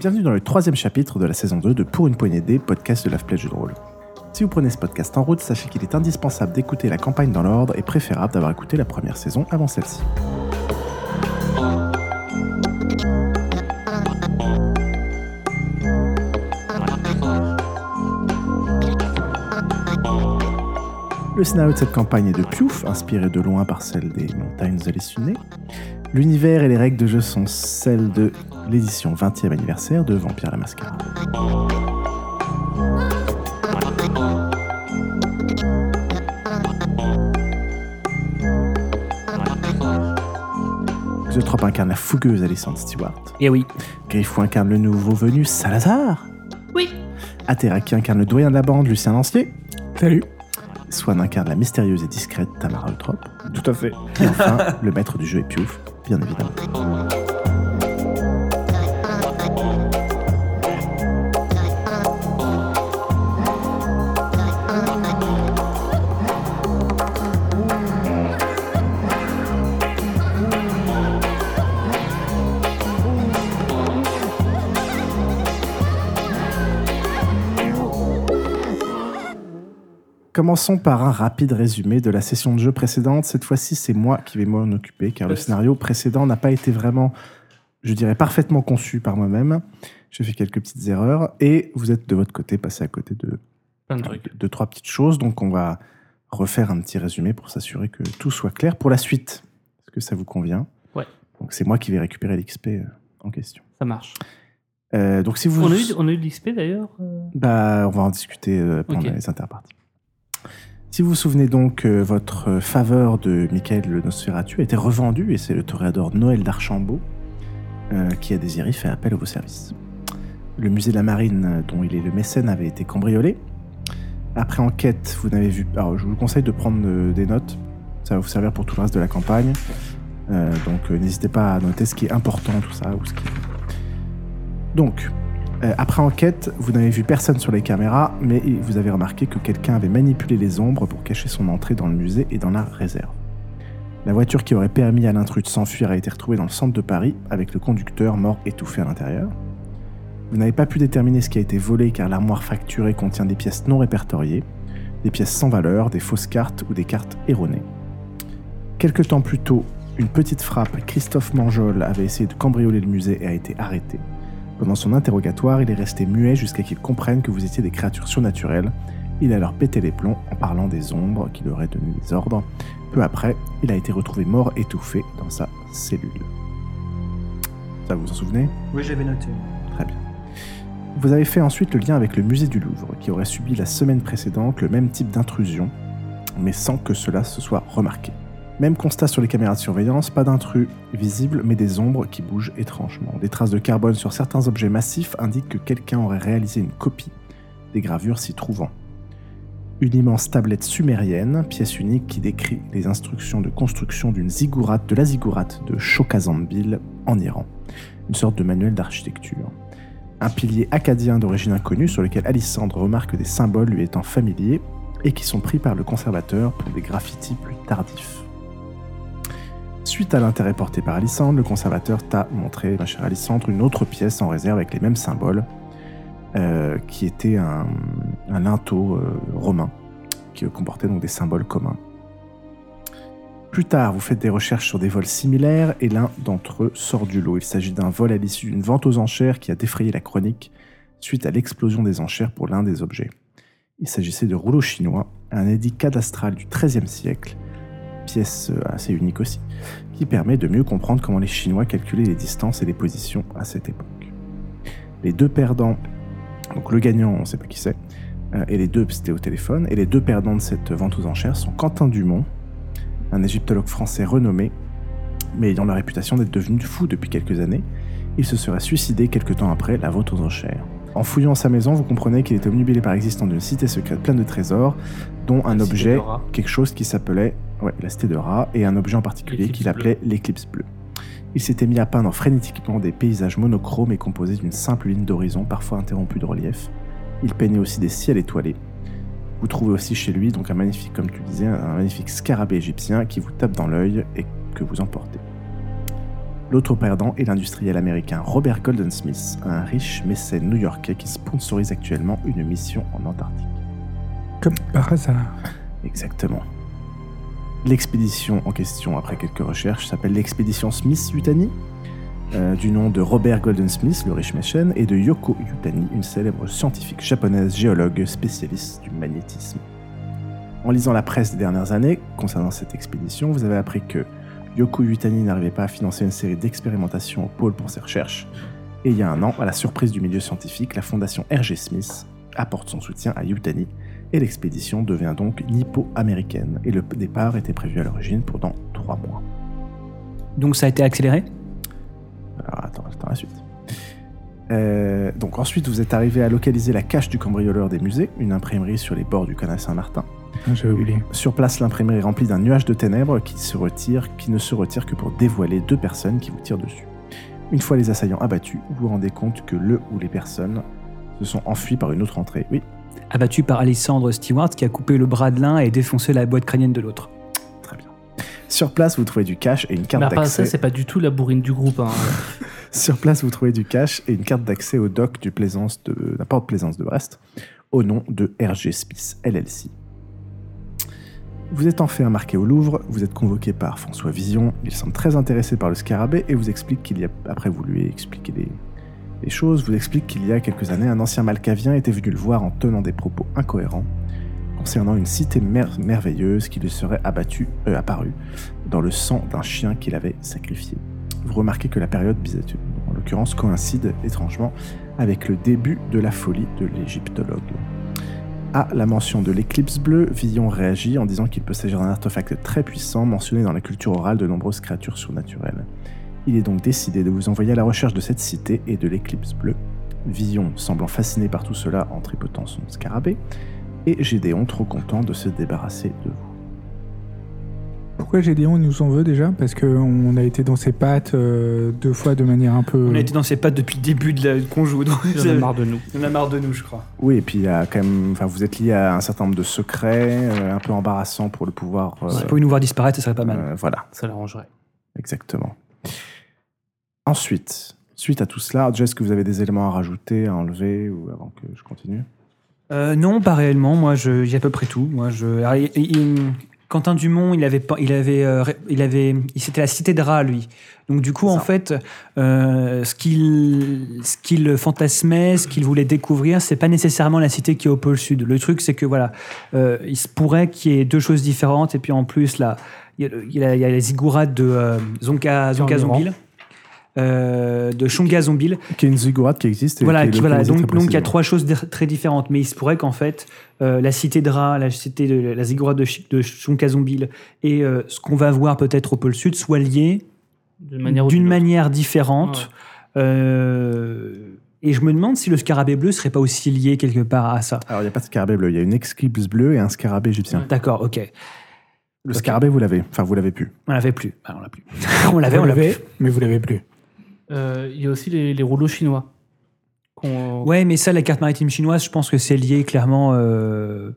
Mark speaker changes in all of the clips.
Speaker 1: Bienvenue dans le troisième chapitre de la saison 2 de Pour une poignée des podcast de la Play Jeu de rôle. Si vous prenez ce podcast en route, sachez qu'il est indispensable d'écouter la campagne dans l'ordre et préférable d'avoir écouté la première saison avant celle-ci. Le scénario de cette campagne est de Piouf, inspiré de loin par celle des montagnes hallucinées. L'univers et les règles de jeu sont celles de l'édition 20e anniversaire de Vampire la Mascarade. Xeutrop incarne la fougueuse Alessandre Stewart.
Speaker 2: Et Eh oui.
Speaker 1: Griffou incarne le nouveau venu Salazar.
Speaker 3: Oui.
Speaker 1: Atera qui incarne le doyen de la bande Lucien Lancier.
Speaker 2: Salut.
Speaker 1: Swan incarne la mystérieuse et discrète Tamara Eutrop.
Speaker 2: Tout à fait.
Speaker 1: Et enfin, le maître du jeu est Piouf, bien évidemment. Commençons par un rapide résumé de la session de jeu précédente. Cette fois-ci, c'est moi qui vais m'en occuper, car le scénario précédent n'a pas été vraiment, je dirais, parfaitement conçu par moi-même. J'ai fait quelques petites erreurs, et vous êtes de votre côté passé à côté de,
Speaker 2: Plein de
Speaker 1: de, de trois petites choses. Donc, on va refaire un petit résumé pour s'assurer que tout soit clair pour la suite. Est-ce que ça vous convient
Speaker 2: Ouais.
Speaker 1: Donc, c'est moi qui vais récupérer l'XP en question.
Speaker 2: Ça marche.
Speaker 1: Euh, donc, si vous...
Speaker 2: On a eu, on a eu de l'XP d'ailleurs. euh,
Speaker 1: Bah, on va en discuter euh, pendant
Speaker 2: Ok.
Speaker 1: les interparties. Si vous vous souvenez donc, euh, votre euh, faveur de Michael le Nosferatu a été revendue et c'est le toréador Noël d'Archambault euh, qui a désiré faire appel à vos services. Le musée de la marine euh, dont il est le mécène avait été cambriolé. Après enquête, vous n'avez vu. Alors, je vous conseille de prendre euh, des notes. Ça va vous servir pour tout le reste de la campagne. Euh, donc, euh, n'hésitez pas à noter ce qui est important, tout ça, ou ce qui. Donc, euh, après enquête, vous n'avez vu personne sur les caméras, mais vous avez remarqué que quelqu'un avait manipulé les ombres pour cacher son entrée dans le musée et dans la réserve. La voiture qui aurait permis à l'intrus de s'enfuir a été retrouvée dans le centre de Paris, avec le conducteur mort étouffé à l'intérieur. Vous n'avez pas pu déterminer ce qui a été volé car l'armoire facturée contient des pièces non répertoriées, des pièces sans valeur, des fausses cartes ou des cartes erronées. Quelque temps plus tôt, une petite frappe, Christophe Mangeol avait essayé de cambrioler le musée et a été arrêté. Pendant son interrogatoire, il est resté muet jusqu'à qu'ils comprennent que vous étiez des créatures surnaturelles. Il a alors pété les plombs en parlant des ombres qui lui auraient donné des ordres. Peu après, il a été retrouvé mort étouffé dans sa cellule. Ça, vous vous en souvenez
Speaker 4: Oui, j'avais noté.
Speaker 1: Vous avez fait ensuite le lien avec le musée du Louvre, qui aurait subi la semaine précédente le même type d'intrusion, mais sans que cela se soit remarqué. Même constat sur les caméras de surveillance, pas d'intrus visibles, mais des ombres qui bougent étrangement. Des traces de carbone sur certains objets massifs indiquent que quelqu'un aurait réalisé une copie des gravures s'y trouvant. Une immense tablette sumérienne, pièce unique qui décrit les instructions de construction d'une ziggourate de la ziggourate de Chokazambil en Iran. Une sorte de manuel d'architecture un pilier acadien d'origine inconnue sur lequel Alissandre remarque des symboles lui étant familiers et qui sont pris par le conservateur pour des graffitis plus tardifs. Suite à l'intérêt porté par Alissandre, le conservateur t'a montré, ma chère Alissandre, une autre pièce en réserve avec les mêmes symboles, euh, qui était un, un linteau euh, romain, qui comportait donc des symboles communs. Plus tard, vous faites des recherches sur des vols similaires et l'un d'entre eux sort du lot. Il s'agit d'un vol à l'issue d'une vente aux enchères qui a défrayé la chronique suite à l'explosion des enchères pour l'un des objets. Il s'agissait de rouleaux chinois, un édit cadastral du XIIIe siècle, pièce euh, assez unique aussi, qui permet de mieux comprendre comment les Chinois calculaient les distances et les positions à cette époque. Les deux perdants, donc le gagnant, on ne sait pas qui c'est, euh, et les deux, c'était au téléphone, et les deux perdants de cette vente aux enchères sont Quentin Dumont, un égyptologue français renommé, mais ayant la réputation d'être devenu fou depuis quelques années, il se serait suicidé quelque temps après la vente aux enchères. En fouillant sa maison, vous comprenez qu'il était omnibulé par l'existence d'une cité secrète pleine de trésors, dont un
Speaker 2: Cité de
Speaker 1: objet,
Speaker 2: rats.
Speaker 1: quelque chose qui s'appelait ouais, la cité de rats, et un objet en particulier
Speaker 2: L'éclipse
Speaker 1: qu'il appelait l'éclipse bleue. Il s'était mis à peindre frénétiquement des paysages monochromes et composés d'une simple ligne d'horizon, parfois interrompue de relief. Il peignait aussi des ciels étoilés. Vous trouvez aussi chez lui donc un magnifique, comme tu disais, un magnifique scarabée égyptien qui vous tape dans l'œil et que vous emportez. L'autre perdant est l'industriel américain Robert Golden Smith, un riche mécène new-yorkais qui sponsorise actuellement une mission en Antarctique.
Speaker 3: Comme par hasard.
Speaker 1: Exactement. L'expédition en question, après quelques recherches, s'appelle l'expédition Smith-Yutani, euh, du nom de Robert Golden Smith, le riche mécène, et de Yoko Yutani, une célèbre scientifique japonaise géologue spécialiste du magnétisme. En lisant la presse des dernières années concernant cette expédition, vous avez appris que Yoko Yutani n'arrivait pas à financer une série d'expérimentations au pôle pour ses recherches, et il y a un an, à la surprise du milieu scientifique, la fondation R.G. Smith apporte son soutien à Yutani et l'expédition devient donc nippo-américaine et le départ était prévu à l'origine pour dans trois mois.
Speaker 4: Donc ça a été accéléré
Speaker 1: Alors attends, attends la suite. Euh, donc ensuite, vous êtes arrivé à localiser la cache du cambrioleur des musées, une imprimerie sur les bords du canal Saint-Martin.
Speaker 3: Ah, J'avais oublié.
Speaker 1: Sur place, l'imprimerie est remplie d'un nuage de ténèbres qui, se retire, qui ne se retire que pour dévoiler deux personnes qui vous tirent dessus. Une fois les assaillants abattus, vous vous rendez compte que le ou les personnes se sont enfuis par une autre entrée. Oui,
Speaker 4: Abattu par Alessandre Stewart qui a coupé le bras de l'un et défoncé la boîte crânienne de l'autre.
Speaker 1: très bien. Sur place, vous trouvez du cash et une carte
Speaker 2: Mais à part
Speaker 1: d'accès.
Speaker 2: ça, c'est Bah, pas du tout la bourrine du groupe. Hein.
Speaker 1: Sur place, vous trouvez du cash et une carte d'accès au dock du plaisance de, la porte plaisance de Brest, au nom de RG Smith LLC. Vous êtes enfin marqué au Louvre, vous êtes convoqué par François Vision, il semble très intéressé par le scarabée et vous explique qu'il y a, après vous lui expliquez les, les choses, vous explique qu'il y a quelques années, un ancien malcavien était venu le voir en tenant des propos incohérents concernant une cité mer- merveilleuse qui lui serait abattue, euh, apparue, dans le sang d'un chien qu'il avait sacrifié vous remarquez que la période byzantine, en l'occurrence, coïncide étrangement avec le début de la folie de l'égyptologue. À la mention de l'éclipse bleue, Villon réagit en disant qu'il peut s'agir d'un artefact très puissant mentionné dans la culture orale de nombreuses créatures surnaturelles. Il est donc décidé de vous envoyer à la recherche de cette cité et de l'éclipse bleue. Villon, semblant fasciné par tout cela en tripotant son scarabée, et Gédéon, trop content de se débarrasser de vous.
Speaker 3: Pourquoi Gédéon il nous en veut déjà Parce qu'on a été dans ses pattes euh, deux fois de manière un peu.
Speaker 4: On a été dans ses pattes depuis le début de la conjou. donc
Speaker 2: Ils en ont marre de nous.
Speaker 4: on a marre de nous, je crois.
Speaker 1: Oui, et puis il y a quand même, enfin, vous êtes lié à un certain nombre de secrets, euh, un peu embarrassants pour le pouvoir. euh,
Speaker 4: Si vous pouvez nous voir disparaître, ça serait pas mal.
Speaker 1: euh, voilà,
Speaker 2: Ça l'arrangerait.
Speaker 1: exactement. Ensuite, suite à tout cela, déjà, est-ce que vous avez des éléments à rajouter, à enlever, ou avant que je continue
Speaker 4: Euh, non, pas réellement. Moi, je- j'ai à peu près tout. Moi, je, alors, il- il- Quentin Dumont, il avait, pas- il avait, euh, ré- il avait, il- c'était la cité de rats, lui. Donc du coup,
Speaker 1: C'est
Speaker 4: en
Speaker 1: ça.
Speaker 4: fait, euh, ce qu'il, ce qu'il fantasmait, ce qu'il voulait découvrir, c'est pas nécessairement la cité qui est au pôle sud. Le truc, c'est que voilà, euh, il se pourrait qu'il y ait deux choses différentes, et puis en plus là, il y a, le- il y a- il y a les ziggourats de euh, Zonka, Zonka
Speaker 2: Iran.
Speaker 4: Zombil, euh, de Shonga Zombil,
Speaker 1: Qui est une ziggurat qui existe. Et
Speaker 4: voilà,
Speaker 1: qui est
Speaker 4: qui- voilà.
Speaker 1: localisée
Speaker 4: donc,
Speaker 1: très
Speaker 4: donc il y a
Speaker 1: précisément.
Speaker 4: trois choses dé- très différentes, mais il se pourrait qu'en fait, euh, la cité de Ra, la cité de la ziggurat de, Ch- de Chonkazombil et euh, ce qu'on va voir peut-être au pôle sud soient liés
Speaker 2: D'une manière ou
Speaker 4: d'une
Speaker 2: autre.
Speaker 4: manière différente. Euh, et je me demande si le scarabée bleu serait pas aussi lié quelque part à ça.
Speaker 1: Alors, il n'y a pas de scarabée bleu, il y a une exclipse bleue et un scarabée égyptien.
Speaker 2: Ouais.
Speaker 4: D'accord, ok.
Speaker 1: Le scarabée, vous l'avez, enfin, vous l'avez pu.
Speaker 4: On l'avait plus. Ah, on l'a plus. on l'avait,
Speaker 3: Vous
Speaker 4: on l'avait.
Speaker 3: l'avez, mais vous l'avez plus.
Speaker 2: Euh, Il y a aussi les, les rouleaux chinois. qu'on-
Speaker 4: Ouais, mais ça, la carte maritime chinoise, je pense que c'est lié clairement. euh,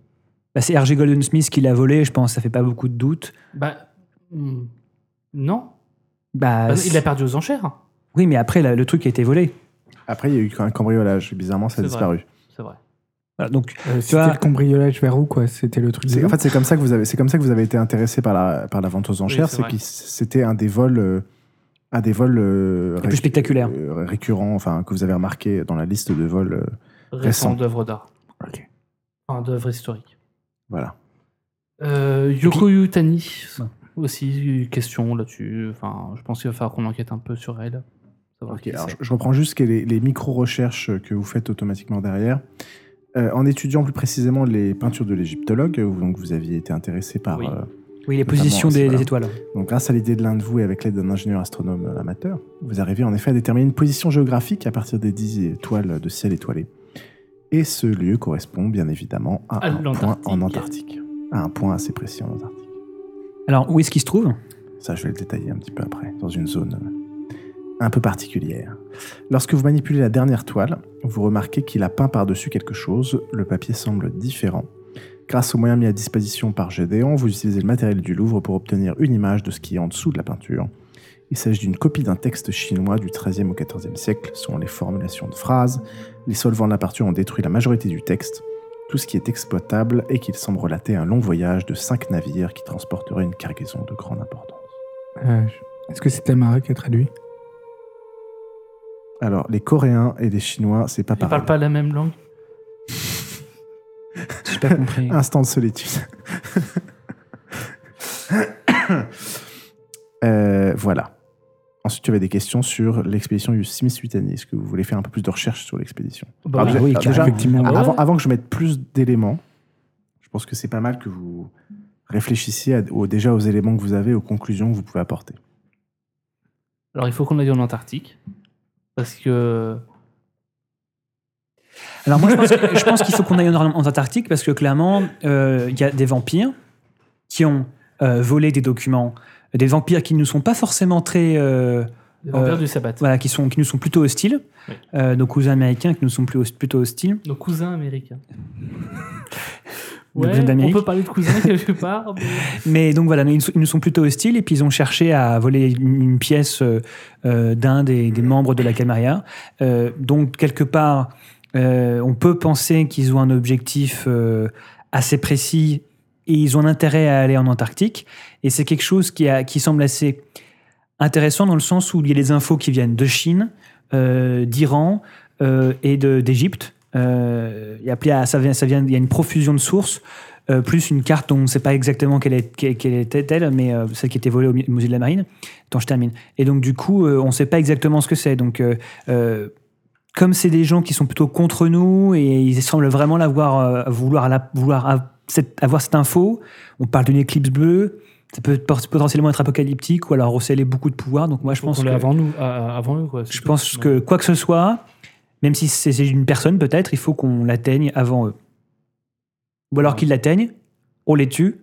Speaker 4: bah, c'est R.G. Golden Smith qui l'a volé, je pense. Ça fait pas beaucoup de doute.
Speaker 2: Bah, hmm, non.
Speaker 4: Bah,
Speaker 2: Bah,
Speaker 4: c'est-
Speaker 2: il l'a perdu aux enchères. hein.
Speaker 4: Oui, mais après, là, le truc a été volé.
Speaker 1: Après, il y a eu un cambriolage, bizarrement, ça a
Speaker 2: C'est
Speaker 1: disparu.
Speaker 2: C'est vrai.
Speaker 4: Voilà, donc,
Speaker 3: Euh, C'était
Speaker 4: vois-
Speaker 3: le cambriolage vers où, quoi C'était le truc.
Speaker 1: C'est-
Speaker 3: de
Speaker 1: En fait, c'est comme ça que vous avez, c'est comme ça que vous avez été intéressé par la, par la vente aux enchères,
Speaker 2: Oui, c'est
Speaker 1: c'est
Speaker 2: vrai.
Speaker 1: que c'était un des vols, euh, un des vols euh,
Speaker 4: plus spectaculaires.
Speaker 1: euh, récurrents, enfin que vous avez remarqué dans la liste de vols. euh, Récent.
Speaker 2: Récent d'œuvres d'art.
Speaker 1: Ok.
Speaker 2: Enfin, d'œuvres historiques.
Speaker 1: voilà.
Speaker 2: Euh, Yoko Yutani.
Speaker 4: Ouais.
Speaker 2: Aussi, une question là-dessus. Enfin, je pense qu'il va falloir qu'on enquête un peu sur elle. Savoir
Speaker 1: Ok.
Speaker 2: qui
Speaker 1: Alors,
Speaker 2: c'est.
Speaker 1: je, je reprends juste les, les micro-recherches que vous faites automatiquement derrière. Euh, en étudiant plus précisément les peintures de l'égyptologue, où donc vous aviez été intéressé par
Speaker 2: Oui.
Speaker 1: euh,
Speaker 4: oui, les
Speaker 1: Notamment,
Speaker 4: positions
Speaker 1: c'est
Speaker 4: des,
Speaker 1: voilà.
Speaker 4: des étoiles.
Speaker 1: Donc, grâce à l'idée de l'un de vous et avec l'aide d'un ingénieur astronome euh, amateur, vous arrivez en effet à déterminer une position géographique à partir des 10 étoiles de ciel étoilé. Et ce lieu correspond bien évidemment à,
Speaker 2: À
Speaker 1: un point en
Speaker 2: l'Antarctique.
Speaker 1: Antarctique. À un point assez précis en Antarctique.
Speaker 4: Alors, où est-ce qu'il se trouve
Speaker 1: Ça, je vais le détailler un petit peu après, dans une zone euh, un peu particulière. Lorsque vous manipulez la dernière toile, vous remarquez qu'il a peint par-dessus quelque chose, le papier semble différent. Grâce aux moyens mis à disposition par Gédéon, vous utilisez le matériel du Louvre pour obtenir une image de ce qui est en dessous de la peinture. Il s'agit d'une copie d'un texte chinois du XIIIe au XIVe siècle, selon les formulations de phrases. Les solvants de la peinture ont détruit la majorité du texte, tout ce qui est exploitable et qu'il semble relater un long voyage de cinq navires qui transporteraient une cargaison de grande importance.
Speaker 3: Euh, je- Est-ce que c'est Tamara qui a traduit
Speaker 1: Alors, les Coréens et les Chinois, c'est pas
Speaker 2: Ils
Speaker 1: pareil.
Speaker 2: parlent pas la même langue J'ai pas compris.
Speaker 1: Instant de solitude. Euh, voilà. Ensuite, tu avais des questions sur l'expédition du Smith Whitney. Est-ce que vous voulez faire un peu plus de recherche sur l'expédition
Speaker 2: Bah,
Speaker 1: Ah, vous avez-
Speaker 4: oui,
Speaker 1: ah,
Speaker 4: carrément.
Speaker 1: déjà,
Speaker 3: Effectivement.
Speaker 1: Ah,
Speaker 2: ouais
Speaker 1: avant, avant que je mette plus d'éléments, je pense que c'est pas mal que vous réfléchissiez à- au- déjà aux éléments que vous avez, aux conclusions que vous pouvez apporter.
Speaker 2: Alors, il faut qu'on aille en Antarctique. Parce que. euh,
Speaker 4: Alors moi, je pense, que- je pense qu'il faut qu'on aille en, en Antarctique parce que clairement, euh, il y a des vampires qui ont euh, volé des documents, des vampires qui ne nous sont pas forcément très, euh,
Speaker 2: Les vampires
Speaker 4: Euh,
Speaker 2: du sabbat.
Speaker 4: voilà, qui sont, qui nous sont plutôt hostiles,
Speaker 2: Oui.
Speaker 4: euh, nos cousins américains qui nous sont plus, host- plutôt hostiles.
Speaker 2: Nos cousins américains.
Speaker 4: Nos cousins
Speaker 2: Ouais, on
Speaker 4: d'Amérique.
Speaker 2: peut parler de cousins quelque part. mais-
Speaker 4: Mais donc voilà, mais ils, nous sont- ils nous sont plutôt hostiles et puis ils ont cherché à voler une, une pièce euh, euh, d'un des, des membres de la Camarilla. Euh, donc quelque part, euh, on peut penser qu'ils ont un objectif euh, assez précis et ils ont intérêt à aller en Antarctique. Et c'est quelque chose qui, a, qui semble assez intéressant dans le sens où il y a des infos qui viennent de Chine, euh, d'Iran euh, et de- d'Égypte. Euh, il y a- ça vient- ça vient- il y a une profusion de sources. Euh, plus une carte dont on ne sait pas exactement quelle, est- quelle- quelle était-elle, mais euh, celle qui était volée au mu- musée de la Marine. Attends, je termine. Et donc, du coup, euh, on ne sait pas exactement ce que c'est. Donc, euh, euh, comme c'est des gens qui sont plutôt contre nous et ils semblent vraiment l'avoir, euh, vouloir, la- vouloir av- cette, avoir cette info, on parle d'une éclipse bleue, ça peut pot- potentiellement être apocalyptique ou alors receler beaucoup de pouvoir. Donc, moi, je
Speaker 2: Faut
Speaker 4: pense
Speaker 2: qu'on l'ait
Speaker 4: que.
Speaker 2: avant nous, à- avant eux, quoi. c'est
Speaker 4: Je
Speaker 2: tout.
Speaker 4: pense
Speaker 2: Ouais.
Speaker 4: que quoi que ce soit, même si c'est c'est une personne peut-être, il faut qu'on l'atteigne avant eux. Ou alors
Speaker 2: Ouais.
Speaker 4: qu'ils l'atteignent, on les tue,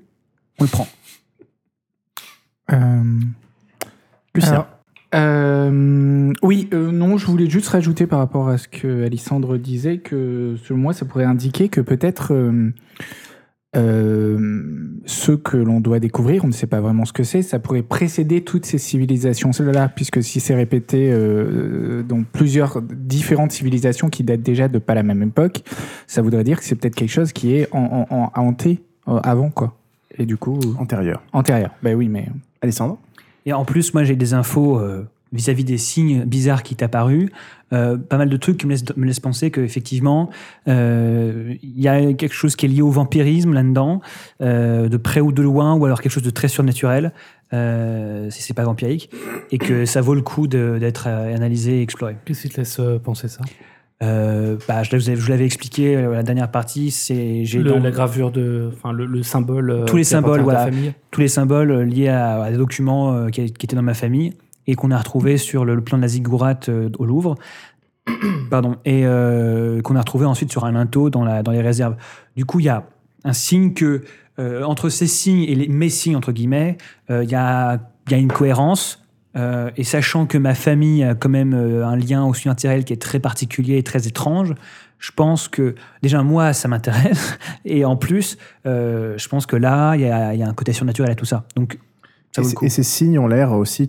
Speaker 4: on le prend.
Speaker 3: Euh,
Speaker 1: Lucien.
Speaker 3: Alors, euh, oui, euh, non, je voulais juste rajouter par rapport à ce que Alissandre disait que selon moi, ça pourrait indiquer que peut-être euh, euh, ce que l'on doit découvrir, on ne sait pas vraiment ce que c'est, ça pourrait précéder toutes ces civilisations là, puisque si c'est répété euh, dans plusieurs différentes civilisations qui datent déjà de pas la même époque, ça voudrait dire que c'est peut-être quelque chose qui est en, en- en- hanté euh, avant quoi. Et du coup, euh,
Speaker 1: Antérieur.
Speaker 3: antérieur. Ben oui, mais
Speaker 1: Alessandre
Speaker 4: Et en plus, moi j'ai des infos euh, vis-à-vis des signes bizarres qui t'ont apparu, euh, pas mal de trucs qui me laissent, me laissent penser qu'effectivement, euh, il y a quelque chose qui est lié au vampirisme là-dedans, euh, de près ou de loin, ou alors quelque chose de très surnaturel, euh, si c'est pas vampirique, et que ça vaut le coup de- d'être euh, analysé et exploré.
Speaker 2: Qu'est-ce qui te laisse euh, penser ça
Speaker 4: Euh, bah, je l'avais- je vous l'avais expliqué euh, la dernière partie, c'est j'ai
Speaker 2: Le-
Speaker 4: dans-
Speaker 2: La gravure de. Enfin, le, le symbole. euh,
Speaker 4: Tous les
Speaker 2: qui appartient
Speaker 4: symboles,
Speaker 2: à ta
Speaker 4: voilà.
Speaker 2: famille.
Speaker 4: tous les symboles euh, liés à, à des documents euh, qui, qui étaient dans ma famille et qu'on a retrouvés sur le, le plan de la ziggourate euh, au Louvre, pardon, et euh, qu'on a retrouvé ensuite sur un linteau dans, la, dans les réserves. Du coup, il y a un signe que euh, entre ces signes et les mes signes entre guillemets, euh, il y, a, il y a une cohérence. euh, et sachant que ma famille a quand même euh, un lien aussi intérêt qui est très particulier et très étrange, je pense que déjà moi ça m'intéresse et en plus euh, je pense que là il y, a il y a un côté surnaturel à tout ça. Donc ça
Speaker 1: et,
Speaker 4: vaut le
Speaker 1: ces-
Speaker 4: coup.
Speaker 1: et ces signes ont l'air aussi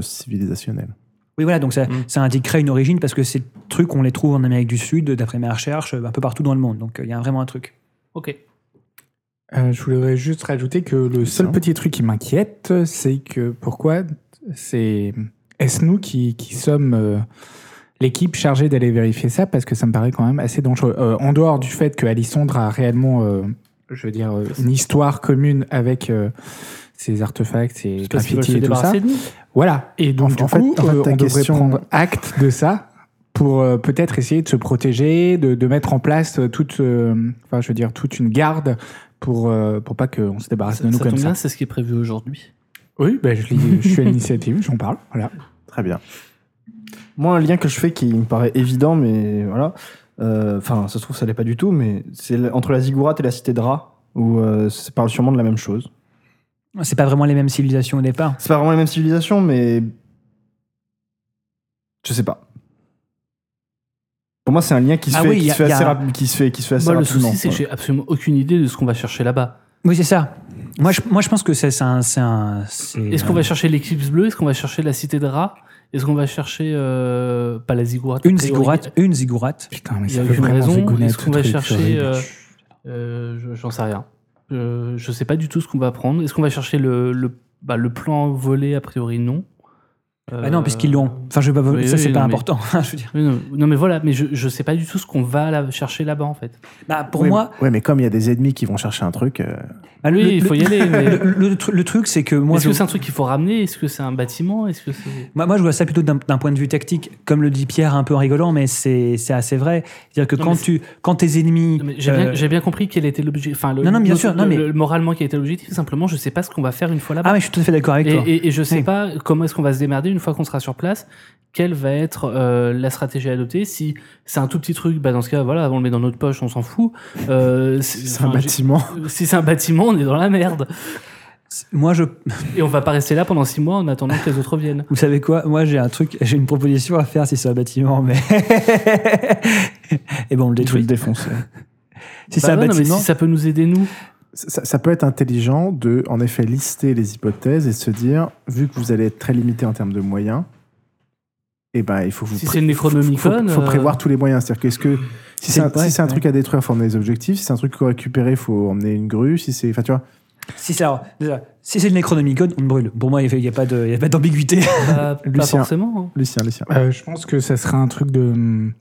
Speaker 1: trans-civilisationnels.
Speaker 4: Oui, voilà, donc ça,
Speaker 2: Mm.
Speaker 4: ça indiquerait une origine parce que ces trucs, on les trouve en Amérique du Sud, d'après mes recherches, un peu partout dans le monde. Donc euh, il y a vraiment un truc.
Speaker 2: Ok.
Speaker 3: Euh, je voudrais juste rajouter que le seul
Speaker 1: Excellent.
Speaker 3: petit truc qui m'inquiète, c'est que pourquoi c'est est-ce nous qui, qui sommes euh, l'équipe chargée d'aller vérifier ça parce que ça me paraît quand même assez dangereux. Euh, en dehors du fait que Alissandre a réellement, euh, je veux dire, euh, une histoire commune avec euh, ses artefacts, ses
Speaker 2: Parce qu'ils veulent se
Speaker 3: graffitis et tout ça.
Speaker 2: débarrasser de nous.
Speaker 3: Voilà. Et donc,
Speaker 1: En-
Speaker 3: du
Speaker 1: en fait-
Speaker 3: coup,
Speaker 1: en fait,
Speaker 3: euh,
Speaker 1: ta
Speaker 3: on devrait
Speaker 1: question-
Speaker 3: prendre acte de ça pour euh, peut-être essayer de se protéger, de, de mettre en place euh, toute, euh, enfin, je veux dire, toute une garde pour, euh, pour pas qu'on se débarrasse
Speaker 2: Ça,
Speaker 3: de nous
Speaker 2: ça
Speaker 3: comme
Speaker 2: tombe
Speaker 3: ça.
Speaker 2: bien, c'est ce qui est prévu aujourd'hui.
Speaker 3: Oui, ben, je, l'ai- je suis à l'initiative, j'en parle. Voilà.
Speaker 1: Très bien.
Speaker 5: Moi, un lien que je fais qui me paraît évident, mais voilà. euh, Enfin, ça se trouve, ça l'est pas du tout, mais c'est l- entre la ziggourate et la cité de Ra, où euh, ça parle sûrement de la même chose.
Speaker 4: C'est pas vraiment les mêmes civilisations au départ.
Speaker 5: C'est pas vraiment la même civilisation, mais. Je sais pas. Pour moi, c'est un lien qui se
Speaker 4: Ah
Speaker 5: fait
Speaker 4: oui,
Speaker 5: qui
Speaker 4: y a-
Speaker 5: se fait
Speaker 4: y a-
Speaker 5: assez rap- qui se fait- qui se fait assez
Speaker 2: Moi, Bah, le
Speaker 5: rapidement.
Speaker 2: souci, c'est que
Speaker 5: quoi.
Speaker 2: j'ai absolument aucune idée de ce qu'on va chercher là-bas.
Speaker 4: Oui, c'est ça. Moi, je, moi, je pense que c'est c'est un. c'est un- c'est
Speaker 2: Est-ce
Speaker 4: un-
Speaker 2: qu'on va chercher l'éclipse bleue Est-ce qu'on va chercher la cité de Ra Est-ce qu'on va chercher. euh, pas la ziggurat
Speaker 4: une
Speaker 2: a priori.
Speaker 4: ziggourate Une ziggourate.
Speaker 3: Putain, mais
Speaker 2: Il y
Speaker 3: ça
Speaker 2: a
Speaker 3: fait
Speaker 2: aucune
Speaker 3: vraiment
Speaker 2: raison.
Speaker 3: zigounette,
Speaker 2: Est-ce
Speaker 3: le
Speaker 2: qu'on va
Speaker 3: truc,
Speaker 2: chercher.
Speaker 3: horrible.
Speaker 2: euh, euh, je- J'en sais rien. Euh, je sais pas du tout ce qu'on va prendre. Est-ce qu'on va chercher le, le, bah, le plan volé A priori, non.
Speaker 4: Bah non,
Speaker 2: Euh,
Speaker 4: puisqu'ils l'ont. Enfin, je vais pas.
Speaker 2: oui,
Speaker 4: ça,
Speaker 2: oui,
Speaker 4: c'est
Speaker 2: non,
Speaker 4: pas
Speaker 2: mais-
Speaker 4: important. je veux dire.
Speaker 2: Oui, Euh, Non, non, mais voilà, mais je, je sais pas du tout ce qu'on va là- chercher là-bas en fait.
Speaker 4: Bah, pour
Speaker 1: Ouais,
Speaker 4: moi,
Speaker 1: mais- Ouais, mais comme il y a des ennemis qui vont chercher un truc. euh,
Speaker 4: bah, le-
Speaker 2: Oui, il
Speaker 4: le-
Speaker 2: faut y aller. mais-
Speaker 4: le, le tru- le truc, c'est que moi,
Speaker 2: Est-ce
Speaker 4: je,
Speaker 2: que c'est un truc qu'il faut ramener Est-ce que c'est un bâtiment Est-ce que c'est.
Speaker 4: moi, moi, je vois ça plutôt d'un d'un point de vue tactique, comme le dit Pierre, un peu en rigolant, mais c'est c'est assez vrai. C'est-à-dire que
Speaker 2: Non,
Speaker 4: quand
Speaker 2: mais c'est-
Speaker 4: tu, quand tes ennemis,
Speaker 2: Non, mais J'ai
Speaker 4: euh,
Speaker 2: bien, j'ai bien compris quel était l'objectif. Enfin, le-
Speaker 4: Non, non, bien
Speaker 2: le-
Speaker 4: sûr, non,
Speaker 2: le-
Speaker 4: mais-
Speaker 2: le- moralement, quel était l'objectif. Simplement, je sais pas ce qu'on va faire une fois là-bas.
Speaker 4: ah, mais je suis tout à fait d'accord avec
Speaker 2: Et,
Speaker 4: toi.
Speaker 2: et- et je sais
Speaker 4: Oui.
Speaker 2: pas comment est-ce qu'on va se démerder une fois qu'on sera sur place. Quelle va être euh, la stratégie à adopter Si c'est un tout petit truc, bah dans ce cas, voilà, on le met dans notre poche, on s'en fout. Euh, si-
Speaker 1: c'est un
Speaker 2: enfin,
Speaker 1: bâtiment.
Speaker 2: j'ai- Si c'est un bâtiment, on est dans la merde.
Speaker 4: Moi, je,
Speaker 2: Et on va pas rester là pendant six mois en attendant que les autres viennent.
Speaker 4: Vous savez quoi Moi, j'ai un truc, j'ai une proposition à faire si c'est un bâtiment, mais. Et ben, on le
Speaker 5: Je vais
Speaker 4: détruit.
Speaker 5: le défoncer.
Speaker 4: Si
Speaker 2: Bah
Speaker 4: c'est un
Speaker 2: ouais, non, mais
Speaker 4: bâtiment.
Speaker 2: si ça peut nous aider, nous.
Speaker 1: Ça, ça peut être intelligent de, en effet, lister les hypothèses et se dire, vu que vous allez être très limité en termes de moyens, eh ben, il faut vous
Speaker 2: Si
Speaker 1: pré-
Speaker 2: c'est une
Speaker 1: faut,
Speaker 2: Necronomicon,
Speaker 1: faut
Speaker 2: euh,
Speaker 1: prévoir tous les moyens. C'est-à-dire qu'est-ce que si c'est un,
Speaker 4: C'est- ouais,
Speaker 1: si c'est un
Speaker 4: ouais.
Speaker 1: truc à détruire, faut emmener les objectifs. Si c'est un truc à récupérer, faut emmener une grue. Si c'est, enfin, tu vois.
Speaker 4: Si c'est alors, déjà, si c'est le Necronomicon, on le brûle. Pour moi, il n'y a, pas de- il y a pas d'ambiguïté.
Speaker 2: bah, Pas, pas
Speaker 1: Lucien.
Speaker 2: forcément. hein.
Speaker 1: Lucien, Lucien.
Speaker 3: Euh, je pense que ça sera un truc de. hum,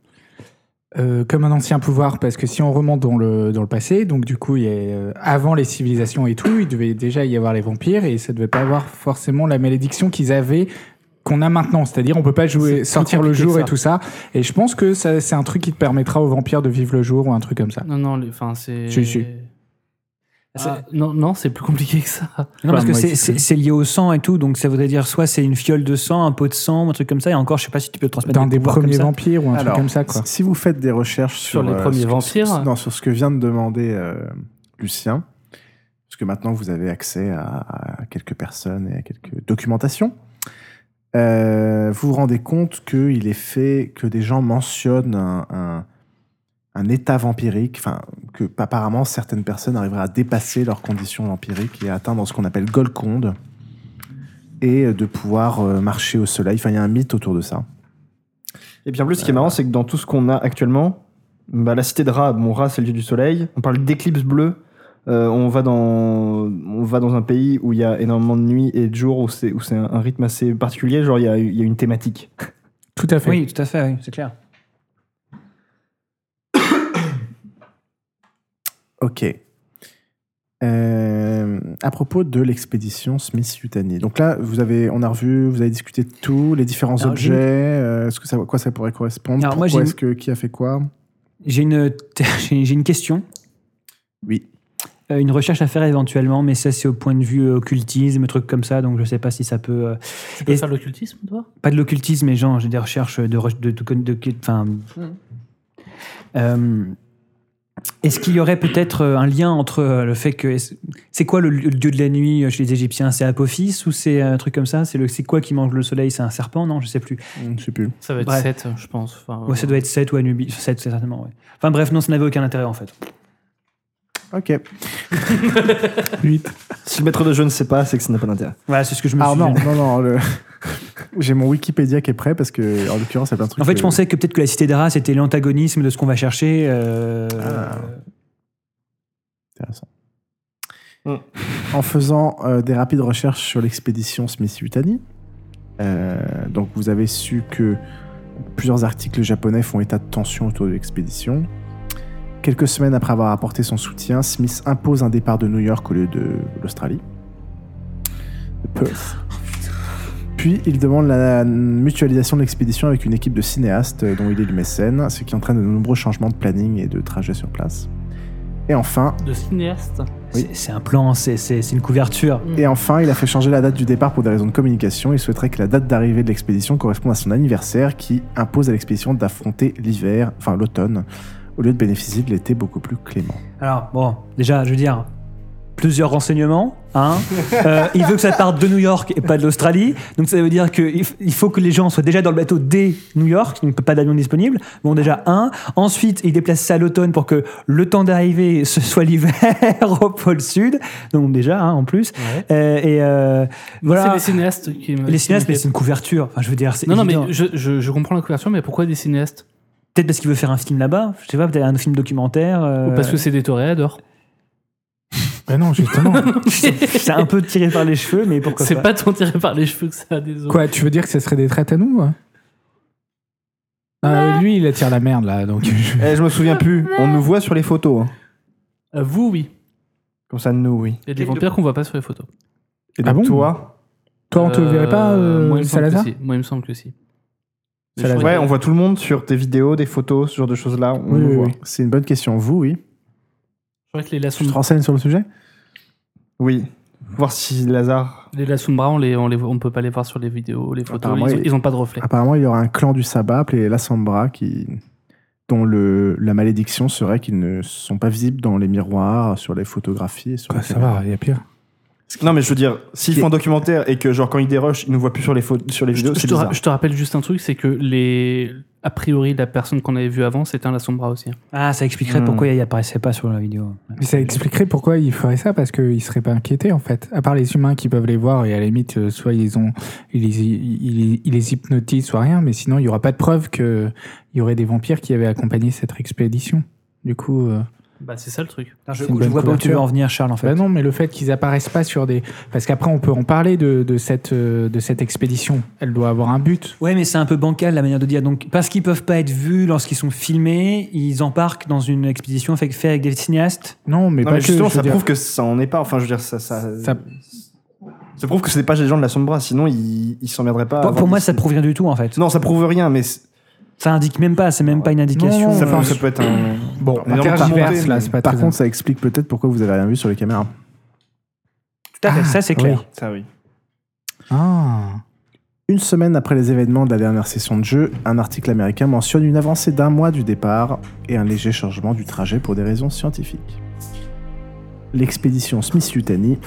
Speaker 3: euh, comme un ancien pouvoir, parce que si on remonte dans le, dans le passé, donc du coup, il y a, euh, avant les civilisations et tout, il devait déjà y avoir les vampires et ça devait pas avoir forcément la malédiction qu'ils avaient qu'on a maintenant. C'est-à-dire, on peut pas
Speaker 2: C'est
Speaker 3: jouer,
Speaker 2: plus
Speaker 3: sortir le
Speaker 2: compliqué
Speaker 3: jour
Speaker 2: que
Speaker 3: et
Speaker 2: ça.
Speaker 3: tout ça. Et je pense que ça, c'est un truc qui te permettra aux vampires de vivre le jour ou un truc comme ça.
Speaker 2: Non, non, les- enfin, c'est.
Speaker 3: Si, si.
Speaker 2: Ah,
Speaker 4: C'est-
Speaker 2: non, non, c'est plus compliqué que ça.
Speaker 4: Non, parce que
Speaker 3: moi,
Speaker 4: c'est-
Speaker 3: c'est-
Speaker 4: c'est c'est lié au sang et tout, donc ça voudrait dire soit c'est une fiole de sang, un pot de sang, un truc comme ça, et encore, je sais pas si tu peux transmettre
Speaker 3: Dans des
Speaker 4: pouvoirs comme
Speaker 3: premiers
Speaker 4: ça.
Speaker 3: vampires ou un truc comme ça, quoi.
Speaker 1: si vous faites des recherches sur,
Speaker 2: Sur les
Speaker 1: euh,
Speaker 2: premiers
Speaker 1: ce que-
Speaker 2: vampires.
Speaker 1: sur- non, sur ce que vient de demander euh, Lucien, parce que maintenant vous avez accès à, à quelques personnes et à quelques documentations, euh, vous vous rendez compte qu'il est fait que des gens mentionnent un, un- un état vampirique, enfin que apparemment certaines personnes arriveraient à dépasser leurs conditions vampiriques et à atteindre ce qu'on appelle Golconde et de pouvoir euh, marcher au soleil. Enfin, il y a un mythe autour de ça.
Speaker 5: Et puis en plus, ce qui est marrant, c'est que dans tout ce qu'on a actuellement, bah, la cité de Ra, bon, Ra, c'est le dieu du soleil. On parle d'éclipse bleue. Euh, on, va dans, on va dans un pays où il y a énormément de nuit et de jour, où c'est où c'est un, un rythme assez particulier. Genre, il y a, il y a une thématique.
Speaker 3: Tout à fait.
Speaker 4: Oui, tout à fait, oui, c'est clair.
Speaker 1: Ok. Euh, à propos de l'expédition Smith-Yutani. Donc là, vous avez, on a revu, vous avez discuté de tout, les différents
Speaker 4: Alors, j'ai
Speaker 1: objets, euh, ce que ça, quoi ça pourrait correspondre,
Speaker 4: Alors, moi,
Speaker 1: pourquoi
Speaker 4: j'ai-
Speaker 1: est-ce que qui a fait quoi
Speaker 4: J'ai une, j'ai j'ai une question.
Speaker 1: Oui.
Speaker 4: Euh, Une recherche à faire éventuellement, mais ça c'est au point de vue euh, occultisme, truc comme ça, donc je sais pas si ça peut. euh,
Speaker 2: Tu peux
Speaker 4: Et-
Speaker 2: faire de l'occultisme, toi
Speaker 4: pas de l'occultisme, mais genre j'ai des recherches de. re- de, de, de- de- enfin, euh, Est-ce qu'il y aurait peut-être euh, un lien entre euh, le fait que. est-ce- C'est quoi le, le dieu de la nuit euh, chez les Égyptiens C'est Apophis ou c'est euh, un truc comme ça C'est le- c'est quoi qui mange le soleil C'est un serpent Non, je sais plus.
Speaker 1: Hmm, Je sais plus.
Speaker 2: Ça va être
Speaker 4: Bref.
Speaker 2: 7, je pense. Enfin,
Speaker 4: Ouais, ça doit être Seth ou Anubis. Seth, c'est certainement, ouais. Enfin bref, non, ça n'avait aucun intérêt en fait.
Speaker 1: Ok.
Speaker 5: Si le maître de jeu ne sait pas, c'est que ça n'a pas d'intérêt.
Speaker 4: Voilà, c'est ce que je me
Speaker 1: Ah
Speaker 4: suis
Speaker 1: non, non, non. le- J'ai mon Wikipédia qui est prêt parce que, en l'occurrence, il y a plein de trucs.
Speaker 4: En fait,
Speaker 1: que-
Speaker 4: je pensais que peut-être que la cité d'Ara, c'était l'antagonisme de ce qu'on va chercher. euh,
Speaker 1: Ah. Intéressant.
Speaker 5: Mm.
Speaker 1: En faisant euh, des rapides recherches sur l'expédition Smith-Yutani, euh, donc vous avez su que plusieurs articles japonais font état de tensions autour de l'expédition. Quelques semaines après avoir apporté son soutien, Smith impose un départ de New York au lieu de l'Australie. De Perth. Puis il demande la mutualisation de l'expédition avec une équipe de cinéastes euh, dont il est le mécène, ce qui entraîne de nombreux changements de planning et de trajet sur place. Et enfin,
Speaker 2: De cinéaste.
Speaker 1: Oui.
Speaker 4: c'est- C'est un plan, c'est- c'est c'est une couverture.
Speaker 1: Et enfin, il a fait changer la date du départ pour des raisons de communication. Il souhaiterait que la date d'arrivée de l'expédition corresponde à son anniversaire qui impose à l'expédition d'affronter l'hiver, enfin l'automne, au lieu de bénéficier de l'été beaucoup plus clément.
Speaker 4: Alors, bon, déjà, je veux dire, plus- plusieurs renseignements. hein. Euh, il veut que ça parte de New York et pas de l'Australie. Donc ça veut dire qu'il faut que les gens soient déjà dans le bateau dès New York. Il ne peut pas d'avion disponible. Bon, déjà, un. Ensuite, il déplace ça à l'automne pour que le temps d'arrivée ce soit l'hiver au pôle sud. Donc déjà, hein, en plus. Euh, et euh,
Speaker 2: C'est
Speaker 4: voilà.
Speaker 2: les cinéastes qui me-
Speaker 4: Les cinéastes,
Speaker 2: qui
Speaker 4: mais
Speaker 2: me-
Speaker 4: c'est une couverture. Enfin, je veux dire, c'est
Speaker 2: Non, non,
Speaker 4: évident.
Speaker 2: mais je, je, je comprends la couverture, mais pourquoi des cinéastes
Speaker 4: Peut-être parce qu'il veut faire un film là-bas. Je sais pas, peut-être un film documentaire. euh,
Speaker 2: Ou parce que c'est des toréadors
Speaker 3: Bah non, justement.
Speaker 4: c'est un peu tiré par les cheveux, mais pourquoi
Speaker 2: C'est pas tant tiré par les cheveux que ça, désolé.
Speaker 3: Quoi, tu veux dire que ce serait des traites à nous quoi Ah oui, lui, il attire la merde, là. Donc, je-
Speaker 5: Eh, je me souviens plus. On nous voit sur les photos. hein.
Speaker 2: Euh, Vous, oui.
Speaker 5: Comme ça, nous, oui.
Speaker 2: Il y a des vampires qu'on voit pas sur les photos.
Speaker 5: Et
Speaker 3: Ah
Speaker 5: donc,
Speaker 3: bon
Speaker 5: toi
Speaker 3: Toi, on te
Speaker 2: Euh,
Speaker 3: verrait pas, euh,
Speaker 2: moi, il me semble que
Speaker 3: Salazar
Speaker 2: si. Moi, il me semble que si. Mais je
Speaker 3: Salazar.
Speaker 2: crois
Speaker 5: Ouais,
Speaker 2: que-
Speaker 5: on voit tout le monde sur tes vidéos, des photos, ce genre de choses-là. On
Speaker 3: Oui,
Speaker 5: nous
Speaker 3: oui,
Speaker 5: voit.
Speaker 3: oui.
Speaker 1: C'est une bonne question. Vous, oui
Speaker 2: Je crois que les
Speaker 1: Tu te
Speaker 2: laçons,
Speaker 1: renseignes sur le sujet
Speaker 5: Oui. Voir si Lazare.
Speaker 2: les laçons de bras, on les, on les, on peut pas les voir sur les vidéos, les photos.
Speaker 1: Apparemment, Ah,
Speaker 2: Ils, ont-
Speaker 1: il-
Speaker 2: ils ont pas de reflet.
Speaker 1: Apparemment, il y aura un clan du sabbat appelé la Sambra qui dont le, la malédiction serait qu'ils ne sont pas visibles dans les miroirs, sur les photographies. Et sur
Speaker 3: Quoi,
Speaker 1: les
Speaker 3: Ah, Ça
Speaker 1: caméras.
Speaker 3: va, il y a pire.
Speaker 5: Non, mais je veux dire, s'ils font un documentaire et que, genre, quand ils dérushent, ils nous voient plus sur les, photos, sur les
Speaker 2: Je,
Speaker 5: vidéos,
Speaker 2: je
Speaker 5: c'est
Speaker 2: te, ra-
Speaker 5: bizarre.
Speaker 2: je te rappelle juste un truc, c'est que les, a priori, la personne qu'on avait vue avant, c'était un laçon de bras aussi. hein.
Speaker 4: Ah, ça expliquerait
Speaker 5: Hmm.
Speaker 4: pourquoi il apparaissait pas sur la vidéo.
Speaker 3: Mais ça expliquerait pourquoi ils feraient ça, parce qu'ils ne seraient pas inquiétés en fait. À part les humains qui peuvent les voir, et à la limite, euh, soit ils, ont, ils, les- ils- ils les hypnotisent, soit rien, mais sinon il n'y aura pas de preuve qu'il y aurait des vampires qui avaient accompagné cette expédition. Du coup, euh,
Speaker 2: Bah, c'est ça le truc.
Speaker 4: je,
Speaker 3: C'est une bonne
Speaker 4: vois pas où tu veux
Speaker 3: couverture.
Speaker 4: en venir, Charles, en fait.
Speaker 3: bah non, mais le fait qu'ils apparaissent pas sur des. Parce qu'après, on peut en parler de, de cette, euh, de cette expédition. Elle doit avoir un but.
Speaker 4: Ouais, mais c'est un peu bancal la manière de dire. Donc, parce qu'ils peuvent pas être vus lorsqu'ils sont filmés, ils embarquent dans une expédition faite fait avec des cinéastes.
Speaker 3: Non, mais pas
Speaker 5: Non, mais
Speaker 3: que,
Speaker 5: justement,
Speaker 3: je veux
Speaker 5: ça
Speaker 3: dire.
Speaker 5: prouve que ça en est pas. Enfin, je veux dire, ça. Ça,
Speaker 3: Ça-
Speaker 5: ça prouve que ce n'est pas des gens de la sombra, sinon ils ils s'en
Speaker 3: Ah,
Speaker 5: viendraient pas. à
Speaker 4: pour
Speaker 5: avoir
Speaker 4: pour moi,
Speaker 5: des-
Speaker 4: ça prouve rien du tout, en fait.
Speaker 5: Non, ça prouve rien, mais c'est-
Speaker 4: Ça indique même pas, c'est même pas une indication.
Speaker 3: Non,
Speaker 5: ça
Speaker 3: non,
Speaker 5: peut, ça peut être un.
Speaker 3: Bon,
Speaker 5: on est
Speaker 3: on
Speaker 5: vraiment pas
Speaker 3: tergiverse
Speaker 5: monté,
Speaker 3: là,
Speaker 5: mais
Speaker 3: c'est pas
Speaker 1: Par
Speaker 3: très
Speaker 1: contre, ça explique peut-être pourquoi vous avez rien vu sur les caméras.
Speaker 4: Tout à fait, ça c'est
Speaker 3: Ah, oui.
Speaker 4: clair.
Speaker 5: Ça, oui.
Speaker 3: Ah.
Speaker 1: Une semaine après les événements de la dernière session de jeu, un article américain mentionne une avancée d'un mois du départ et un léger changement du trajet pour des raisons scientifiques. L'expédition Smith-Yutani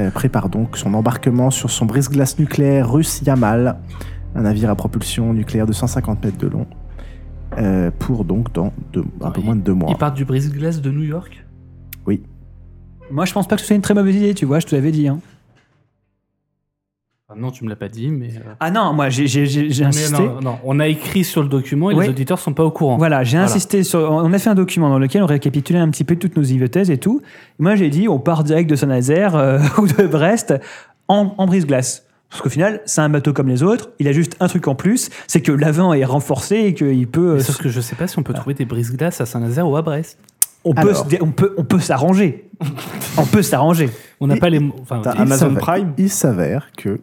Speaker 1: euh, prépare donc son embarquement sur son brise-glace nucléaire russe Yamal, un navire à propulsion nucléaire de 150 mètres de long, euh, pour donc dans deux- un peu moins de deux mois.
Speaker 2: Ils partent du brise-glace de New York.
Speaker 4: Moi, je pense pas que ce soit une très mauvaise idée, tu vois, je te l'avais dit. hein.
Speaker 2: Ah non, tu me l'as pas dit, mais. euh,
Speaker 4: Ah non, moi, j'ai- j'ai j'ai- j'ai
Speaker 2: mais
Speaker 4: insisté.
Speaker 2: non, non, on a écrit sur le document et
Speaker 4: Ouais.
Speaker 2: les auditeurs sont pas au courant.
Speaker 4: Voilà, j'ai
Speaker 2: Voilà.
Speaker 4: insisté sur. On a fait un document dans lequel on récapitulait un petit peu toutes nos hypothèses et tout. Et moi, j'ai dit, on part direct de Saint-Nazaire euh, ou de Brest en, en brise-glace. Parce qu'au final, c'est un bateau comme les autres. Il a juste un truc en plus, c'est que l'avant est renforcé et qu'il peut.
Speaker 2: Mais
Speaker 4: euh,
Speaker 2: Sauf que je sais pas si on
Speaker 1: Ah.
Speaker 2: peut trouver des brise-glaces à Saint-Nazaire ou à Brest.
Speaker 4: on, peut
Speaker 1: Alors.
Speaker 4: se dé- on peut, on peut s'arranger. on peut s'arranger.
Speaker 2: On n'a
Speaker 1: Et-
Speaker 2: pas les. mo- Enfin,
Speaker 1: T'as
Speaker 2: ok.
Speaker 5: Il Amazon
Speaker 1: s'avère-
Speaker 5: Prime
Speaker 1: Il s'avère que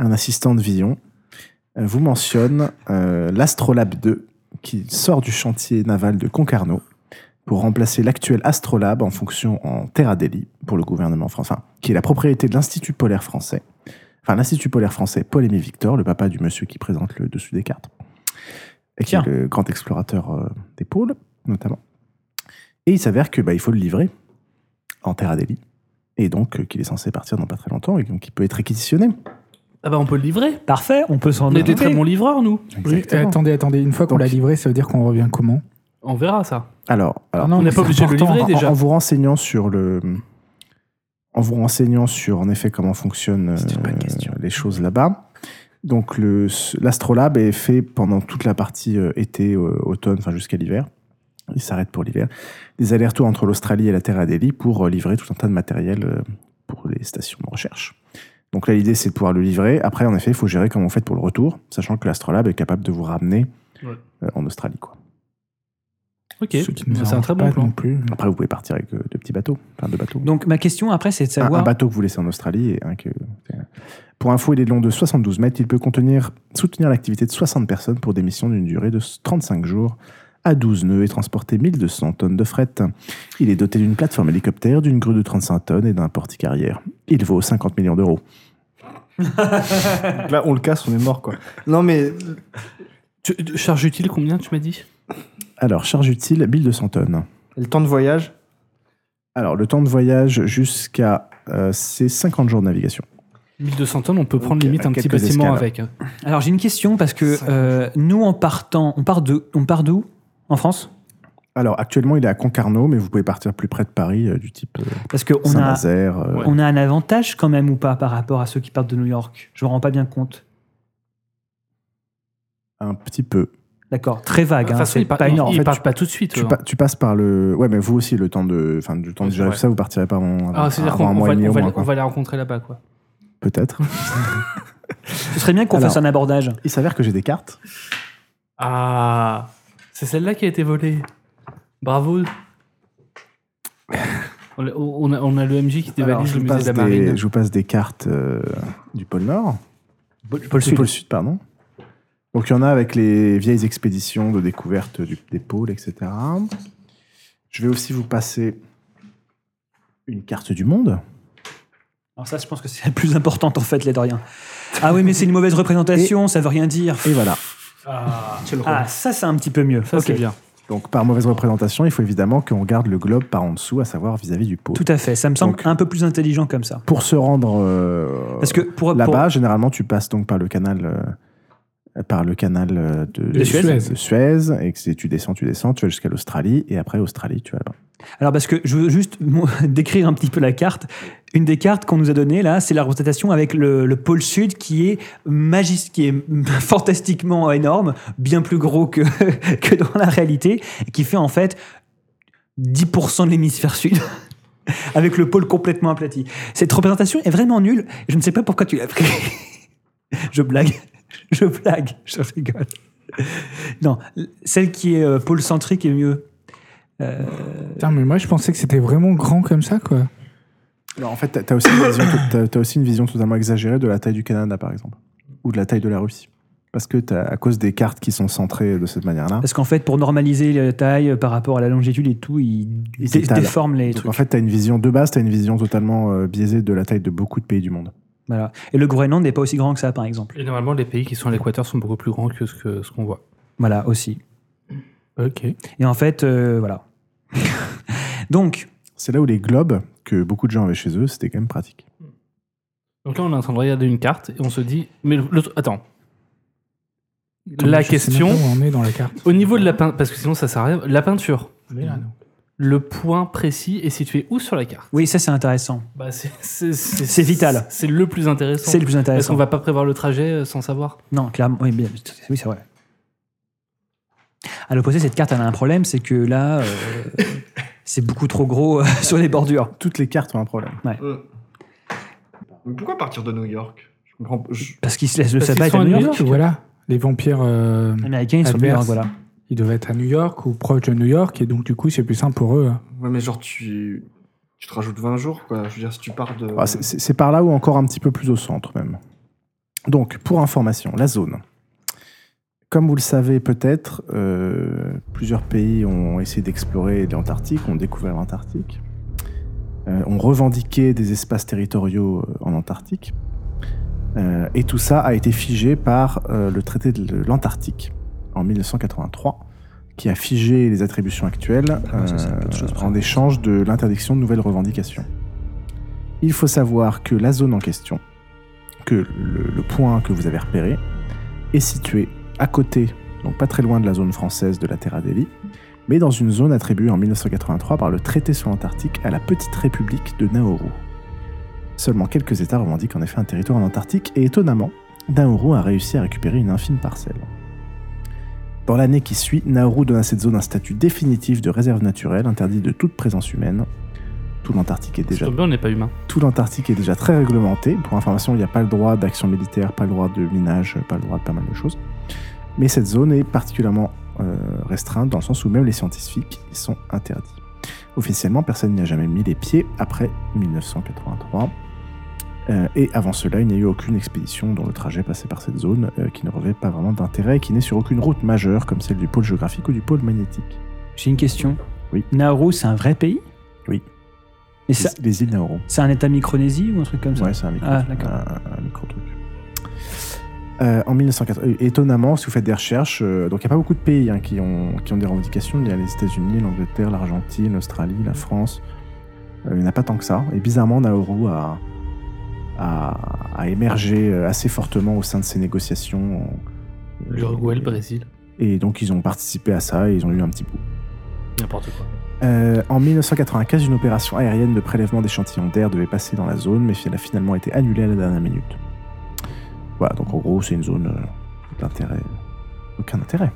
Speaker 1: un assistant de Villon euh, vous mentionne euh, l'Astrolabe 2 qui sort du chantier naval de Concarneau pour remplacer l'actuel Astrolabe en fonction en Terra Delhi pour le gouvernement français, enfin, qui est la propriété de l'Institut polaire français. Enfin, l'Institut polaire français, Paul-Aimé Victor, le papa du monsieur qui présente le dessus des cartes, et qui
Speaker 4: Tiens.
Speaker 1: est le grand explorateur euh, des pôles, notamment. Et il s'avère que bah, il faut le livrer en Terra Delhi, et donc euh, qu'il est censé partir dans pas très longtemps, et donc il peut être réquisitionné.
Speaker 2: Ah bah on peut le livrer.
Speaker 4: Parfait, on peut s'en
Speaker 2: On est des
Speaker 4: occuper.
Speaker 2: très bons livreurs, nous.
Speaker 3: Oui,
Speaker 1: Exactement.
Speaker 3: attendez, attendez, une fois qu'on
Speaker 1: Donc-
Speaker 3: l'a livré, ça veut dire qu'on revient comment
Speaker 2: On verra ça.
Speaker 1: Alors, alors,
Speaker 3: Ah non,
Speaker 2: on
Speaker 3: mais
Speaker 2: n'est pas
Speaker 3: c'est
Speaker 2: obligé de le
Speaker 3: important.
Speaker 2: livrer
Speaker 1: en,
Speaker 2: déjà.
Speaker 1: en vous renseignant sur le, en vous renseignant sur en effet comment fonctionnent
Speaker 4: C'était une bonne
Speaker 1: euh,
Speaker 4: question.
Speaker 1: les choses là-bas. Donc le- l'astrolabe est fait pendant toute la partie euh, été, euh, automne, enfin jusqu'à l'hiver. Il s'arrête pour l'hiver. Des allers-retours entre l'Australie et la Terre Adélie pour euh, livrer tout un tas de matériel euh, pour les stations de recherche. Donc là, l'idée, c'est de pouvoir le livrer. Après, en effet, il faut gérer comment on fait pour le retour, sachant que l'astrolabe est capable de vous ramener
Speaker 2: Ouais.
Speaker 1: euh, en Australie. Quoi.
Speaker 2: Ok. bah,
Speaker 3: Ce qui ne
Speaker 2: C'est
Speaker 3: nous
Speaker 2: un
Speaker 3: arrange
Speaker 2: très
Speaker 3: pas
Speaker 2: bon plan.
Speaker 3: Non plus.
Speaker 1: Après, vous pouvez partir avec euh, deux petits bateaux, enfin deux bateaux.
Speaker 4: Donc, ma question après, c'est de
Speaker 2: Ah,
Speaker 1: Un- Un,
Speaker 2: bah.
Speaker 4: savoir.
Speaker 1: bateau que vous laissez en Australie. Et un que... Pour info, il est long de 72 mètres. Il peut contenir, soutenir l'activité de 60 personnes pour des missions d'une durée de 35 jours à 12 nœuds et transporter 1200 tonnes de fret. Il est doté d'une plateforme hélicoptère, d'une grue de 35 tonnes et d'un portique-arrière. Il vaut 50 millions d'euros.
Speaker 5: Là, on le casse, on est mort, quoi. Non, mais
Speaker 2: Tu- tu- charge utile, combien tu m'as dit
Speaker 1: Alors, charge utile, 1200 tonnes.
Speaker 5: le temps de voyage.
Speaker 1: Alors, le temps de voyage jusqu'à. euh, c'est 50 jours de navigation.
Speaker 2: 1200 tonnes, on peut prendre
Speaker 1: Ok, bah,
Speaker 2: limite un petit
Speaker 1: quelques escales.
Speaker 2: bâtiment
Speaker 1: Ah,
Speaker 2: avec. hein.
Speaker 4: Alors j'ai une question parce que euh, nous en partant, on part de, on part d'où en France
Speaker 1: Alors, actuellement, il est à Concarneau, mais vous pouvez partir plus près de Paris, euh, du type euh,
Speaker 4: Parce qu'on a,
Speaker 1: Saint-Nazaire. euh,
Speaker 4: on a un avantage quand même ou pas par rapport à ceux qui partent de New York. Je me rends pas bien compte.
Speaker 1: Un petit peu.
Speaker 4: D'accord, très
Speaker 2: De
Speaker 4: vague.
Speaker 2: toute
Speaker 4: Hein,
Speaker 2: Bah, façon,
Speaker 4: c'est
Speaker 2: ils partent-
Speaker 4: pas énorme.
Speaker 2: ils
Speaker 1: En fait,
Speaker 2: partent pas tout de suite.
Speaker 1: Tu,
Speaker 2: eux,
Speaker 1: pa-
Speaker 2: hein.
Speaker 1: tu passes par le. Ouais, mais vous aussi, le temps de. Enfin, du temps de gérer
Speaker 2: Ouais.
Speaker 1: tout ça, vous partirez pas avant,
Speaker 2: Ah, c'est-à-dire
Speaker 1: avant un
Speaker 2: qu'on on
Speaker 1: mois
Speaker 2: va,
Speaker 1: et demi
Speaker 2: on
Speaker 1: au
Speaker 2: va-
Speaker 1: moins,
Speaker 2: on
Speaker 1: quoi.
Speaker 2: va les rencontrer là-bas, quoi.
Speaker 1: Peut-être.
Speaker 4: Ce serait bien qu'on
Speaker 1: Alors-
Speaker 4: fasse un abordage.
Speaker 1: Il s'avère que j'ai des cartes.
Speaker 2: Ah, c'est celle-là qui a été volée. Bravo. On a, on a- on a le MJ qui
Speaker 1: Alors,
Speaker 2: dévalise
Speaker 1: je,
Speaker 2: le
Speaker 1: vous
Speaker 2: musée
Speaker 1: passe
Speaker 2: de la
Speaker 1: des,
Speaker 2: marine.
Speaker 1: je vous passe des cartes euh, du pôle Nord.
Speaker 4: Paul
Speaker 1: Du pôle Sud, pardon. Donc il y en a avec les vieilles expéditions de découverte du- des pôles, etc. Je vais aussi vous passer une carte du monde.
Speaker 4: Alors ça, je pense que c'est la plus importante en fait, l'aide de rien. Ah oui, mais c'est une mauvaise représentation, ça veut rien dire.
Speaker 1: Et voilà.
Speaker 4: Ah, ça c'est un petit peu mieux.
Speaker 2: Ça,
Speaker 4: Ok.
Speaker 2: c'est bien.
Speaker 1: Donc par mauvaise représentation, il faut évidemment qu'on garde le globe par en dessous, à savoir vis-à-vis du pôle.
Speaker 4: Tout à fait, ça me semble
Speaker 1: Donc-
Speaker 4: un peu plus intelligent comme ça.
Speaker 1: Pour se rendre euh,
Speaker 4: Parce que pour, pour-
Speaker 1: là-bas, généralement, tu passes donc par le canal, euh, par le canal euh, de,
Speaker 3: De Suez.
Speaker 1: de Suez, et que c'est- tu descends, tu descends, tu vas jusqu'à l'Australie, et après Australie, tu vas là.
Speaker 4: Alors parce que je veux juste moi, décrire un petit peu la carte. Une des cartes qu'on nous a donnée là, c'est la représentation avec le, le pôle sud qui est magis- qui est fantastiquement énorme, bien plus gros que, que dans la réalité, et qui fait en fait 10% de l'hémisphère sud. Avec le pôle complètement aplati. Cette représentation est vraiment nulle. Je ne sais pas pourquoi tu l'as pris. Je blague. Je blague. Je rigole. Non, celle qui est euh, pôle centrique est mieux. Euh,
Speaker 3: Putain, mais moi, je pensais que c'était vraiment grand comme ça, quoi.
Speaker 1: Alors, en fait, t'as- t'as aussi, une vision tout- t'as- t'as aussi une vision totalement exagérée de la taille du Canada, par exemple, ou de la taille de la Russie. Parce que t'as- à cause des cartes qui sont centrées de cette manière-là,
Speaker 4: Parce qu'en fait, pour normaliser la taille euh, par rapport à la longitude et tout, ils
Speaker 1: Ils
Speaker 4: dé-
Speaker 1: étalent.
Speaker 4: déforment les
Speaker 1: donc
Speaker 4: trucs.
Speaker 1: en fait, t'as une vision de base, t'as une vision totalement euh, biaisée de la taille de beaucoup de pays du monde.
Speaker 4: Voilà. Et le Groenland n'est pas aussi grand que ça, par exemple.
Speaker 2: Et normalement, les pays qui sont à l'équateur sont beaucoup plus grands que ce qu'on ce qu'on voit.
Speaker 4: Voilà, aussi.
Speaker 2: Ok.
Speaker 4: Et en fait, euh, voilà. Donc,
Speaker 1: C'est là où les globes que beaucoup de gens avaient chez eux, c'était quand même pratique.
Speaker 2: Donc là, on est en train de regarder une carte et on se dit, mais le, le- attends.
Speaker 3: Attends,
Speaker 2: la
Speaker 3: je sais même
Speaker 2: question,
Speaker 3: pas où on est dans la carte.
Speaker 2: au niveau de la peinture, parce que sinon ça sert à rien, la peinture,
Speaker 3: Mais là, non.
Speaker 2: le point précis est situé où sur la carte
Speaker 4: oui, ça, c'est intéressant.
Speaker 2: Bah, c'est- c'est- C'est
Speaker 4: C'est vital.
Speaker 2: C'est le plus intéressant.
Speaker 4: C'est le plus
Speaker 2: Parce qu'on
Speaker 4: intéressant.
Speaker 2: va pas prévoir le trajet euh, sans savoir.
Speaker 4: Non, clairement. Oui, bien, oui c'est vrai. À l'opposé, cette carte, elle a un problème, c'est que là, euh, c'est beaucoup trop gros euh, sur les bordures.
Speaker 1: Toutes les cartes ont un problème.
Speaker 5: Euh. Mais Pourquoi partir de New York Je comprends pas. Je-
Speaker 4: Parce qu'ils se laissent le
Speaker 2: Parce qu'ils
Speaker 4: sabbat être
Speaker 2: sont
Speaker 4: à New
Speaker 2: à New
Speaker 4: York.
Speaker 3: Tu vois là, les vampires, euh,
Speaker 4: Américains, ils sont à New York,
Speaker 3: Adverse.
Speaker 4: voilà.
Speaker 3: ils devaient être à New York ou proche de New York, et donc du coup, c'est plus simple pour eux. hein.
Speaker 5: Ouais, mais genre, tu... tu te rajoutes 20 jours, quoi. Je veux dire, si tu pars de.
Speaker 1: Ah, c'est- C'est c'est par là ou encore un petit peu plus au centre même. Donc, pour information, la zone. Comme vous le savez peut-être, euh, plusieurs pays ont essayé d'explorer l'Antarctique, ont découvert l'Antarctique, euh, ont revendiqué des espaces territoriaux euh, en Antarctique. Euh, et tout ça a été figé par euh, le traité de l'Antarctique en 1983, qui a figé les attributions actuelles
Speaker 4: Ah, ça, c'est
Speaker 1: euh,
Speaker 4: autre chose,
Speaker 1: en échange de l'interdiction de nouvelles revendications. Il faut savoir que la zone en question, que le, le point que vous avez repéré, est situé à côté, donc pas très loin de la zone française de la Terra Deli, mais dans une zone attribuée en 1983 par le traité sur l'Antarctique à la petite république de Nauru. Seulement quelques États revendiquent en effet un territoire en Antarctique, et étonnamment, Nauru a réussi à récupérer une infime parcelle. Dans l'année qui suit, Nauru donne à cette zone un statut définitif de réserve naturelle interdite de toute présence humaine. Tout l'Antarctique est
Speaker 2: C'est
Speaker 1: déjà
Speaker 2: tombé, on n'est pas humain.
Speaker 1: tout l'Antarctique est déjà très réglementé. Pour information, il n'y a pas le droit d'action militaire, pas le droit de minage, pas le droit de pas mal de choses. Mais cette zone est particulièrement euh, restreinte dans le sens où même les scientifiques y sont interdits. Officiellement, personne n'y a jamais mis les pieds après 1983. Euh, et avant cela, il n'y a eu aucune expédition dont le trajet passait par cette zone euh, qui ne revêt pas vraiment d'intérêt et qui n'est sur aucune route majeure comme celle du pôle géographique ou du pôle magnétique.
Speaker 4: J'ai une question.
Speaker 1: Oui.
Speaker 4: Nauru, c'est un vrai pays
Speaker 1: Oui.
Speaker 4: Et ça,
Speaker 1: Les, les îles Nauru.
Speaker 4: c'est un état Micronésie ou un truc comme ça
Speaker 1: Ouais, c'est un micro,
Speaker 4: Ah, d'accord.
Speaker 1: un- un micro-truc. Euh, en 1980, euh, étonnamment, si vous faites des recherches, euh, donc il n'y a pas beaucoup de pays hein, qui, ont, qui ont des revendications. Il y a les États-Unis, l'Angleterre, l'Argentine, l'Australie, la France, Euh, il n'y en a pas tant que ça. Et bizarrement, Naoru a, a, a émergé euh, assez fortement au sein de ces négociations.
Speaker 2: L'Uruguay, le Brésil,
Speaker 1: Et donc, ils ont participé à ça et ils ont eu un petit bout.
Speaker 2: n'importe quoi.
Speaker 1: Euh, en 1995, une opération aérienne de prélèvement d'échantillons d'air devait passer dans la zone, mais elle a finalement été annulée à la dernière minute. Voilà, donc en gros, c'est une zone euh, d'intérêt. Aucun intérêt.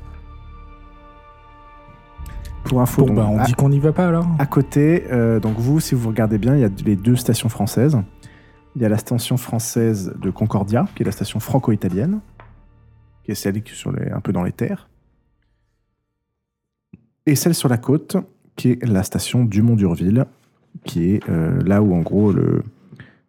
Speaker 1: Pour info,
Speaker 3: Bon,
Speaker 1: donc, ah,
Speaker 3: bah, on
Speaker 1: à,
Speaker 3: dit qu'on n'y va pas alors
Speaker 2: Ah.
Speaker 1: à côté, euh, donc vous, si vous regardez bien, il y a les deux stations françaises. Il y a la station française de Concordia, qui est la station franco-italienne, qui est celle qui est sur les- un peu dans les terres. Et celle sur la côte, qui est la station Dumont-d'Urville, qui est euh, là où, en gros, le,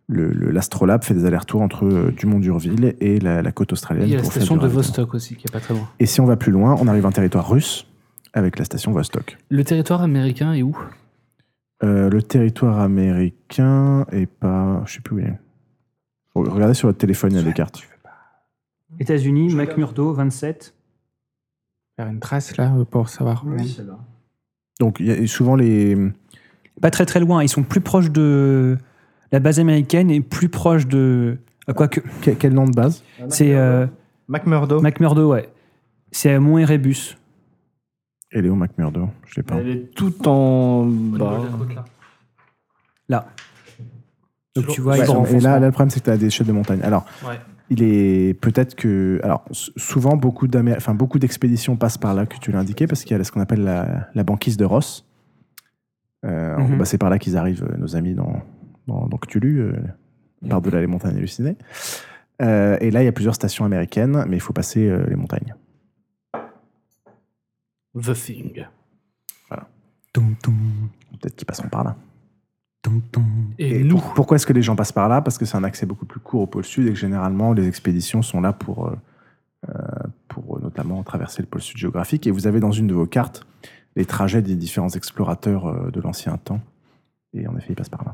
Speaker 1: le- le- l'astrolabe fait des allers-retours entre euh, Dumont-d'Urville et la, la côte australienne.
Speaker 2: Il y a la
Speaker 1: pour faire
Speaker 2: station
Speaker 1: du
Speaker 2: de
Speaker 1: ravitaillement.
Speaker 2: Vostok aussi, qui est pas très loin.
Speaker 1: Et si on va plus loin, on arrive en territoire russe avec la station Vostok.
Speaker 2: Le territoire américain est où
Speaker 1: Euh, le territoire américain est pas. Je sais plus où il est. Re- Regardez sur votre téléphone, il y a des cartes.
Speaker 4: États-Unis, McMurdo, 27.
Speaker 3: Faire une trace là euh, pour savoir.
Speaker 1: Donc, il y a souvent les.
Speaker 4: Pas très très loin. Ils sont plus proches de la base américaine et plus proches de. ah, Quoique,
Speaker 1: Que- quel nom de base
Speaker 4: c'est euh,
Speaker 5: McMurdo.
Speaker 4: McMurdo, ouais. C'est à Mont-Erebus.
Speaker 1: Elle est où, McMurdo Je l'ai pas.
Speaker 5: Elle est tout en bas.
Speaker 4: Donc tu vois,
Speaker 1: Ouais,
Speaker 4: ils ont
Speaker 1: et là, là, le problème, c'est que tu as des chefs de montagne. Alors,
Speaker 2: Ouais.
Speaker 1: il est peut-être que. Alors, s- souvent, beaucoup d'Amé- enfin, beaucoup d'expéditions passent par là, que tu l'as indiqué, parce qu'il y a ce qu'on appelle la, la banquise de Ross. Euh, en
Speaker 4: Mhm.
Speaker 1: gros, bah, c'est par là qu'ils arrivent, euh, nos amis, dans, dans, dans Cthulhu, euh, par-delà les montagnes hallucinées. Euh, et là, il y a plusieurs stations américaines, mais il faut passer euh, les montagnes.
Speaker 2: The Thing.
Speaker 4: Tum, tum,
Speaker 1: Peut-être qu'ils passeront par là.
Speaker 4: tum, tum.
Speaker 2: Et,
Speaker 1: Et
Speaker 2: nous,
Speaker 1: pour- pourquoi est-ce que les gens passent par là Parce que c'est un accès beaucoup plus court au pôle sud et que généralement les expéditions sont là pour, euh, euh, pour euh, notamment traverser le pôle sud géographique. Et vous avez dans une de vos cartes les trajets des différents explorateurs euh, de l'ancien temps. Et en effet, ils passent par là.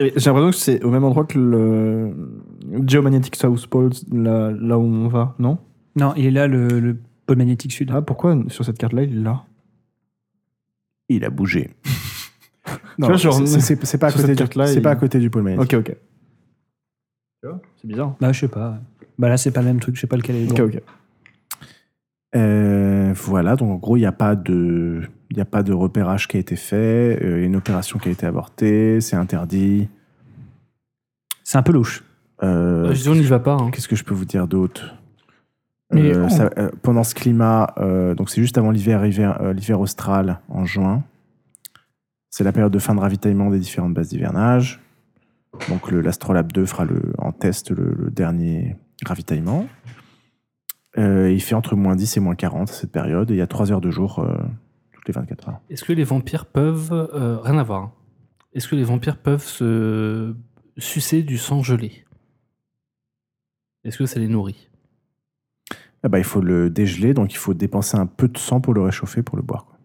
Speaker 5: Et J'ai l'impression que c'est au même endroit que le Geomagnetic South Pole, là, là où on va, non
Speaker 4: Non, il est là le, le pôle magnétique sud.
Speaker 5: Ah, pourquoi sur cette carte-là, il est là
Speaker 1: Il a bougé. non,
Speaker 5: Tu vois, genre,
Speaker 1: c'est- c'est c'est- c'est pas, à
Speaker 5: sur
Speaker 1: côté
Speaker 5: cette
Speaker 1: du-
Speaker 5: carte-là,
Speaker 1: c'est
Speaker 5: il-
Speaker 1: pas à côté du pôle magnétique.
Speaker 5: Ok, ok. Tu vois C'est bizarre.
Speaker 4: Bah, je sais pas. ouais. Bah là, c'est pas le même truc, je sais pas lequel est le
Speaker 5: Ok,
Speaker 4: bon.
Speaker 5: ok.
Speaker 1: Euh, voilà, donc en gros, il n'y a pas de, il y a pas de repérage qui a été fait, euh, il y a une opération qui a été avortée, c'est interdit.
Speaker 4: C'est un peu louche.
Speaker 1: Euh,
Speaker 5: Ah,
Speaker 2: euh, je dis, on n'y va pas. hein.
Speaker 1: Qu'est-ce que je peux vous dire d'autre
Speaker 3: Mais
Speaker 1: Euh,
Speaker 3: on-
Speaker 1: ça- euh, Pendant ce climat, euh, donc c'est juste avant l'hiver, hiver, euh, l'hiver austral en juin. C'est la période de fin de ravitaillement des différentes bases d'hivernage. Donc le- l'Astrolabe 2 fera le, en test le, le dernier ravitaillement. Euh, il fait entre moins 10 et moins 40 à cette période. Et il y a 3 heures de jour euh, toutes les 24 heures.
Speaker 2: Est-ce que les vampires peuvent. euh, rien à voir. hein. Est-ce que les vampires peuvent se sucer du sang gelé Est-ce que ça les nourrit
Speaker 1: Ah bah, il faut le dégeler, donc il faut dépenser un peu de sang pour le réchauffer, pour le boire. quoi.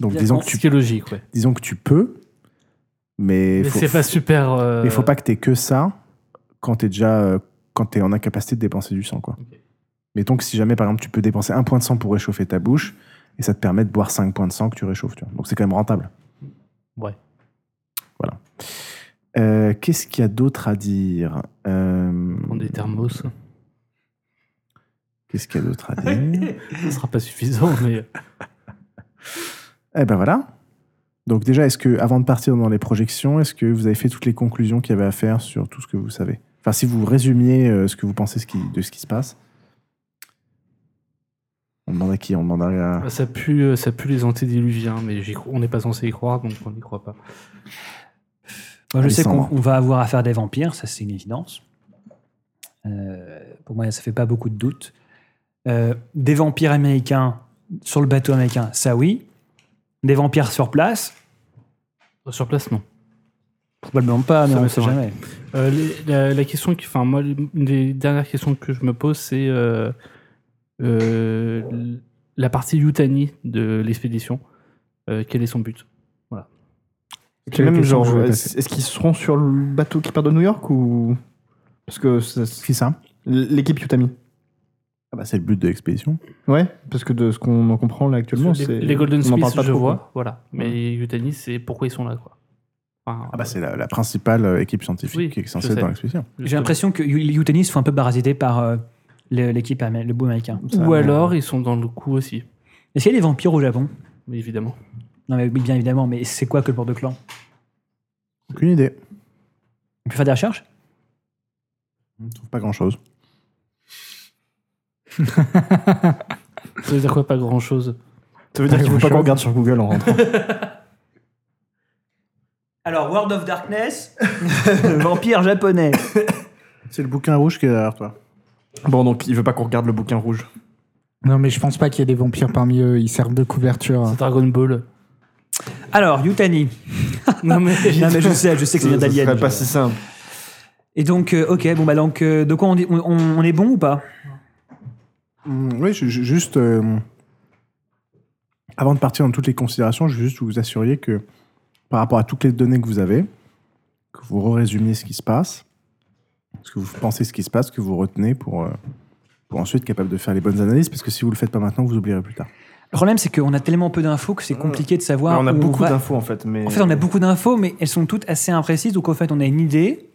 Speaker 1: Donc
Speaker 4: Bien
Speaker 1: disons que
Speaker 4: pensé.
Speaker 1: tu
Speaker 2: Ce qui est logique, ouais.
Speaker 1: disons que tu peux, mais,
Speaker 2: Mais
Speaker 1: faut,
Speaker 2: c'est pas super. euh,
Speaker 1: mais faut pas que t'aies que ça quand t'es déjà euh, quand t'es en incapacité de dépenser du sang, quoi.
Speaker 2: Ok.
Speaker 1: Mettons que si jamais, par exemple, tu peux dépenser un point de sang pour réchauffer ta bouche, et ça te permet de boire 5 points de sang que tu réchauffes, tu vois. Donc c'est quand même rentable.
Speaker 2: Ouais.
Speaker 1: Voilà. Euh, Qu'est-ce qu'il y a d'autre à dire Euh,
Speaker 2: prendre des thermos, hein.
Speaker 1: Qu'est-ce qu'il y a d'autre à dire
Speaker 2: ce sera pas suffisant, mais
Speaker 1: Eh ben voilà. Donc déjà, est-ce que avant de partir dans les projections, est-ce que vous avez fait toutes les conclusions qu'il y avait à faire sur tout ce que vous savez Enfin, si vous résumiez euh, ce que vous pensez ce qui- de ce qui se passe. On demande à qui On demande à...
Speaker 2: euh, ça pue, euh, ça pue les antédiluviens, mais j'y cro- on n'est pas censé y croire, donc on n'y croit pas.
Speaker 4: Moi, je sais qu'on
Speaker 1: Alexandre.
Speaker 4: on va avoir affaire à des vampires, ça c'est une évidence. Euh, pour moi, ça fait pas beaucoup de doute. Euh, des vampires américains sur le bateau américain, ça oui. Des vampires sur place,
Speaker 2: Sur place, non.
Speaker 4: probablement pas, mais
Speaker 2: Ça
Speaker 4: on
Speaker 2: va,
Speaker 4: sait
Speaker 2: c'est vrai.
Speaker 4: jamais.
Speaker 2: Euh, les- la, la question qui, enfin moi, une des dernières questions que je me pose, c'est euh, euh, l- la partie Yutani de l'expédition. Euh, quel est son but
Speaker 5: Et
Speaker 1: la question
Speaker 5: même,
Speaker 1: que je
Speaker 5: genre,
Speaker 1: voulais
Speaker 5: est-ce est-ce qu'ils seront sur le bateau qui part de New York ou. Parce que ça-
Speaker 1: Qui ça
Speaker 5: l'équipe Yutami.
Speaker 1: hein? Ah bah, c'est le but de l'expédition.
Speaker 5: Ouais, parce que de ce qu'on en comprend là actuellement,
Speaker 2: les,
Speaker 5: c'est.
Speaker 2: les Golden
Speaker 5: on en
Speaker 2: Smiths,
Speaker 5: parle pas
Speaker 2: je
Speaker 5: trop,
Speaker 2: vois,
Speaker 5: quoi.
Speaker 2: voilà. Mais Yutani, c'est pourquoi ils sont là, quoi. Enfin,
Speaker 1: Ah bah, c'est la, la principale euh, équipe scientifique
Speaker 2: Oui,
Speaker 1: qui est
Speaker 2: je
Speaker 1: censée
Speaker 2: sais.
Speaker 1: être dans l'expédition.
Speaker 2: justement.
Speaker 4: J'ai l'impression que Yu- les Utanis se font un peu parasiter par euh, le- l'équipe, amé- le bout américain.
Speaker 5: Ça,
Speaker 2: Ou
Speaker 5: mais-
Speaker 2: alors, ils sont dans le coup aussi,
Speaker 4: Est-ce qu'il y a des vampires au Japon
Speaker 2: évidemment.
Speaker 4: Non, mais oui, bien évidemment, mais c'est quoi que le port de clan
Speaker 1: Aucune idée.
Speaker 4: On peut faire des recherches
Speaker 1: On ne trouve pas grand chose.
Speaker 2: Ça veut dire quoi, pas grand chose
Speaker 5: Ça veut dire qu'il faut pas
Speaker 3: Grand-chose.
Speaker 5: qu'on regarde sur Google en rentrant.
Speaker 4: Alors, World of Darkness, vampire japonais.
Speaker 1: C'est le bouquin rouge qui est derrière toi.
Speaker 5: bon, donc il veut pas qu'on regarde le bouquin rouge.
Speaker 3: Non, mais je pense pas qu'il y ait des vampires parmi eux. Ils servent de couverture.
Speaker 2: C'est Dragon Ball.
Speaker 4: Alors, Yutani.
Speaker 2: non, mais.
Speaker 4: Non, mais je sais, je sais que c'est bien
Speaker 5: Ça serait
Speaker 4: d'Alien.
Speaker 5: pas si simple.
Speaker 4: Et donc, euh, ok, bon, bah, donc, euh, de quoi on, dit- on, on- on est bon ou pas
Speaker 1: Mm, oui, ju- ju- juste. euh, avant de partir dans toutes les considérations, je veux juste vous assurier que par rapport à toutes les données que vous avez, que vous résumiez ce qui se passe, ce que vous pensez ce qui se passe, ce que vous retenez pour, euh, pour ensuite être capable de faire les bonnes analyses, parce que si vous le faites pas maintenant, vous oublierez plus tard.
Speaker 4: Le problème, c'est qu'on a tellement peu d'infos que c'est compliqué de savoir.
Speaker 5: on a
Speaker 4: où
Speaker 5: beaucoup
Speaker 4: va.
Speaker 5: d'infos en fait, mais.
Speaker 4: En fait, on a beaucoup d'infos, mais elles sont toutes assez imprécises. Donc, en fait, on a une idée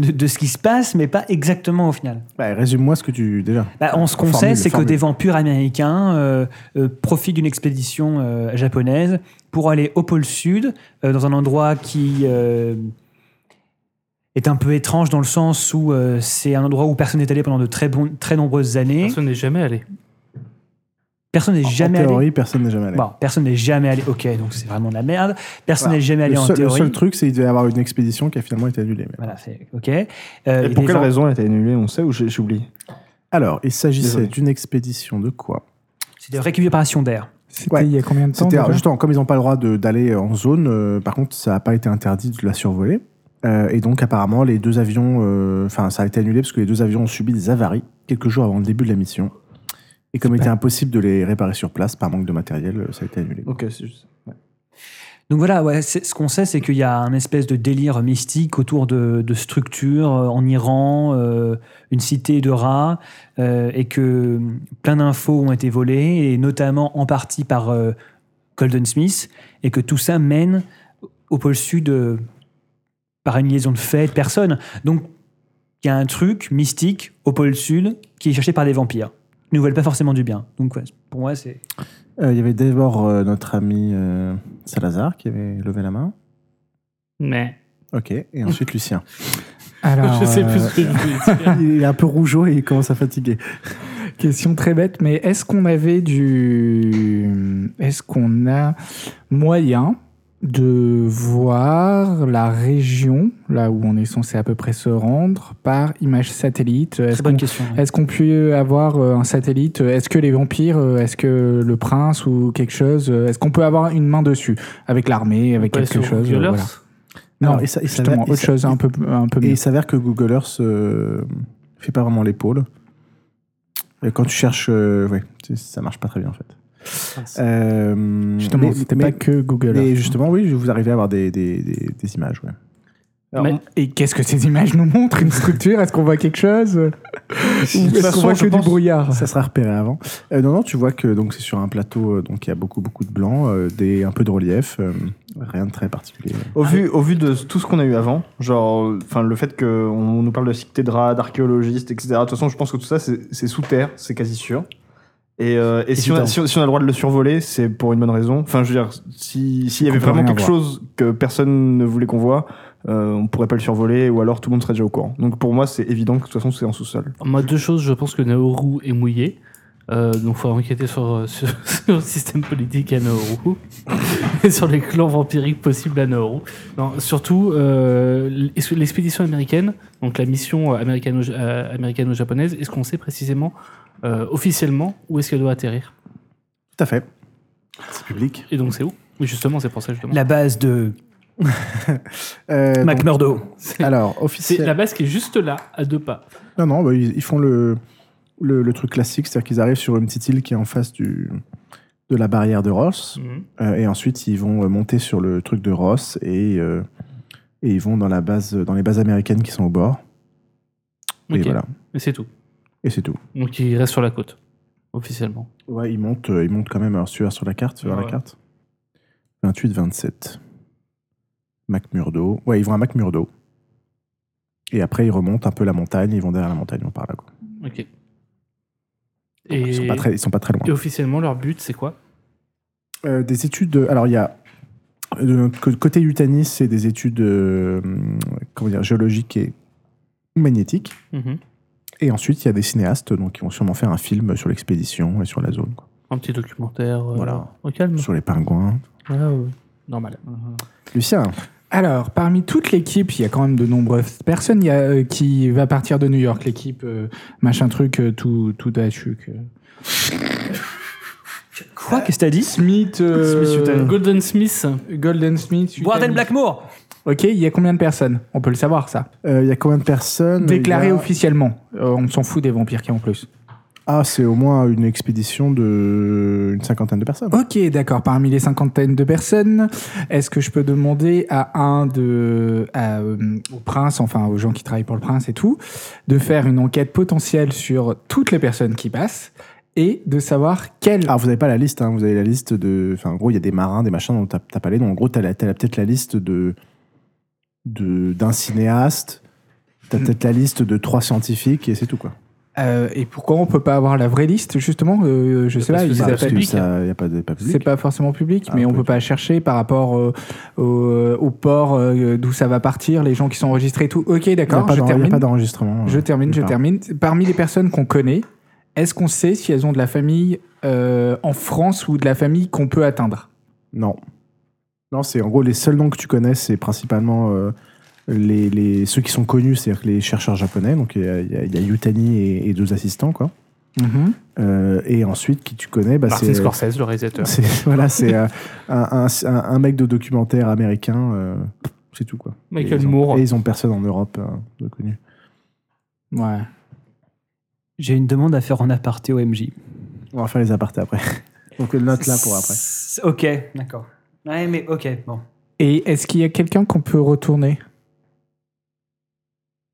Speaker 4: de, de ce qui se passe, mais pas exactement au final.
Speaker 1: Bah, résume-moi ce que tu. Déjà.
Speaker 4: Bah, on, ce qu'on
Speaker 1: Formule,
Speaker 4: sait, c'est que
Speaker 1: formule.
Speaker 4: des vampires américains euh, euh, profitent d'une expédition euh, japonaise pour aller au pôle sud, euh, dans un endroit qui euh, est un peu étrange dans le sens où euh, c'est un endroit où personne n'est allé pendant de très, bon- très nombreuses années.
Speaker 2: Personne n'est jamais allé.
Speaker 4: Personne n'est
Speaker 1: En-
Speaker 4: jamais
Speaker 1: en
Speaker 4: allé.
Speaker 1: théorie, personne n'est jamais allé.
Speaker 4: Bon, personne n'est jamais allé. Ok, donc c'est vraiment de la merde. Personne
Speaker 1: Voilà.
Speaker 4: n'est jamais allé
Speaker 1: le,
Speaker 4: en
Speaker 1: seul, le
Speaker 4: théorie.
Speaker 1: seul truc, c'est qu'il devait y avoir une expédition qui a finalement été annulée. mais-
Speaker 4: Voilà, c'est ok. Euh, il y a
Speaker 5: Et pour
Speaker 4: des
Speaker 5: quelle
Speaker 4: gens-
Speaker 5: raison elle a été annulée On sait ou j'ai- j'oublie
Speaker 1: Alors, il s'agissait
Speaker 5: Désolé.
Speaker 1: d'une expédition de quoi
Speaker 4: C'est de récupération d'air.
Speaker 3: C'était
Speaker 1: Ouais.
Speaker 3: il y a combien de temps
Speaker 1: C'était
Speaker 3: déjà
Speaker 1: alors, justement comme ils n'ont pas le droit de- d'aller en zone. euh, par contre, ça n'a pas été interdit de la survoler. Euh, et donc apparemment, les deux avions, euh, enfin, ça a été annulé parce que les deux avions ont subi des avaries quelques jours avant le début de la mission. Et comme il était impossible de les réparer sur place par manque de matériel, euh, ça a été annulé.
Speaker 5: Ok, c'est juste.
Speaker 4: Donc voilà, ouais, c'est- ce qu'on sait, c'est qu'il y a un espèce de délire mystique autour de, de structures euh, en Iran, euh, une cité de rats, euh, et que hum, plein d'infos ont été volées, et notamment en partie par euh, Golden Smith, et que tout ça mène au pôle sud euh, par une liaison de fait de personnes. Donc il y a un truc mystique au pôle sud qui est cherché par des vampires. Ils ne veulent pas forcément du bien. Donc ouais, pour moi, c'est
Speaker 1: Euh, Il y avait d'abord euh, notre ami euh, Salazar qui avait levé la main.
Speaker 2: Mais.
Speaker 1: Ok. Et ensuite Lucien.
Speaker 3: Alors,
Speaker 2: je sais plus
Speaker 3: euh,
Speaker 2: ce que je voulais dire.
Speaker 1: il est un peu rougeau et il commence à fatiguer.
Speaker 3: Question très bête, mais est-ce qu'on avait du. Est-ce qu'on a moyen de voir la région, là où on est censé à peu près se rendre, par image satellite
Speaker 4: très
Speaker 3: Est-ce
Speaker 4: bonne
Speaker 3: qu'on
Speaker 4: question. ouais.
Speaker 3: est-ce qu'on peut avoir euh, un satellite Est-ce que les vampires, euh, est-ce que le prince ou quelque chose, euh, est-ce qu'on peut avoir une main dessus Avec l'armée, avec
Speaker 2: Pas
Speaker 3: quelque
Speaker 2: sur
Speaker 3: chose euh,
Speaker 2: Google Earth.
Speaker 3: voilà. Non,
Speaker 1: et ça, il
Speaker 3: justement,
Speaker 1: s'avère- il
Speaker 3: autre
Speaker 1: s'a-
Speaker 3: chose un peu, un peu
Speaker 1: Et
Speaker 3: mieux.
Speaker 1: il s'avère que Google Earth euh, fait pas vraiment l'épaule. Et quand tu cherches, euh, ouais, c'est- ça marche pas très bien en fait. Euh,
Speaker 3: Justement,
Speaker 1: mais-
Speaker 3: c'était
Speaker 1: mais-
Speaker 3: pas que Google.
Speaker 1: mais
Speaker 3: Earth.
Speaker 1: justement, oui, vous arrivez à avoir des, des, des- des images. ouais.
Speaker 5: Alors,
Speaker 2: Mais-
Speaker 5: on-
Speaker 3: Et qu'est-ce que ces images nous montrent Une structure Est-ce qu'on voit quelque chose Ou est-ce qu'on
Speaker 5: façon,
Speaker 3: voit
Speaker 5: je
Speaker 3: que du
Speaker 5: pense-
Speaker 3: brouillard
Speaker 1: Ça sera repéré avant. Euh, non, non, tu vois que donc c'est sur un plateau, euh, donc il y a beaucoup beaucoup de blanc, euh, des un peu de relief, euh, rien de très particulier.
Speaker 5: Au, vu, au vu de tout ce qu'on a eu avant, genre, enfin, le fait qu'on nous parle de cité de rats, d'archéologistes, etc. De toute façon, je pense que tout ça, c'est c'est sous terre, c'est quasi sûr. Et, euh, et si, on a,
Speaker 4: Évidemment.
Speaker 5: si on- si on a le droit de le survoler, c'est pour une bonne raison. Enfin, je veux dire, si- s'il y avait
Speaker 3: qu'on peut
Speaker 5: vraiment
Speaker 3: rien
Speaker 5: quelque
Speaker 3: voir.
Speaker 5: chose que personne ne voulait qu'on voit, euh, on pourrait pas le survoler, ou alors tout le monde serait déjà au courant. Donc pour moi, c'est évident que de toute façon, c'est en sous-sol.
Speaker 2: Moi, deux choses. Je pense que Naoru est mouillé. Euh, donc, faut enquêter sur, euh, sur, sur le système politique à Naoru et sur les clans vampiriques possibles à Naoru. Non, surtout, euh, l'es- l'expédition américaine, donc la mission euh, américano- euh, américano-japonaise, est-ce qu'on sait précisément, euh, officiellement, où est-ce qu'elle doit atterrir
Speaker 1: Tout à fait. C'est public.
Speaker 2: Et donc, c'est où Oui, justement, c'est pour ça, justement.
Speaker 4: La base de
Speaker 1: Euh, donc,
Speaker 4: McMurdo.
Speaker 1: alors
Speaker 2: C'est
Speaker 1: officiel.
Speaker 2: la base qui est juste là, à deux pas.
Speaker 1: Non, non, bah, ils, ils font le, le, le truc classique, c'est-à-dire qu'ils arrivent sur une petite île qui est en face du, de la barrière de Ross,
Speaker 2: Mhm.
Speaker 1: euh, et ensuite ils vont euh, monter sur le truc de Ross et, euh, et ils vont dans, la base, dans les bases américaines qui sont au bord. Et
Speaker 2: Ok.
Speaker 1: voilà.
Speaker 2: Mais c'est tout.
Speaker 1: Et c'est tout.
Speaker 2: Donc il reste sur la côte, officiellement.
Speaker 1: Ouais, il monte, euh, il monte quand même. Alors, celui-là sur la carte, sur
Speaker 2: Ah
Speaker 1: la
Speaker 2: ouais.
Speaker 1: carte. 28, 27. McMurdo. Ouais, ils vont à McMurdo. Et après, ils remontent un peu la montagne. Ils vont derrière la montagne, on parle là. Quoi.
Speaker 2: Ok. Et,
Speaker 1: Ils, sont pas très, ils sont pas très loin.
Speaker 2: et officiellement, leur but, c'est quoi
Speaker 1: Euh, des études. de- alors, il y a. De notre co- côté Utanis, c'est des études euh, comment dire, géologiques et magnétiques.
Speaker 2: Mhm.
Speaker 1: Et ensuite, il y a des cinéastes donc, qui vont sûrement faire un film sur l'expédition et sur la zone. quoi.
Speaker 2: Un petit documentaire euh,
Speaker 1: Voilà.
Speaker 2: au calme.
Speaker 1: Sur les pingouins.
Speaker 2: Ah, ouais. Normal.
Speaker 1: Lucien,
Speaker 3: Alors, parmi toute l'équipe, il y a quand même de nombreuses personnes. Il y a euh, qui va partir de New York, l'équipe euh, machin truc, euh, tout, tout à chuc. euh.
Speaker 4: Quoi Qu'est-ce que t'as dit
Speaker 3: Smith, euh,
Speaker 5: Smith, Utah.
Speaker 2: Golden Smith.
Speaker 3: Golden Smith, Utah.
Speaker 4: Warden Blackmore
Speaker 3: Ok, il y a combien de personnes On peut le savoir, ça.
Speaker 1: euh, il y a combien de personnes
Speaker 3: Déclaré
Speaker 1: Il y a-
Speaker 3: officiellement. Euh, on s'en fout des vampires qui en plus.
Speaker 1: Ah, c'est au moins une expédition de une cinquantaine de personnes.
Speaker 3: Ok, d'accord. Parmi les cinquantaines de personnes, est-ce que je peux demander à un de, à, euh, au prince, enfin aux gens qui travaillent pour le prince et tout, de faire une enquête potentielle sur toutes les personnes qui passent et de savoir quelle.
Speaker 1: Alors, vous n'avez pas la liste, hein, vous avez la liste de. Enfin, en gros, il y a des marins, des machins dont t'as t'as pas les noms. En gros, t'as la- t'as peut-être la liste de. de- d'un cinéaste, t'as peut-être la liste de trois scientifiques et c'est tout, quoi.
Speaker 3: Euh, et pourquoi on peut pas avoir la vraie liste justement euh, Je sais
Speaker 2: Parce
Speaker 3: pas.
Speaker 2: que
Speaker 3: Ils
Speaker 2: ça
Speaker 1: Parce
Speaker 3: appellent.
Speaker 1: que
Speaker 2: public.
Speaker 1: ça, y a pas de pas public.
Speaker 3: C'est pas forcément public,
Speaker 1: Ah,
Speaker 3: mais on
Speaker 1: pas
Speaker 3: peut
Speaker 1: du
Speaker 3: pas chercher par rapport euh, au, au port euh, d'où ça va partir, les gens qui sont enregistrés et tout. Ok,
Speaker 1: Il y a
Speaker 3: d'accord.
Speaker 1: pas
Speaker 3: Je
Speaker 1: d'en- il y a
Speaker 3: termine.
Speaker 1: pas d'enregistrement.
Speaker 3: Je
Speaker 1: euh,
Speaker 3: termine, je
Speaker 1: Par-
Speaker 3: termine. Parmi les personnes qu'on connaît, est-ce qu'on sait si elles ont de la famille euh, en France ou de la famille qu'on peut atteindre
Speaker 1: Non. Non, c'est en gros les seuls noms que tu connais, c'est principalement euh, les, les- ceux qui sont connus, c'est-à-dire que les chercheurs japonais. Donc il y a, il y a- il y a Yutani et, et deux assistants, quoi. Euh, et ensuite, qui tu connais, bah,
Speaker 2: Martin
Speaker 1: c'est
Speaker 2: Scorsese, le réalisateur.
Speaker 1: c'est- voilà, c'est euh, un, un- un mec de documentaire américain. euh, c'est tout quoi.
Speaker 2: Michael
Speaker 1: Et ils ont-
Speaker 2: Moore.
Speaker 1: Et ils ont personne en Europe euh, de connu.
Speaker 3: Ouais.
Speaker 4: J'ai une demande à faire en aparté au MJ.
Speaker 1: On va faire les apartés après. Donc le note là pour après.
Speaker 4: S- Ok, d'accord. Ouais, mais ok, bon.
Speaker 3: Et est-ce qu'il y a quelqu'un qu'on peut retourner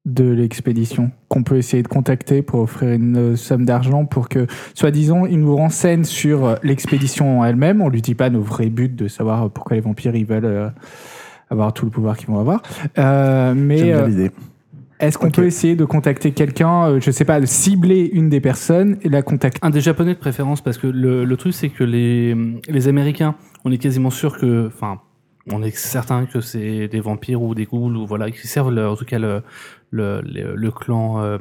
Speaker 3: de l'expédition qu'on peut essayer de contacter pour offrir une euh, somme d'argent pour que, soi-disant, il nous renseigne sur euh, l'expédition en elle-même. On lui dit pas nos vrais buts de savoir pourquoi les vampires ils veulent euh, avoir tout le pouvoir qu'ils vont avoir. Euh,
Speaker 1: J'aime
Speaker 3: mais
Speaker 1: bien
Speaker 3: euh,
Speaker 1: l'idée.
Speaker 3: Est-ce qu'on
Speaker 1: Ok.
Speaker 3: peut essayer de contacter quelqu'un, euh, je sais pas, de cibler une des personnes et la contacter
Speaker 2: Un des japonais de préférence, parce que le, le truc, c'est que les, les Américains, on est quasiment sûr que. Enfin, on est certain que c'est des vampires ou des ghouls, ou voilà, qui servent le- en tout cas le, le, le- le clan euh,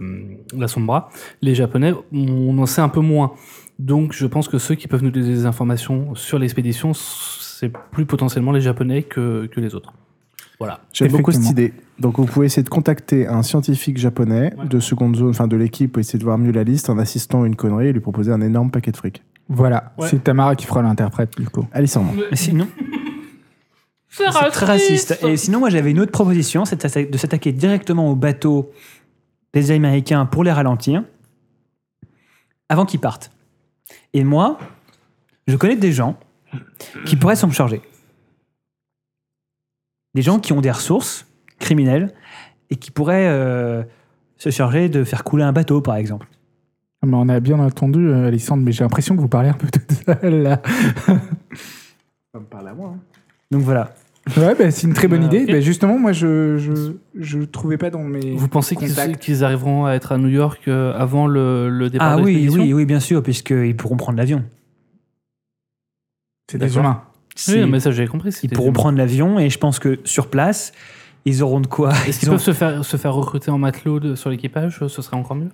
Speaker 2: La Sombra. Les Japonais, on en sait un peu moins. Donc, je pense que ceux qui peuvent nous donner des informations sur l'expédition, c'est plus potentiellement les Japonais que, que les autres. Voilà.
Speaker 1: J'aime beaucoup cette
Speaker 3: Effectivement.
Speaker 1: idée. Donc, vous pouvez essayer de contacter un scientifique japonais
Speaker 2: Ouais.
Speaker 1: de seconde zone, enfin de l'équipe, pour essayer de voir mieux la liste, un assistant ou une connerie, et lui proposer un énorme paquet de fric.
Speaker 3: Voilà,
Speaker 2: Ouais.
Speaker 3: c'est Tamara qui fera l'interprète du coup.
Speaker 1: Alessandre,
Speaker 4: Mais sinon,
Speaker 2: C'est
Speaker 4: c'est très raciste. Et sinon, moi, j'avais une autre proposition, c'est de s'atta- de s'attaquer directement aux bateaux des Américains pour les ralentir avant qu'ils partent. Et moi, je connais des gens qui pourraient s'en charger. Des gens qui ont des ressources criminelles et qui pourraient euh, se charger de faire couler un bateau, par exemple.
Speaker 3: Ah, Mais on a bien entendu, euh, Alexandre, mais j'ai l'impression que vous parlez un peu toute seule là.
Speaker 4: Donc voilà.
Speaker 3: Ouais, bah, c'est une très bonne
Speaker 2: Ah,
Speaker 3: idée.
Speaker 2: ok.
Speaker 3: Bah, justement, moi, je, je, je trouvais pas dans mes.
Speaker 2: Vous pensez qu'ils
Speaker 3: Contact.
Speaker 2: qu'ils arriveront à être à New York euh, avant le, le départ
Speaker 4: Ah
Speaker 2: de
Speaker 4: oui,
Speaker 2: l'expédition
Speaker 4: oui, oui, bien sûr, puisqu'ils pourront prendre l'avion.
Speaker 3: C'est des
Speaker 2: D'accord.
Speaker 3: humains.
Speaker 2: Oui,
Speaker 4: C'est-
Speaker 2: mais ça j'ai compris.
Speaker 4: Ils
Speaker 2: c'était-
Speaker 4: pourront prendre l'avion et je pense que sur place, ils auront de quoi.
Speaker 2: Est-ce qu'ils
Speaker 4: ils ont-
Speaker 2: peuvent se faire, se faire recruter en matelot de- sur l'équipage euh, Ce serait encore mieux.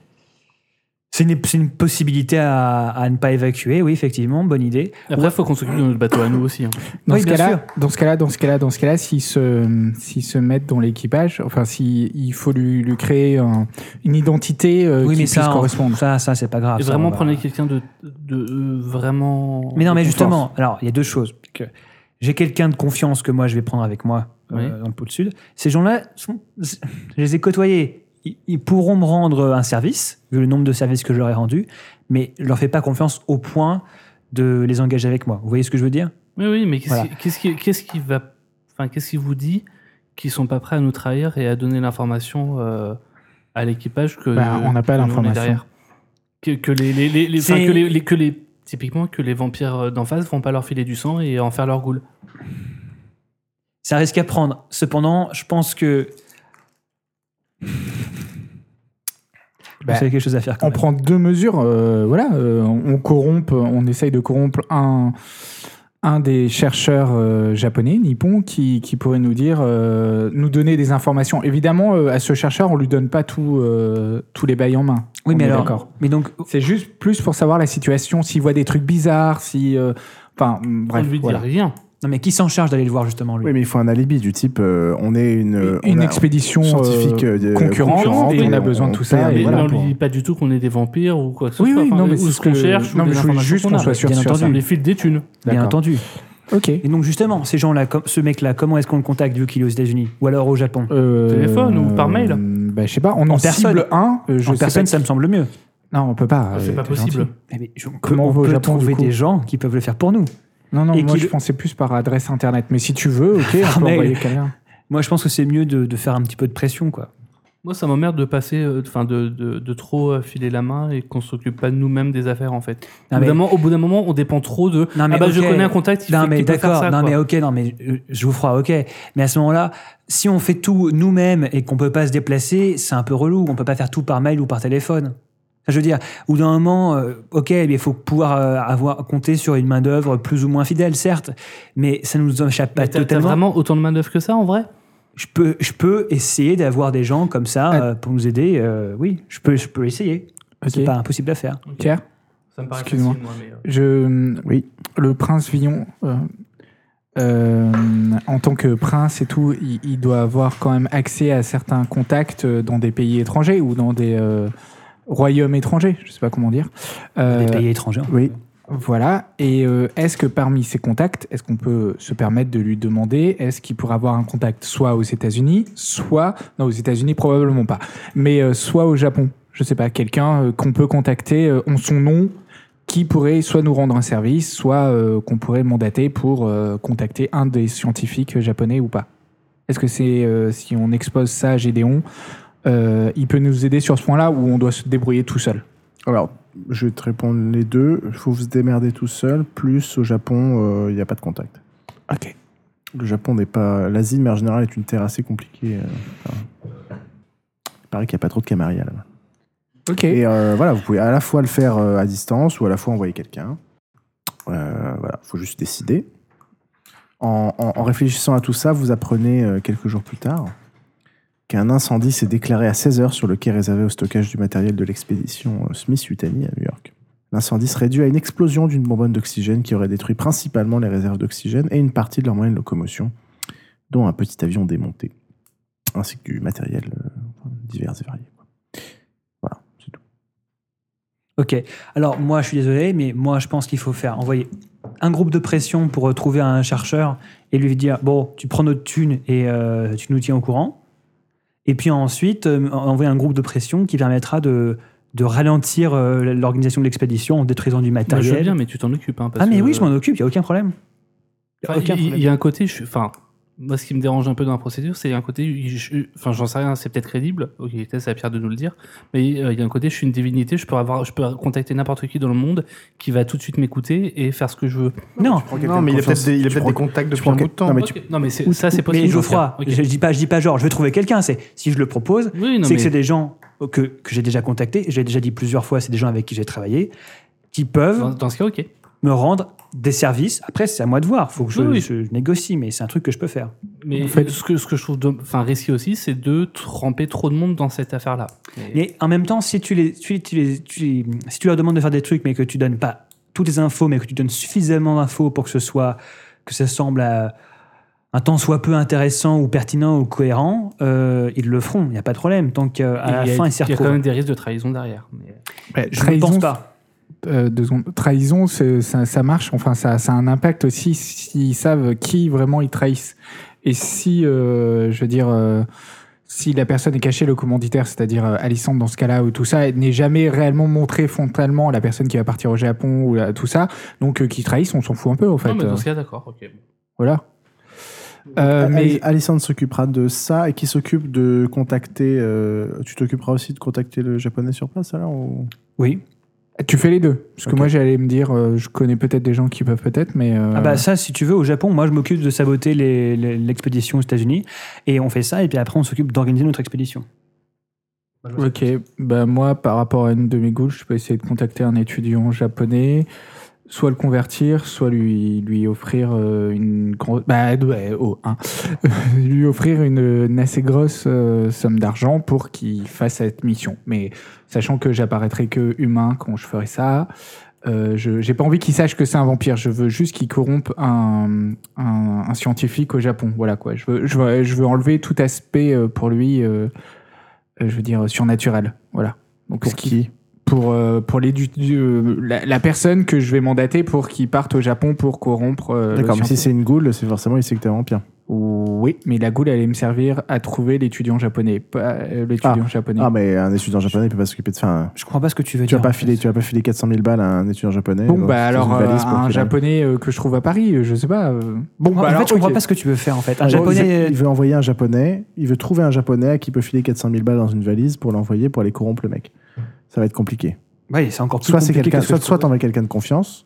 Speaker 4: C'est une, c'est une possibilité à, à ne pas évacuer, oui, effectivement, bonne idée.
Speaker 2: Après, il faut qu'on s'occupe de notre bateau à nous aussi. hein.
Speaker 3: Dans,
Speaker 4: Oui,
Speaker 3: ce
Speaker 4: bien
Speaker 3: cas-là, dans ce cas-là, dans ce cas-là, dans ce cas-là, s'ils se, s'ils se mettent dans l'équipage, enfin, si, il faut lui, lui créer un- une identité euh,
Speaker 4: oui,
Speaker 3: qui
Speaker 4: mais
Speaker 3: puisse
Speaker 4: ça, on-
Speaker 3: correspondre.
Speaker 4: ça, ça c'est pas grave.
Speaker 2: Et
Speaker 4: Ah, ça,
Speaker 2: vraiment,
Speaker 4: on va-
Speaker 2: prenez quelqu'un de, de, euh, vraiment.
Speaker 4: Mais non,
Speaker 2: de
Speaker 4: mais
Speaker 2: confiance.
Speaker 4: justement, alors, il y a deux choses. Que J'ai quelqu'un de confiance que moi, je vais prendre avec moi euh,
Speaker 2: Oui.
Speaker 4: dans le pôle sud. Ces gens-là, sont- je les ai côtoyés. Ils, ils pourront me rendre un service, vu le nombre de services que je leur ai rendus, mais je leur fais pas confiance au point de les engager avec moi. Vous voyez ce que je veux dire
Speaker 2: Oui, oui, mais qu'est-ce
Speaker 4: Voilà.
Speaker 2: qui- qu'est-ce qui, qu'est-ce qui va. Enfin, qu'est-ce qui vous dit qu'ils sont pas prêts à nous trahir et à donner l'information euh, à l'équipage que.
Speaker 3: Bah, on n'a
Speaker 2: que
Speaker 3: pas
Speaker 2: nous, est
Speaker 3: l'information.
Speaker 2: derrière que, que les, les, les, les-
Speaker 4: C'est-
Speaker 2: enfin, que les- les- que les- typiquement que les vampires euh, d'en face vont pas leur filer du sang et en faire leur goule.
Speaker 4: C'est un risque à prendre. Cependant, je pense que.
Speaker 3: Bah,
Speaker 4: Vous avez quelque chose à faire quand
Speaker 3: On
Speaker 4: même.
Speaker 3: prend deux mesures, euh, voilà, euh, on, on corrompt, on essaye de corrompre un, un des chercheurs euh, japonais, nippon, qui, qui pourrait nous dire, euh, nous donner des informations. Évidemment, euh, à ce chercheur, on lui donne pas tout, euh, tous les bails en main.
Speaker 4: Oui,
Speaker 3: On
Speaker 4: mais
Speaker 3: est
Speaker 4: alors.
Speaker 3: d'accord.
Speaker 4: Mais donc,
Speaker 3: C'est juste plus pour savoir la situation, s'il voit des trucs bizarres, si, euh, enfin, mm, bref,
Speaker 2: on lui dit
Speaker 3: voilà.
Speaker 2: rien.
Speaker 4: non, mais qui s'en charge d'aller le voir justement lui
Speaker 1: Oui, mais il faut un alibi du type euh, on est une, euh, on
Speaker 3: une
Speaker 1: a-
Speaker 3: expédition
Speaker 1: scientifique
Speaker 3: euh,
Speaker 1: euh, de-
Speaker 3: concurrente,
Speaker 1: concurrente,
Speaker 2: et on a
Speaker 3: besoin de tout ça,
Speaker 1: paie,
Speaker 2: Mais
Speaker 3: et Ah, voilà,
Speaker 2: on lui
Speaker 3: pour-
Speaker 2: dit pas du tout qu'on est des vampires ou quoi que ce
Speaker 3: Oui,
Speaker 2: soit.
Speaker 3: oui,
Speaker 2: enfin,
Speaker 3: non, mais
Speaker 2: ou
Speaker 3: c'est
Speaker 2: ce
Speaker 3: ce
Speaker 2: qu'on
Speaker 3: que-
Speaker 2: cherche ou
Speaker 3: non, mais
Speaker 2: les
Speaker 3: je voulais
Speaker 2: informations
Speaker 3: juste
Speaker 2: qu'on
Speaker 3: qu'on
Speaker 2: a.
Speaker 3: soit sûr
Speaker 2: Bien
Speaker 3: sur
Speaker 2: entendu,
Speaker 3: ça. Ah,
Speaker 2: les fils des thunes.
Speaker 4: Bien
Speaker 3: D'accord.
Speaker 4: entendu.
Speaker 3: Ok.
Speaker 4: Et donc justement, ces gens-là, comme- ce mec-là, comment est-ce qu'on le contacte vu qu'il est aux États-Unis ou alors au Japon
Speaker 3: Euh,
Speaker 2: Téléphone ou par mail
Speaker 3: bah, Je sais pas, on en,
Speaker 4: En personne.
Speaker 3: cible un. euh, je
Speaker 4: en
Speaker 3: sais
Speaker 4: personne,
Speaker 3: pas
Speaker 4: ça
Speaker 3: qui-
Speaker 4: me semble mieux.
Speaker 3: Non, on peut pas.
Speaker 2: c'est
Speaker 3: euh,
Speaker 2: pas
Speaker 3: t'es
Speaker 2: possible.
Speaker 3: gentil.
Speaker 4: Mais- mais je- on
Speaker 3: Comment on
Speaker 4: peut,
Speaker 3: va au
Speaker 4: on peut
Speaker 3: Japon, du
Speaker 4: trouver
Speaker 3: coup
Speaker 4: des gens qui peuvent le faire pour nous.
Speaker 3: Non, non,
Speaker 4: Et
Speaker 3: moi
Speaker 4: qui
Speaker 3: je
Speaker 4: le- Ah,
Speaker 3: pensais plus par adresse internet. Mais si tu veux, ok, on peut
Speaker 4: mail.
Speaker 3: envoyer quelqu'un.
Speaker 4: Moi, je pense que c'est mieux de, de faire un petit peu de pression, quoi.
Speaker 2: Moi, ça m'emmerde de passer, euh, enfin, de, de, de trop euh, filer la main et qu'on s'occupe pas de nous-mêmes des affaires, en fait.
Speaker 4: Non,
Speaker 2: au, bout
Speaker 4: mais-
Speaker 2: d'un moment, au bout d'un moment, on dépend trop de.
Speaker 4: Non, mais
Speaker 2: ah bah, je
Speaker 4: ok.
Speaker 2: connais un contact, il
Speaker 4: Non
Speaker 2: fait
Speaker 4: mais
Speaker 2: qu'il peut faire
Speaker 4: d'accord,
Speaker 2: ça.
Speaker 4: non
Speaker 2: quoi.
Speaker 4: mais ok, non mais euh, je vous ferai ok. Mais à ce moment-là, si on fait tout nous-mêmes et qu'on peut pas se déplacer, c'est un peu relou. On peut pas faire tout par mail ou par téléphone. Je veux dire, ou d'un moment, euh, ok, mais il faut pouvoir euh, avoir compter sur une main d'œuvre plus ou moins fidèle, certes, mais ça nous échappe
Speaker 2: Mais
Speaker 3: bah,
Speaker 4: pas
Speaker 2: t'as- t'as
Speaker 4: totalement.
Speaker 2: vraiment autant de main-d'œuvre que ça, en vrai
Speaker 4: Je peux, je peux essayer d'avoir des gens comme ça
Speaker 3: Ah.
Speaker 4: euh, pour nous aider. euh, oui, je peux, je peux essayer. C'est
Speaker 3: Ok.
Speaker 4: pas impossible à faire.
Speaker 3: Pierre,
Speaker 2: Ça me
Speaker 3: paraît Excuse-moi.
Speaker 2: moi, mais. euh,
Speaker 3: je,
Speaker 1: Oui.
Speaker 3: le prince Villon, euh, euh, en tant que prince et tout, il, il doit avoir quand même accès à certains contacts euh, dans des pays étrangers ou dans des euh, royaumes étrangers, je sais pas comment dire. Euh,
Speaker 4: Des pays étrangers.
Speaker 1: Oui,
Speaker 3: Voilà. Et euh, est-ce que parmi ces contacts, est-ce qu'on peut se permettre de lui demander Est-ce qu'il pourrait avoir un contact soit aux États-Unis, soit non aux États-Unis probablement pas, mais euh, soit au Japon. Je sais pas quelqu'un euh, qu'on peut contacter euh, en son nom qui pourrait soit nous rendre un service, soit euh, qu'on pourrait mandater pour euh, contacter un des scientifiques japonais ou pas. Est-ce que c'est euh, si on expose ça à Gédéon, euh, il peut nous aider sur ce point-là ou on doit se débrouiller tout seul
Speaker 1: alors je vais te répondre les deux. Il faut se démerder tout seul, plus au Japon, euh, il n'y a pas de contact.
Speaker 3: Ok.
Speaker 1: Le Japon n'est pas. L'Asie, mais en général, est une terre assez compliquée. euh, enfin, il paraît qu'il n'y a pas trop de Camarilla là-bas.
Speaker 3: Ok.
Speaker 1: Et euh, voilà, vous pouvez à la fois le faire euh, à distance ou à la fois envoyer quelqu'un. Euh, voilà, faut juste décider. En, en- en réfléchissant à tout ça, vous apprenez euh, quelques jours plus tard qu'un incendie s'est déclaré à 16h sur le quai réservé au stockage du matériel de l'expédition euh, Smith-Utani à New York. L'incendie serait dû à une explosion d'une bonbonne d'oxygène qui aurait détruit principalement les réserves d'oxygène et une partie de leur moyen de locomotion, dont un petit avion démonté, ainsi que du matériel euh, divers et varié. Voilà, c'est tout.
Speaker 4: Ok. Alors, moi, je suis désolé, mais moi, je pense qu'il faut faire envoyer un groupe de pression pour euh, trouver un chercheur et lui dire Bon, tu prends notre thune et euh, tu nous tiens au courant. Et puis ensuite, euh, en- envoyer un groupe de pression qui permettra de, de ralentir euh, l'organisation de l'expédition en détruisant du
Speaker 2: Bah, je
Speaker 4: matériel.
Speaker 2: veux bien, mais tu t'en occupes. Hein, parce
Speaker 4: ah, mais
Speaker 2: que,
Speaker 4: oui, je m'en occupe, il n'y a aucun problème. Y a
Speaker 2: Enfin,
Speaker 4: aucun
Speaker 2: il- il
Speaker 4: problème.
Speaker 2: y a un côté, je suis- enfin, moi, ce qui me dérange un peu dans la procédure, c'est un côté, je- je- enfin, j'en sais rien, c'est peut-être crédible. Ok, peut-être c'est à Pierre de nous le dire, mais euh, il y a un côté, je suis une divinité, je peux avoir, je peux contacter n'importe qui dans le monde qui va tout de suite m'écouter et faire ce que je veux.
Speaker 4: Non,
Speaker 5: Non, mais il a peut-être des, il a peut-être des contacts depuis un bout de temps.
Speaker 1: Non, mais
Speaker 2: Ok.
Speaker 1: tu-
Speaker 2: Non, mais c'est- ça, c'est possible.
Speaker 4: mais Geoffroy,
Speaker 2: Ok.
Speaker 4: je ne dis, pas- je dis pas genre, je vais trouver quelqu'un. C'est si je le propose,
Speaker 2: Oui, non,
Speaker 4: c'est
Speaker 2: mais
Speaker 4: que c'est des gens que, que j'ai déjà contactés, j'ai déjà dit plusieurs fois, c'est des gens avec qui j'ai travaillé, qui peuvent
Speaker 2: dans, dans ce cas, ok.
Speaker 4: me rendre des services. Après, c'est à moi de voir. Faut que je,
Speaker 2: Oui, oui.
Speaker 4: je négocie, mais c'est un truc que je peux faire.
Speaker 2: Mais
Speaker 3: En fait-
Speaker 2: ce que ce que je trouve, dom- enfin, risqué aussi, c'est de tremper trop de monde dans cette affaire-là. Mais-
Speaker 4: Et en même temps, si tu, les, tu, les- tu les- tu les- si tu leur demandes de faire des trucs, mais que tu donnes pas toutes les infos, mais que tu donnes suffisamment d'infos pour que ce soit, que ça semble euh, un tant soit peu intéressant ou pertinent ou cohérent, euh, ils le feront. Il n'y a pas de problème. Tant qu'à
Speaker 2: et
Speaker 4: la
Speaker 2: il y a-
Speaker 4: fin, ils s'y
Speaker 2: Il y a quand
Speaker 4: retrouvent.
Speaker 2: même des risques de trahison derrière. mais-
Speaker 4: Je ne pense pas.
Speaker 3: Euh, deux secondes. Trahison, c'est- ça, ça marche. Enfin, ça, ça a un impact aussi s'ils savent qui vraiment ils trahissent. Et si, euh, je veux dire, euh, si la personne est cachée, le commanditaire, c'est-à-dire euh, Alicent dans ce cas-là ou tout ça, elle n'est jamais réellement montré frontalement à la personne qui va partir au Japon ou à tout ça, donc euh, qui trahissent, on s'en fout un peu en fait.
Speaker 2: non, mais
Speaker 3: Euh,
Speaker 2: dans ce cas, d'accord. ok.
Speaker 3: voilà. Euh,
Speaker 1: mais
Speaker 3: mais
Speaker 1: Alison s'occupera de ça et qui s'occupe de contacter. euh, tu t'occuperas aussi de contacter le japonais sur place alors ou-
Speaker 4: Oui.
Speaker 3: Tu fais les deux. Parce
Speaker 1: Ok.
Speaker 3: que moi, j'allais me dire, euh, je connais peut-être des gens qui peuvent peut-être, mais. euh,
Speaker 4: Ah bah ça, si tu veux, au Japon, moi je m'occupe de saboter les- les- l'expédition aux États-Unis et on fait ça et puis après on s'occupe d'organiser notre expédition.
Speaker 3: Ok, bah moi, par rapport à une de mes gouttes, je peux essayer de contacter un étudiant japonais, soit le convertir, soit lui, lui offrir euh, une grosse. Bah, ouais, oh, hein. lui offrir une, une assez grosse euh, somme d'argent pour qu'il fasse cette mission. Mais sachant que j'apparaîtrai que humain quand je ferai ça. euh, je j'ai pas envie qu'il sache que c'est un vampire. Je veux juste qu'il corrompe un, un, un scientifique au Japon. Voilà quoi. Je veux, je veux, je veux enlever tout aspect euh, pour lui euh, euh, je veux dire, euh, surnaturel. Voilà. Donc,
Speaker 1: Pour
Speaker 3: ce qui- Pour, euh, pour l'édu- du- euh, la, la personne que je vais mandater pour qu'il parte au Japon pour corrompre. euh,
Speaker 1: D'accord,
Speaker 3: le
Speaker 1: mais si
Speaker 3: scientifique.
Speaker 1: c'est une goule, c'est forcément il sait que t'es un vampire.
Speaker 3: Oui, mais la goule allait me servir à trouver l'étudiant japonais, pas euh, l'étudiant japonais.
Speaker 1: Ah, mais un étudiant japonais, il peut pas s'occuper de. Enfin,
Speaker 4: Je crois pas ce que tu veux
Speaker 1: tu
Speaker 4: dire.
Speaker 1: vas pas
Speaker 4: en
Speaker 1: filer,
Speaker 4: fait.
Speaker 1: tu vas pas filer 400 000 balles à un étudiant japonais.
Speaker 3: bon,
Speaker 1: donc
Speaker 3: bah
Speaker 1: tu fais une
Speaker 3: alors,
Speaker 1: valise
Speaker 3: euh,
Speaker 1: pour
Speaker 3: un
Speaker 1: qu'il aille.
Speaker 3: japonais euh, que je trouve à Paris, euh, je sais pas. euh. Bon,
Speaker 4: En-
Speaker 3: bah
Speaker 4: en
Speaker 3: alors,
Speaker 4: fait, je comprends
Speaker 3: ok.
Speaker 4: pas ce que tu veux faire en fait. Un
Speaker 1: Bon, il
Speaker 3: euh,
Speaker 4: japonais.
Speaker 1: veut- il veut envoyer un japonais, il veut trouver un japonais à qui peut filer 400 000 balles dans une valise pour l'envoyer pour aller corrompre le mec. Ça va être compliqué.
Speaker 4: euh, Ouais, c'est encore plus
Speaker 1: Soit c'est
Speaker 4: compliqué
Speaker 1: quelqu'un,
Speaker 4: que ce que
Speaker 1: soit
Speaker 4: je
Speaker 1: soit
Speaker 4: propose.
Speaker 1: t'envoies quelqu'un de confiance.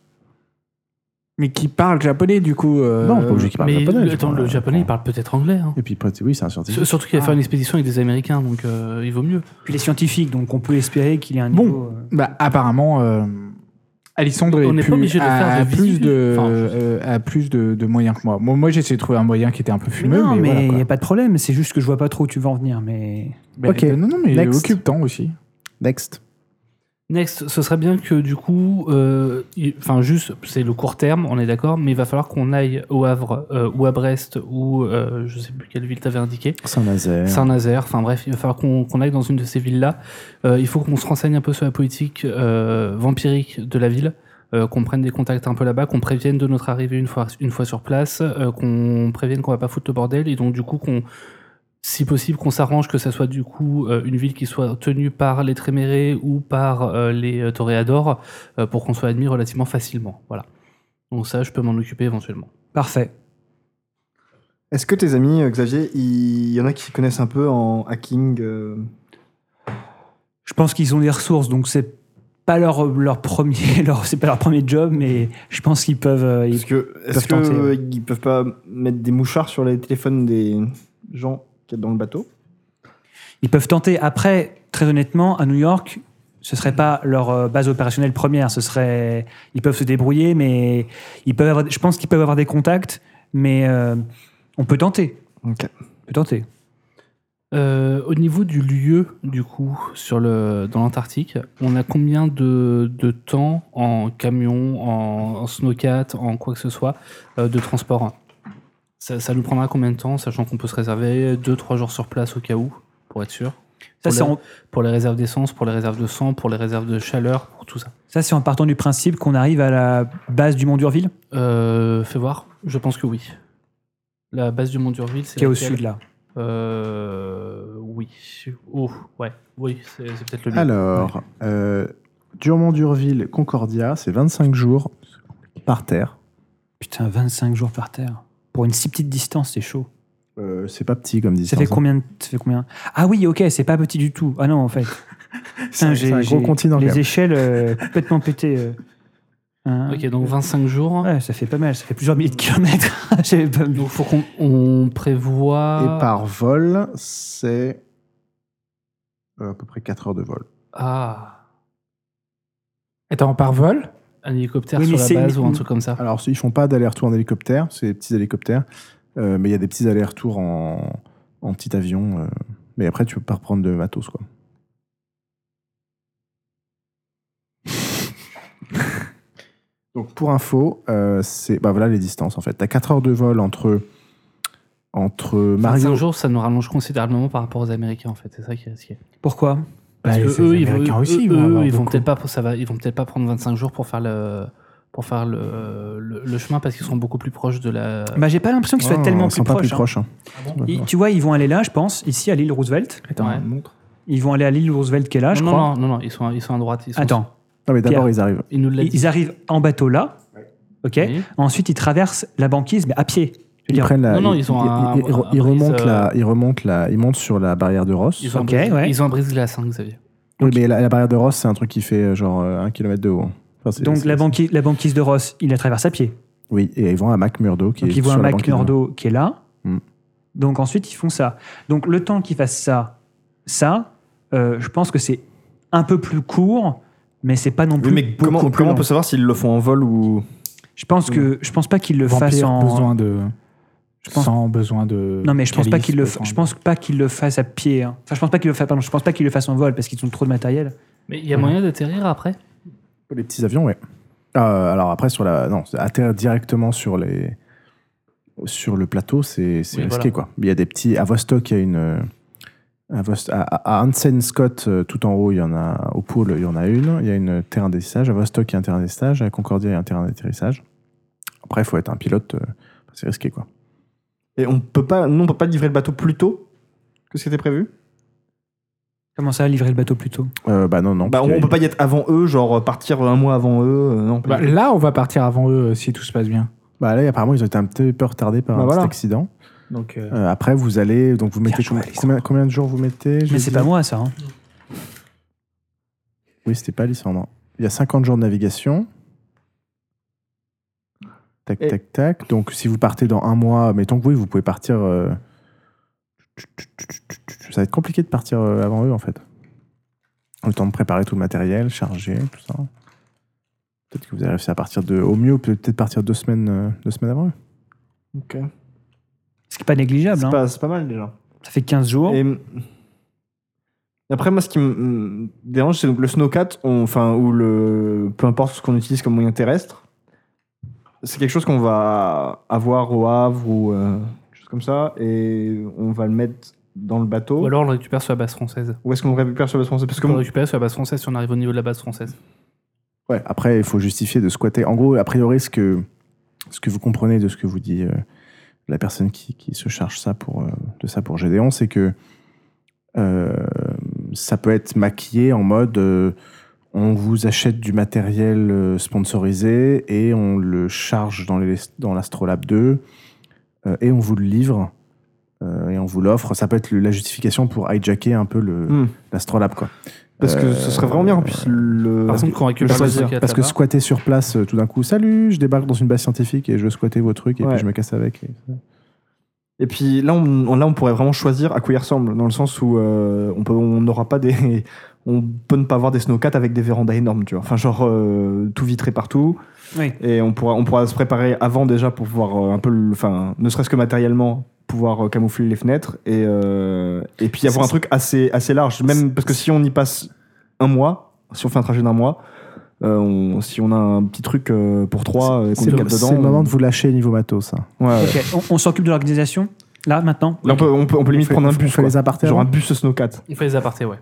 Speaker 3: Mais qui parle japonais, du coup. euh,
Speaker 1: Non, pas obligé qu'il parle
Speaker 2: Mais
Speaker 1: japonais.
Speaker 2: le-
Speaker 1: tu
Speaker 2: attends,
Speaker 1: prends-
Speaker 2: le
Speaker 1: tu
Speaker 2: japonais, il
Speaker 1: prends-
Speaker 2: parle peut-être anglais. hein.
Speaker 1: Et puis peut- oui, c'est un scientifique.
Speaker 2: Surtout qu'il a
Speaker 4: Ah.
Speaker 2: fait une expédition avec des Américains, donc euh, il vaut mieux.
Speaker 4: Puis les scientifiques, donc on peut espérer qu'il y a un
Speaker 3: Bon.
Speaker 4: niveau. euh,
Speaker 3: Bah, apparemment, euh, Alissandre
Speaker 2: On
Speaker 3: est
Speaker 2: n'est pas
Speaker 3: plus-
Speaker 2: obligé de
Speaker 3: a,
Speaker 2: faire de
Speaker 3: a plus
Speaker 2: visu.
Speaker 3: de,
Speaker 2: Enfin, je-
Speaker 3: euh, a plus de, de moyens que moi. Moi, moi j'ai essayé de trouver un moyen qui était un peu
Speaker 4: mais
Speaker 3: fumeux,
Speaker 4: non,
Speaker 3: mais,
Speaker 4: mais il
Speaker 3: voilà,
Speaker 4: n'y
Speaker 3: quoi.
Speaker 4: a pas de problème. C'est juste que je vois pas trop où tu vas en venir. Mais
Speaker 3: Bah,
Speaker 1: Ok.
Speaker 3: euh, Non, non, mais
Speaker 1: Next.
Speaker 3: occupe-t'en aussi.
Speaker 1: Next.
Speaker 2: Next, ce serait bien que du coup, euh, il- enfin juste, c'est le court terme, on est d'accord, mais il va falloir qu'on aille au Havre euh, ou à Brest ou euh, je sais plus quelle ville t'avais indiqué.
Speaker 1: Saint-Nazaire.
Speaker 2: Saint-Nazaire, enfin bref, il va falloir qu'on qu'on aille dans une de ces villes-là. Euh, il faut qu'on se renseigne un peu sur la politique euh, vampirique de la ville, euh, qu'on prenne des contacts un peu là-bas, qu'on prévienne de notre arrivée une fois, une fois sur place, euh, qu'on prévienne qu'on va pas foutre le bordel, et donc du coup qu'on, si possible, qu'on s'arrange que ça soit du coup euh, une ville qui soit tenue par les Trémérés ou par euh, les euh, Toréadors, euh, pour qu'on soit admis relativement facilement. Voilà. Donc ça, je peux m'en occuper éventuellement.
Speaker 4: parfait.
Speaker 5: Est-ce que tes amis, euh, Xavier, il y en a qui connaissent un peu en hacking euh,
Speaker 4: Je pense qu'ils ont des ressources, donc c'est pas leur, leur premier, leur, c'est pas leur premier job, mais je pense qu'ils peuvent. euh, ils-
Speaker 5: Parce que est-ce
Speaker 4: peuvent tenter,
Speaker 5: que,
Speaker 4: ouais.
Speaker 5: ils peuvent pas mettre des mouchards sur les téléphones des gens qui sont dans le bateau
Speaker 4: Ils peuvent tenter. Après, très honnêtement, à New York, ce serait pas leur euh, base opérationnelle première. Ce serait, ils peuvent se débrouiller, mais ils peuvent avoir, je pense qu'ils peuvent avoir des contacts, mais euh, on peut tenter.
Speaker 5: Ok.
Speaker 4: On peut tenter.
Speaker 2: Euh, au niveau du lieu, du coup, sur le, dans l'Antarctique, on a combien de, de temps en camion, en, en snowcat, en quoi que ce soit, euh, de transport ça, ça nous prendra combien de temps, sachant qu'on peut se réserver 2-3 jours sur place au cas où, pour être sûr
Speaker 4: Ça, c'est
Speaker 2: Pour
Speaker 4: en,
Speaker 2: Pour les réserves d'essence, pour les réserves de sang, pour les réserves de chaleur, pour tout ça.
Speaker 4: ça, c'est en partant du principe qu'on arrive à la base du Mont d'Urville,
Speaker 2: Euh, fais voir, je pense que oui. La base du Mont d'Urville, c'est
Speaker 4: qui est au
Speaker 2: laquelle
Speaker 4: sud là.
Speaker 2: Euh, oui. Oh, ouais. Oui, c'est c'est peut-être le
Speaker 4: Ah,
Speaker 2: mieux.
Speaker 1: Alors, euh, Durmont d'Urville, Concordia, c'est 25 jours par terre.
Speaker 4: Putain, 25 jours par terre. Pour une si petite distance, c'est chaud.
Speaker 1: Euh, c'est pas petit comme
Speaker 4: Ça
Speaker 1: distance.
Speaker 4: fait
Speaker 1: hein.
Speaker 4: combien de- Ça fait combien Ah oui, ok, c'est pas petit du tout. Ah non, en fait.
Speaker 1: C'est
Speaker 4: Putain,
Speaker 1: un-
Speaker 4: j'ai-
Speaker 1: c'est un gros
Speaker 4: j'ai
Speaker 1: continent. quand
Speaker 4: Les
Speaker 1: même.
Speaker 4: échelles euh, complètement pétées. euh. Hein
Speaker 2: Ok, donc 25 jours.
Speaker 4: Ouais, ça fait pas mal, ça fait plusieurs milliers de kilomètres. J'avais pas vu.
Speaker 2: Donc faut qu'on on prévoit.
Speaker 1: Et par vol, c'est euh, à peu près 4 heures de vol.
Speaker 2: Ah,
Speaker 3: Attends, par vol
Speaker 2: un hélicoptère
Speaker 4: Oui,
Speaker 2: sur
Speaker 4: mais
Speaker 2: la
Speaker 4: c'est- Ah,
Speaker 2: base ou un truc comme ça.
Speaker 1: Alors, ils font pas d'aller-retour en hélicoptère, c'est des petits hélicoptères, euh, mais il y a des petits allers-retours en, en petit avion. euh, mais après, tu peux pas reprendre de matos, quoi. Donc, pour info, euh, c'est bah voilà les distances en fait. T'as 4 heures de vol entre entre
Speaker 2: 25
Speaker 1: Mario.
Speaker 2: jours, ça nous rallonge considérablement par rapport aux Américains en fait. C'est ça qui est risqué.
Speaker 4: Pourquoi
Speaker 2: Parce
Speaker 3: Bah,
Speaker 2: que
Speaker 3: les
Speaker 2: eux, ils vont,
Speaker 3: Américains
Speaker 2: eux,
Speaker 3: aussi, ils
Speaker 2: eux,
Speaker 3: vont avoir
Speaker 2: ils vont
Speaker 3: beaucoup.
Speaker 2: peut-être pas, ça va, ils vont peut-être pas prendre 25 jours pour faire le pour faire le, le, le chemin parce qu'ils seront beaucoup plus proches de la.
Speaker 4: Bah, j'ai pas l'impression qu'ils soient
Speaker 1: Oh, ils
Speaker 4: tellement plus
Speaker 1: sont pas
Speaker 4: proches.
Speaker 1: plus
Speaker 4: hein.
Speaker 1: proches. hein.
Speaker 4: Ils- tu vois, ils vont aller là, je pense, ici à l'île Roosevelt.
Speaker 3: Attends,
Speaker 2: Ouais.
Speaker 3: montre.
Speaker 4: Ils vont aller à l'île Roosevelt qui est là,
Speaker 2: non,
Speaker 4: je
Speaker 2: non,
Speaker 4: crois.
Speaker 2: non, non, non, ils sont ils sont à droite. Ils sont-
Speaker 4: Attends,
Speaker 1: Non mais d'abord ils arrivent.
Speaker 2: ils nous l'ont
Speaker 4: ils,
Speaker 2: dit.
Speaker 4: ils arrivent en bateau là. Ok.
Speaker 2: Oui.
Speaker 4: Ensuite, ils traversent la banquise, mais à pied. Je veux
Speaker 1: Ils
Speaker 4: dire,
Speaker 1: prennent la.
Speaker 2: Non, non,
Speaker 1: ils,
Speaker 2: ils ont
Speaker 1: ils-
Speaker 2: un-
Speaker 1: ils- ils-
Speaker 2: un
Speaker 1: ils remontent
Speaker 2: brise,
Speaker 1: la. Ils remontent la. Ils montent sur la barrière de Ross.
Speaker 2: Ils ont, un
Speaker 4: Ok,
Speaker 2: brise-
Speaker 4: ouais.
Speaker 2: ils ont un brise-glace, hein, Xavier.
Speaker 1: Oui, mais la, la barrière de Ross, c'est un truc qui fait euh, genre euh, un kilomètre de haut. hein. Enfin, c'est-
Speaker 4: Donc
Speaker 1: c'est-
Speaker 4: la banquise, la banquise de Ross, il la traverse à pied.
Speaker 1: Oui, et ils vont à McMurdo qui
Speaker 4: Donc
Speaker 1: est
Speaker 4: ils voient un
Speaker 1: sur la
Speaker 4: Mac
Speaker 1: banquise de-
Speaker 4: Murdo qui est là.
Speaker 1: Hmm.
Speaker 4: Donc ensuite, ils font ça. Donc le temps qu'ils fassent ça, ça, euh, je pense que c'est un peu plus court, mais c'est pas non plus
Speaker 5: Oui, mais
Speaker 4: beaucoup
Speaker 5: comment,
Speaker 4: plus
Speaker 5: comment on
Speaker 4: long.
Speaker 5: peut savoir s'ils le font en vol ou.
Speaker 4: Je pense que je pense pas qu'ils le fassent
Speaker 3: Vampire,
Speaker 4: en.
Speaker 3: besoin de.
Speaker 4: Je pense-
Speaker 3: Sans besoin de.
Speaker 4: Non, mais je pense pas
Speaker 3: calice,
Speaker 4: qu'ils le.
Speaker 3: besoin
Speaker 4: Je
Speaker 3: de-
Speaker 4: pense pas qu'ils le fassent à pied. hein. Enfin, je pense pas qu'ils le fassent. pardon, je pense pas qu'ils le fassent en vol parce qu'ils ont trop de matériel.
Speaker 2: Mais il y a moyen d'atterrir après
Speaker 1: hein. Les petits avions, ouais. Euh, alors après, sur la, non, atterrir directement sur les, sur le plateau, c'est c'est
Speaker 2: Oui,
Speaker 1: risqué
Speaker 2: voilà.
Speaker 1: quoi. Il y a des petits à Vostok, il y a une, euh, à, Vos- à- à- à Hansen Scott euh, tout en haut, il y en a au pôle, il y en a une. Il y a une terrain d'atterrissage à Vostok, il y a un terrain d'atterrissage à Concordia, il y a un terrain d'atterrissage. Après, il faut être un pilote, euh, c'est risqué quoi.
Speaker 5: Et on peut pas, nous, on peut pas livrer le bateau plus tôt que ce qui était prévu
Speaker 4: Comment ça, livrer le bateau plus tôt
Speaker 1: Euh, bah non non.
Speaker 5: Bah,
Speaker 1: parce
Speaker 5: on,
Speaker 1: que-
Speaker 5: on peut pas y être avant eux, genre partir un mois avant eux. euh, non,
Speaker 3: Bah,
Speaker 5: pas du tout.
Speaker 3: là, on va partir avant eux euh, si tout se passe bien.
Speaker 1: bah, là, apparemment, ils ont été un petit peu retardés par
Speaker 5: Bah,
Speaker 1: un
Speaker 5: voilà.
Speaker 1: petit accident.
Speaker 3: Donc, euh,
Speaker 1: Euh, après, vous allez donc vous mettez
Speaker 3: joué,
Speaker 1: com- combien, combien de jours vous mettez
Speaker 4: Mais
Speaker 1: jeudi
Speaker 4: c'est pas moi ça. hein.
Speaker 1: Oui, c'était pas Lissandre. Il y a 50 jours de navigation. Tac,
Speaker 5: Et-
Speaker 1: tac, tac. Donc, si vous partez dans un mois, mettons que oui, vous pouvez partir. euh, Ça va être compliqué de partir euh, avant eux, en fait. Le temps de préparer tout le matériel, charger, tout ça. Peut-être que vous allez réussir à partir de. Au mieux, peut-être partir deux semaines, euh, deux semaines avant eux.
Speaker 5: Ok.
Speaker 4: Ce qui est pas négligeable.
Speaker 5: C'est
Speaker 4: hein.
Speaker 5: pas, c'est pas mal déjà.
Speaker 4: Ça fait 15 jours.
Speaker 5: Et mm, après, moi, ce qui me mm, dérange, c'est donc le snowcat, on- enfin, ou le peu importe ce qu'on utilise comme moyen terrestre. C'est quelque chose qu'on va avoir au Havre ou euh, quelque chose comme ça, et on va le mettre dans le
Speaker 4: Oh.
Speaker 5: bateau.
Speaker 2: Ou alors on le récupère sur la base française.
Speaker 5: Où est-ce qu'on le récupère sur le français Parce que
Speaker 2: On le récupère sur la base française si on arrive au niveau de la base française.
Speaker 1: Ouais, après, il faut justifier de squatter. En gros, a priori, ce que, ce que vous comprenez de ce que vous dit euh, la personne qui, qui se charge ça pour, euh, de ça pour Gédéon, c'est que euh, ça peut être maquillé en mode euh, on vous achète du matériel euh, sponsorisé et on le charge dans, les, dans l'Astrolabe 2 euh, et on vous le livre euh, et on vous l'offre. Ça peut être le- la justification pour hijacker un peu le,
Speaker 5: Hmm.
Speaker 1: l'Astrolabe. Quoi.
Speaker 5: Parce que
Speaker 1: Euh,
Speaker 5: ce serait vraiment bien qu'on puisse le.
Speaker 2: Par exemple, quand on récupère
Speaker 1: parce,
Speaker 2: le
Speaker 1: que-
Speaker 2: Zodiac
Speaker 1: parce que
Speaker 2: là-bas,
Speaker 1: squatter sur place, euh, tout d'un coup, salut, je débarque dans une base scientifique et je veux squatter vos trucs et
Speaker 5: Ouais.
Speaker 1: puis je me casse avec. Et-
Speaker 5: Et puis là, on, on- là, on pourrait vraiment choisir à quoi il ressemble, dans le sens où euh, on peut, on n'aura pas des, on peut ne pas avoir des snowcats avec des vérandas énormes, tu vois. Enfin, genre euh, tout vitré partout,
Speaker 4: Oui.
Speaker 5: et on pourra, on pourra se préparer avant déjà pour pouvoir euh, un peu, le- enfin, ne serait-ce que matériellement pouvoir euh, camoufler les fenêtres et euh, et puis avoir un truc assez assez large, même parce que si on y passe un mois, si on fait un trajet d'un mois, euh, on- si on a un petit truc euh, pour trois euh, et qu'on
Speaker 1: C'est
Speaker 5: le
Speaker 1: le,
Speaker 5: cape dedans,
Speaker 1: c'est le moment
Speaker 5: on-
Speaker 1: de vous lâcher niveau matos. hein. ça.
Speaker 5: Ouais, ouais.
Speaker 4: Ok, On, on s'occupe de l'organisation là maintenant.
Speaker 5: Là, on peut, on peut, on peut limite
Speaker 1: fait-
Speaker 5: prendre un
Speaker 1: on
Speaker 5: bus,
Speaker 1: fait
Speaker 5: quoi.
Speaker 1: les apartés hein.
Speaker 5: genre un
Speaker 1: avant
Speaker 5: bus snowcat.
Speaker 2: on fait les apartés, ouais.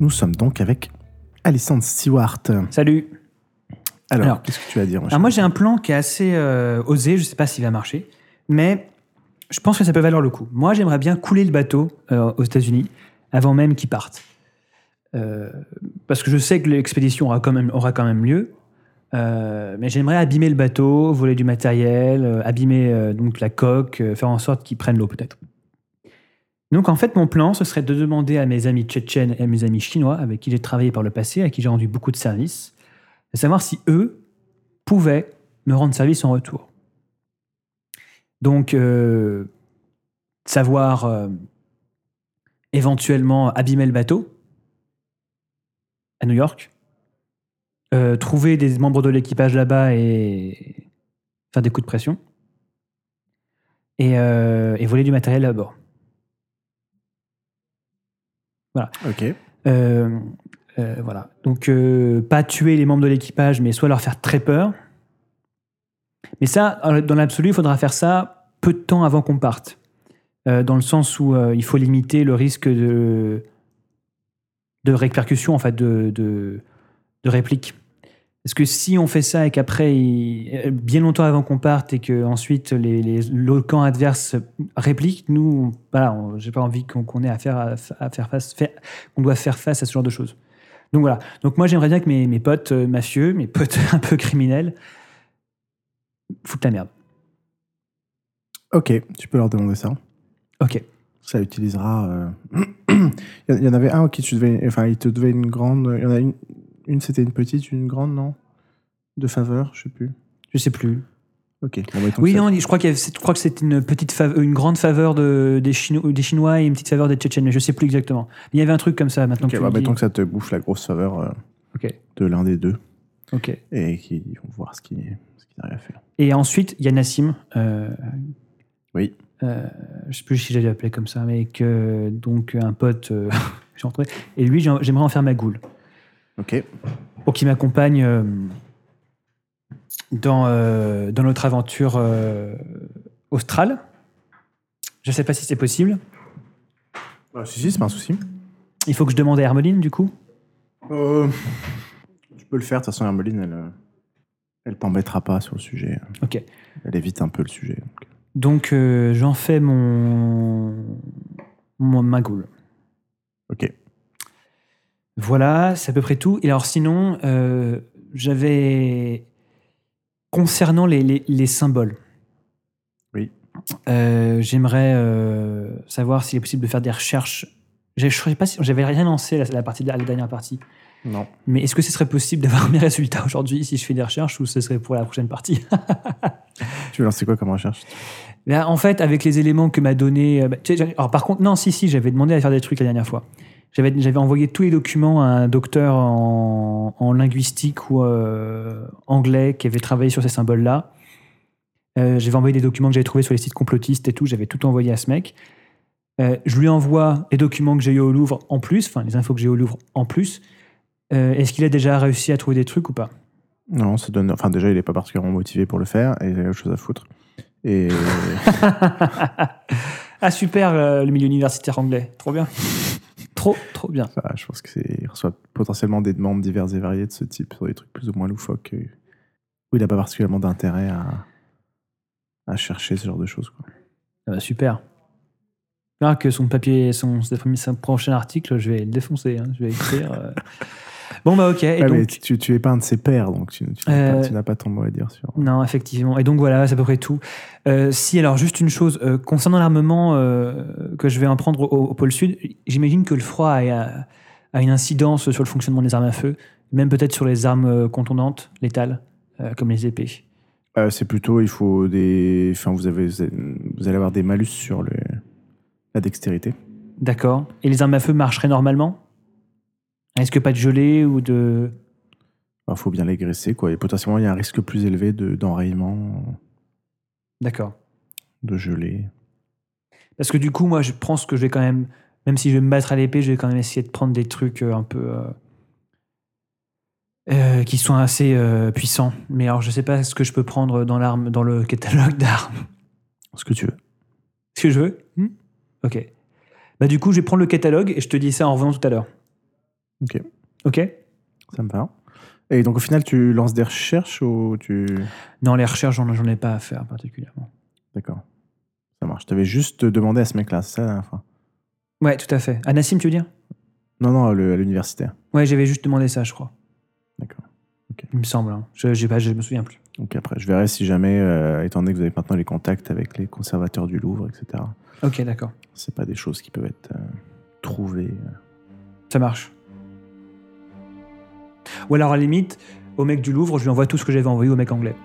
Speaker 1: Nous sommes donc avec Alison Stewart. Alors,
Speaker 4: Salut. Alors,
Speaker 1: qu'est-ce que tu as à dire mon
Speaker 4: Alors moi
Speaker 1: cher
Speaker 4: j'ai un plan qui est assez euh, osé, je sais pas s'il va marcher, mais je pense que ça peut valoir le coup. Moi j'aimerais bien couler le bateau euh, aux États-Unis avant même qu'il parte. Euh, parce que je sais que l'expédition aura quand même, aura quand même lieu, euh, mais j'aimerais abîmer le bateau, voler du matériel, euh, abîmer euh, donc la coque, euh, faire en sorte qu'il prenne l'eau peut-être. Donc en fait mon plan ce serait de demander à mes amis tchétchènes et à mes amis chinois avec qui j'ai travaillé par le passé, à qui j'ai rendu beaucoup de services, de savoir si eux pouvaient me rendre service en retour. Donc, euh, savoir euh, éventuellement abîmer le bateau à New York, euh, trouver des membres de l'équipage là-bas et faire des coups de pression. Et, euh, et voler du matériel à bord.
Speaker 1: Ok.
Speaker 4: Euh, euh, voilà. Donc, euh, pas tuer les membres de l'équipage, mais soit leur faire très peur. Mais ça, euh, dans l'absolu, il faudra faire ça peu de temps avant qu'on parte. Euh, dans le sens où euh, il faut limiter le risque de, de répercussion, en fait, de, de, de réplique. Parce que si on fait ça et qu'après, il- euh, bien longtemps avant qu'on parte et que ensuite les, les, le camp adverse réplique, nous, on- voilà, on- j'ai pas envie qu'on qu'on ait à faire, à, à faire face, faire- qu'on doit faire face à ce genre de choses. Donc voilà. Donc moi, j'aimerais bien que mes, mes potes euh, mafieux, mes potes un peu criminels, foutent la merde.
Speaker 1: Ok, tu peux leur demander ça.
Speaker 4: Ok.
Speaker 1: Ça utilisera. euh, il y en- il y en avait un qui tu devais, enfin, il te devait une grande. Il y en a une, une c'était une petite, une grande, non De faveur, je sais plus.
Speaker 4: Je sais plus.
Speaker 1: Ok. bon, bah, tant
Speaker 4: oui,
Speaker 1: que ça-
Speaker 4: non, je crois qu'il y avait- je crois que c'est une petite fave- une grande faveur de, des, Chino- des Chinois et une petite faveur des Tchétchènes, mais je sais plus exactement. Il y avait un truc comme ça maintenant.
Speaker 1: Ok,
Speaker 4: que tu
Speaker 1: bah,
Speaker 4: le dis.
Speaker 1: mettons que ça te bouffe la grosse faveur euh,
Speaker 4: Ok.
Speaker 1: de l'un des deux
Speaker 4: Ok.
Speaker 1: et qu'ils vont voir ce qu'ils ce qu'ils arrivent à faire.
Speaker 4: Et ensuite, il y a Nassim. euh,
Speaker 1: Oui.
Speaker 4: euh, je sais plus si j'allais l'appeler comme ça, mais que donc un pote, euh, j'ai rencontré. Et lui, j'en- j'aimerais en faire ma goule
Speaker 1: Ok.
Speaker 4: pour qu'il m'accompagne euh, dans, euh, dans notre aventure euh, australe. Je sais pas si c'est possible.
Speaker 1: Ah, si, si, c'est pas un souci.
Speaker 4: Il faut que je demande à Hermeline, du coup.
Speaker 1: Euh, tu peux le faire. De toute façon, Hermeline, elle, euh, elle t'embêtera pas sur le sujet.
Speaker 4: Ok.
Speaker 1: Elle évite un peu le sujet.
Speaker 4: Donc, euh, j'en fais mon... mon ma goule.
Speaker 1: Ok.
Speaker 4: Voilà, c'est à peu près tout. Et alors, sinon, euh, j'avais. Concernant les, les- les symboles.
Speaker 1: Oui.
Speaker 4: Euh, J'aimerais euh, savoir s'il est possible de faire des recherches. J'ai- Je sais pas si j'avais rien lancé la, la partie, la dernière partie.
Speaker 1: Non.
Speaker 4: Mais est-ce que ce serait possible d'avoir mes résultats aujourd'hui si je fais des recherches ou ce serait pour la prochaine partie
Speaker 1: Tu veux lancer quoi comme recherche
Speaker 4: Là, en fait, avec les éléments que m'a donné. euh, bah, tu sais, j'avais- alors, par contre, non, si, si, j'avais demandé à faire des trucs la dernière fois. J'avais j'avais envoyé tous les documents à un docteur en, en linguistique ou euh, anglais qui avait travaillé sur ces symboles-là. Euh, j'avais envoyé des documents que j'avais trouvés sur les sites complotistes et tout. J'avais tout envoyé à ce mec. Euh, je lui envoie les documents que j'ai eu au Louvre en plus, enfin, les infos que j'ai eu au Louvre en plus. Euh, Est-ce qu'il a déjà réussi à trouver des trucs ou pas
Speaker 1: Non, ça donne. Enfin, déjà, il est pas particulièrement motivé pour le faire et il a autre chose à foutre. Et euh,
Speaker 4: Ah, super, euh, le milieu universitaire anglais. Trop bien. trop, trop bien.
Speaker 1: ça, je pense que c'est. Il reçoit potentiellement des demandes diverses et variées de ce type sur des trucs plus ou moins loufoques euh, où il n'a pas particulièrement d'intérêt à... à chercher ce genre de choses. quoi.
Speaker 4: Ah bah super. Là, que son papier, son, son premier- son prochain article, je vais le défoncer. hein, Je vais écrire. euh. bon, bah, ok. Et
Speaker 1: Ouais,
Speaker 4: donc,
Speaker 1: Ah, mais tu, tu es pas un de ses pairs, donc tu, tu n'as
Speaker 4: Euh,
Speaker 1: pas- tu n'as pas ton mot à dire sur.
Speaker 4: Non, effectivement. Et donc, voilà, c'est à peu près tout. Euh, si, alors, juste une chose, euh, concernant l'armement euh, que je vais emprunter au, au pôle Sud, j'imagine que le froid a, a- a une incidence sur le fonctionnement des armes à feu, même peut-être sur les armes euh, contondantes, létales, euh, comme les épées.
Speaker 1: Euh, c'est plutôt, il faut des. Enfin, vous avez, vous allez avoir des malus sur le... la dextérité.
Speaker 4: D'accord. Et les armes à feu marcheraient normalement Est-ce que pas de gelée ou de.
Speaker 1: Il faut bien les graisser, quoi. Et potentiellement, il y a un risque plus élevé de- d'enrayement,
Speaker 4: D'accord.
Speaker 1: de gelée.
Speaker 4: Parce que du coup, moi, je pense que je vais quand même, même si je vais me battre à l'épée, je vais quand même essayer de prendre des trucs euh, un peu. euh, euh, qui sont assez euh, puissants. Mais alors, je sais pas ce que je peux prendre dans l'arme, dans le catalogue d'armes.
Speaker 1: Ce que tu veux.
Speaker 4: Ce que je veux Hmm Ok. Bah, du coup, je vais prendre le catalogue et je te dis ça en revenant tout à l'heure.
Speaker 1: Ok.
Speaker 4: Ok
Speaker 1: Ça me va. Et donc au final, tu lances des recherches ou tu...
Speaker 4: Non, les recherches, j'en j'en ai pas à faire particulièrement.
Speaker 1: D'accord. Ça marche. Je t'avais juste demandé à ce mec-là, c'est ça la dernière fois
Speaker 4: Ouais, tout à fait. À Nassim, tu veux dire
Speaker 1: Non, non, le- à l'universitaire.
Speaker 4: Ouais, j'avais juste demandé ça, je crois.
Speaker 1: D'accord.
Speaker 4: Il me semble. hein. Je, j'ai pas, je me souviens plus.
Speaker 1: Donc après, je verrai si jamais, euh, étant donné que vous avez maintenant les contacts avec les conservateurs du Louvre, etc.,
Speaker 4: Ok, d'accord.
Speaker 1: c'est pas des choses qui peuvent être euh, trouvées. euh,
Speaker 4: Ça marche. Ou alors, à la limite, au mec du Louvre, je lui envoie tout ce que j'avais envoyé au mec anglais.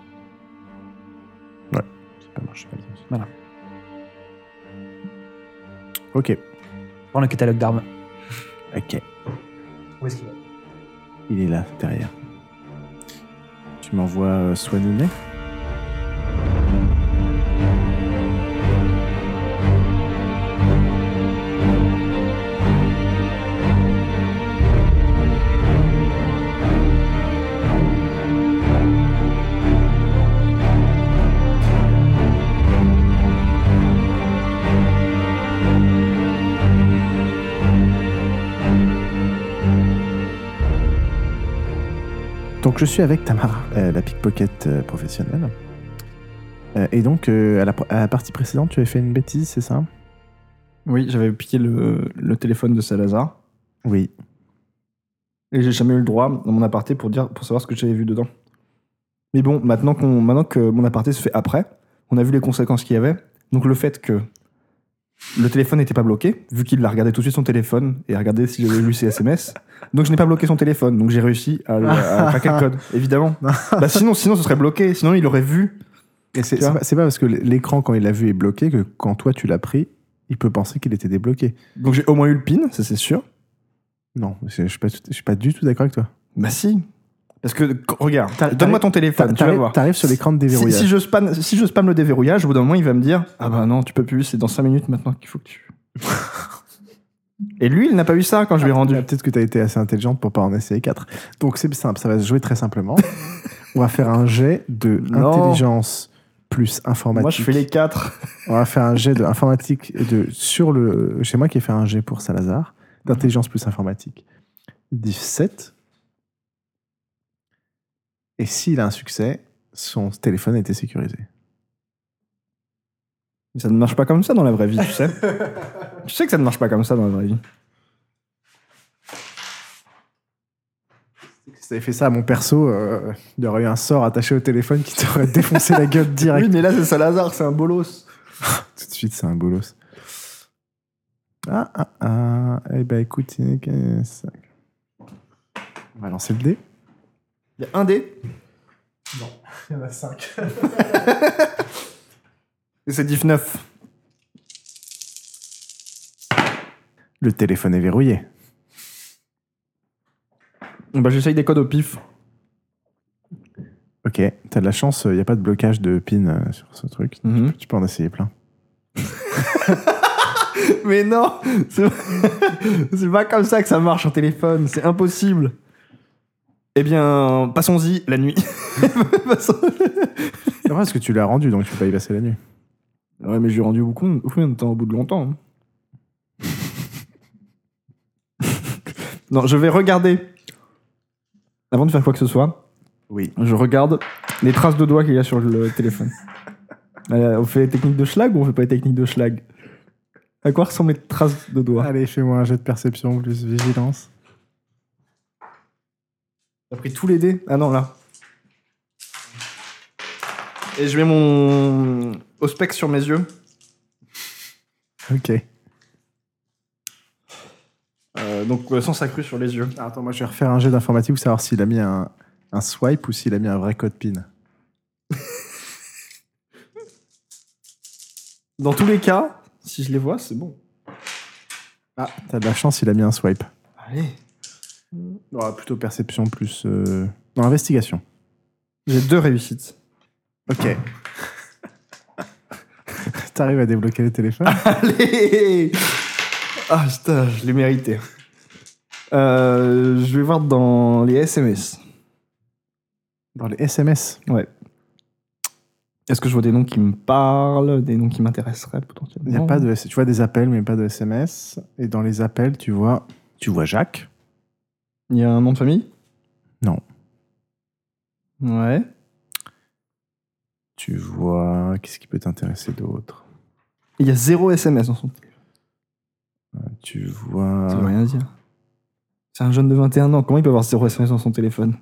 Speaker 1: Ça peut marcher comme ça.
Speaker 4: Voilà.
Speaker 1: Ok.
Speaker 4: Prends le catalogue d'armes.
Speaker 1: Ok.
Speaker 4: Où est-ce qu'il est
Speaker 1: Il est là, derrière. Tu m'envoies euh, Swanone Donc je suis avec Tamara, euh, la pickpocket euh, professionnelle. Euh, et donc euh, à, la, à la partie précédente, tu avais fait une bêtise, c'est ça
Speaker 5: Oui, j'avais piqué le, le téléphone de Salazar.
Speaker 1: Oui.
Speaker 5: Et j'ai jamais eu le droit dans mon aparté pour, dire, pour savoir ce que j'avais vu dedans. Mais bon, maintenant, qu'on, maintenant que mon aparté se fait après, on a vu les conséquences qu'il y avait. Donc le fait que le téléphone n'était pas bloqué, vu qu'il a regardé tout de suite son téléphone et a regardé si j'avais lu ses SMS. Donc je n'ai pas bloqué son téléphone, donc j'ai réussi à, le- à craquer le code, évidemment. bah sinon, sinon, ce serait bloqué, sinon il aurait vu.
Speaker 1: Et c'est
Speaker 5: Tu vois
Speaker 1: c'est pas, c'est pas parce que l'écran, quand il l'a vu, est bloqué que quand toi tu l'as pris, il peut penser qu'il était débloqué.
Speaker 5: Donc j'ai au moins eu le pin, ça c'est sûr.
Speaker 1: Non, je suis pas, tout- je suis pas du tout d'accord avec toi.
Speaker 5: Bah si. Parce que, qu- regarde,
Speaker 1: T'as-
Speaker 5: donne-moi ton
Speaker 1: T'a-
Speaker 5: téléphone, tu vas
Speaker 1: T'arrives
Speaker 5: voir.
Speaker 1: t'arrives sur l'écran de
Speaker 5: Si,
Speaker 1: déverrouillage.
Speaker 5: si je spam, si je spam le déverrouillage, au bout d'un moment, il va me dire Ah bah non, tu peux plus, c'est dans 5 minutes maintenant qu'il faut que tu. Et lui, il n'a pas eu ça quand je lui ai rendu.
Speaker 1: Ah, Peut-être que tu as été assez intelligente pour pas en essayer 4. Donc c'est simple, ça va se jouer très simplement. On va faire un jet de
Speaker 5: Non.
Speaker 1: intelligence plus informatique.
Speaker 5: Moi, je fais les 4.
Speaker 1: On va faire un jet de informatique et de sur le chez moi qui ai fait un jet pour Salazar d'intelligence plus informatique. 17. Et s'il a un succès, son téléphone a été sécurisé.
Speaker 5: Ça ne marche pas comme ça dans la vraie vie, tu sais. tu sais que ça ne marche pas comme ça dans la vraie vie.
Speaker 1: Si t'avais fait ça à mon perso, euh, il y aurait eu un sort attaché au téléphone qui t'aurait défoncé la gueule direct.
Speaker 5: mais là, c'est Salazar, c'est un bolos.
Speaker 1: Tout de suite, c'est un bolos. Ah, ah, ah. Eh ben, écoute, il y en a qu'un, cinq. on va lancer le dé.
Speaker 5: Il y a un dé,
Speaker 1: Il y en a 5.
Speaker 5: et c'est 19.
Speaker 1: Le téléphone est verrouillé.
Speaker 5: Bah, j'essaye des codes au pif.
Speaker 1: Ok, t'as de la chance, il n'y a pas de blocage de pin euh, sur ce truc.
Speaker 5: Mhm.
Speaker 1: Tu peux en essayer plein.
Speaker 5: Mais non C'est c'est pas comme ça que ça marche en téléphone, c'est impossible. Eh bien, passons-y la nuit. Passons-
Speaker 1: C'est vrai, parce que tu l'as rendu, donc tu peux pas y passer la nuit.
Speaker 5: ouais, mais j'ai rendu beaucoup, beaucoup de temps au bout de longtemps. hein. non, je vais regarder. Avant de faire quoi que ce soit,
Speaker 1: Oui.
Speaker 5: je regarde les traces de doigts qu'il y a sur le téléphone. Euh, on fait les techniques de schlag ou on fait pas les techniques de schlag À quoi ressemblent les traces de doigts
Speaker 1: Allez, fais-moi un jet de perception plus vigilance.
Speaker 5: T'as pris tous les dés Ah non, là. Et je mets mon ospec sur mes yeux.
Speaker 1: Ok.
Speaker 5: Euh, donc le sens accru sur les yeux.
Speaker 1: Ah, attends, moi je vais refaire un jet d'informatique pour savoir s'il a mis un, un swipe ou s'il a mis un vrai code PIN.
Speaker 5: Dans tous les cas, si je les vois, c'est bon.
Speaker 1: Ah, t'as de la chance, il a mis un swipe.
Speaker 5: Allez.
Speaker 1: Ouais, plutôt perception plus. euh, Non, investigation.
Speaker 5: J'ai deux réussites.
Speaker 1: Ok. T'arrives à débloquer les téléphones
Speaker 5: Allez Ah putain, je l'ai mérité. Euh, je vais voir dans les SMS.
Speaker 1: dans les SMS.
Speaker 5: Est-ce que je vois des noms qui me parlent, des noms qui m'intéresseraient
Speaker 1: Il y a
Speaker 5: potentiellement
Speaker 1: pas de, tu vois des appels, mais pas de SMS. Et dans les appels, tu vois, tu vois Jacques.
Speaker 5: Il y a un nom de famille
Speaker 1: Non.
Speaker 5: Ouais.
Speaker 1: Tu vois, qu'est-ce qui peut t'intéresser d'autre
Speaker 5: Il y a zéro SMS dans son téléphone.
Speaker 1: Tu vois.
Speaker 5: Ça veut rien dire. C'est un jeune de 21 ans. Comment il peut avoir 0 SMS dans son téléphone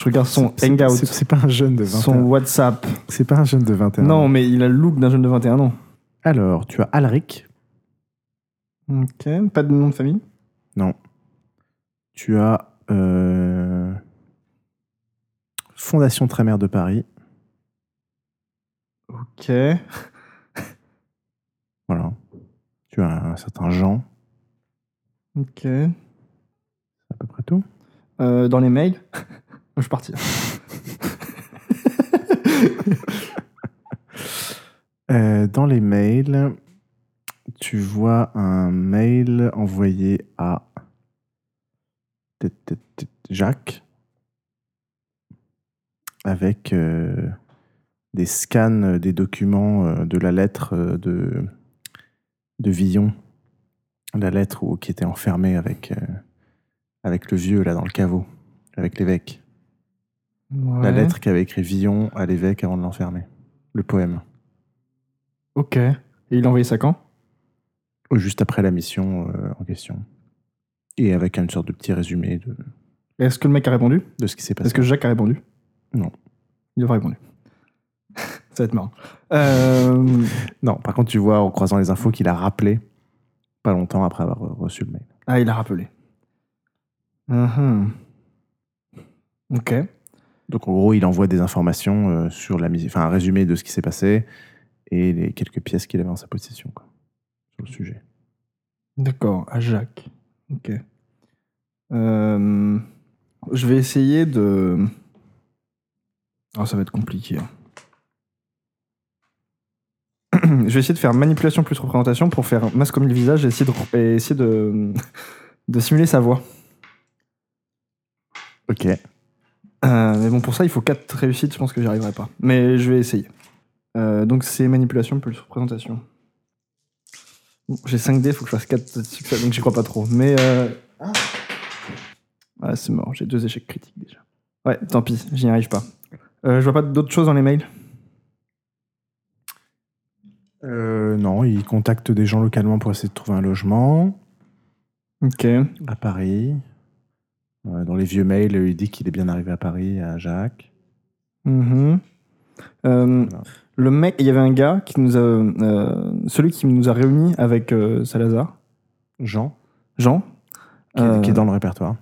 Speaker 5: Je regarde son
Speaker 1: C'est- c'est-
Speaker 5: Hangout,
Speaker 1: C'est c'est pas un jeune de 21.
Speaker 5: son WhatsApp.
Speaker 1: C'est pas un jeune de 21.
Speaker 5: Non, mais il a le look d'un jeune de 21 ans.
Speaker 1: Alors, tu as Alric.
Speaker 5: Ok, pas de nom de famille
Speaker 1: Tu as euh, Fondation Trémère de Paris.
Speaker 5: Ok.
Speaker 1: Voilà. Tu as un certain Jean.
Speaker 5: Ok.
Speaker 1: C'est à peu près tout.
Speaker 5: Euh, dans les mails Moi, Je suis parti.
Speaker 1: Euh, dans les mails, tu vois un mail envoyé à tut, tut, tut, Jacques avec euh, des scans des documents euh, de la lettre euh, de, de Villon, la lettre où, qui était enfermée avec, euh, avec le vieux là dans le caveau, avec l'évêque. La lettre qu'avait écrit Villon à l'évêque avant de l'enfermer, le poème.
Speaker 3: Ok. Et
Speaker 5: Et il a envoyé ça quand
Speaker 1: juste après la mission euh, en question. Et avec une sorte de petit résumé de,
Speaker 5: Est-ce que le mec a répondu
Speaker 1: de ce qui s'est passé.
Speaker 5: Est-ce que Jacques a répondu
Speaker 1: Non.
Speaker 5: Il a pas répondu. ça va être marrant. Euh,
Speaker 1: Non, par contre, tu vois en croisant les infos qu'il a rappelé pas longtemps après avoir re- reçu le mail.
Speaker 5: Ah, il a rappelé. Mhm. Ok.
Speaker 1: Donc en gros, il envoie des informations euh, sur la mise, enfin un résumé de ce qui s'est passé et les quelques pièces qu'il avait en sa possession quoi, sur le sujet.
Speaker 5: D'accord, à Jacques. Ok. Euh, je vais essayer de. Ah, ça va être compliqué. hein. je vais essayer de faire manipulation plus représentation pour faire masque comme le visage et essayer de, et essayer de, de simuler sa voix.
Speaker 1: Ok.
Speaker 5: Euh, mais bon, pour ça, il faut 4 réussites, je pense que j'y arriverai pas. Mais je vais essayer. Euh, donc, c'est manipulation plus représentation. Bon, J'ai 5 dés, faut que je fasse 4 succès, donc j'y crois pas trop. Mais. Euh... Ah, c'est mort, j'ai deux échecs critiques déjà. Ouais, tant pis, j'y arrive pas. Euh, je vois pas d'autres choses dans les mails.
Speaker 1: Euh, non, il contacte des gens localement pour essayer de trouver un logement
Speaker 5: Ok.
Speaker 1: à Paris. Euh, Dans les vieux mails, il dit qu'il est bien arrivé à Paris, à Jacques.
Speaker 5: Mhm. Euh,
Speaker 1: Voilà.
Speaker 5: Le mec, il y avait un gars qui nous a. euh, celui qui nous a réunis avec euh, Salazar,
Speaker 1: Jean,
Speaker 5: Jean.
Speaker 1: qui, est-
Speaker 5: Euh,
Speaker 1: qui est dans le répertoire.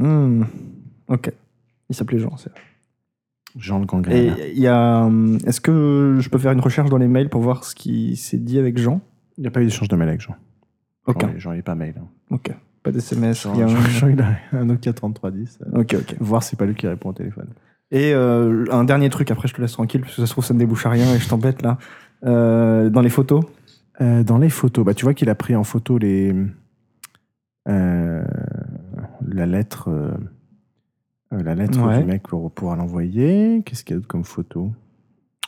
Speaker 5: Hmm. Ok. Il s'appelait Jean, c'est
Speaker 1: Jean le gangrène.
Speaker 5: Et il y a. euh, Est-ce que je peux faire une recherche dans les mails pour voir ce qui s'est dit avec Jean
Speaker 1: Il n'y a pas eu d'échange de mail avec Jean.
Speaker 5: Aucun.
Speaker 1: Jean, il n'est pas mail. hein.
Speaker 5: Ok. Pas de SMS.
Speaker 1: Jean,
Speaker 5: rien.
Speaker 1: Jean, il a un Nokia 3310. euh,
Speaker 5: Ok, ok.
Speaker 1: Voir si c'est pas lui qui répond au téléphone.
Speaker 5: Et euh, un dernier truc, après je te laisse tranquille, parce que ça se trouve ça ne débouche à rien et je t'embête là. Euh, dans les photos
Speaker 1: Euh, dans les photos, bah, tu vois qu'il a pris en photo les, euh, la lettre, euh, euh, la lettre
Speaker 5: Ouais.
Speaker 1: du mec pour pouvoir l'envoyer. Qu'est-ce qu'il y a d'autre comme photo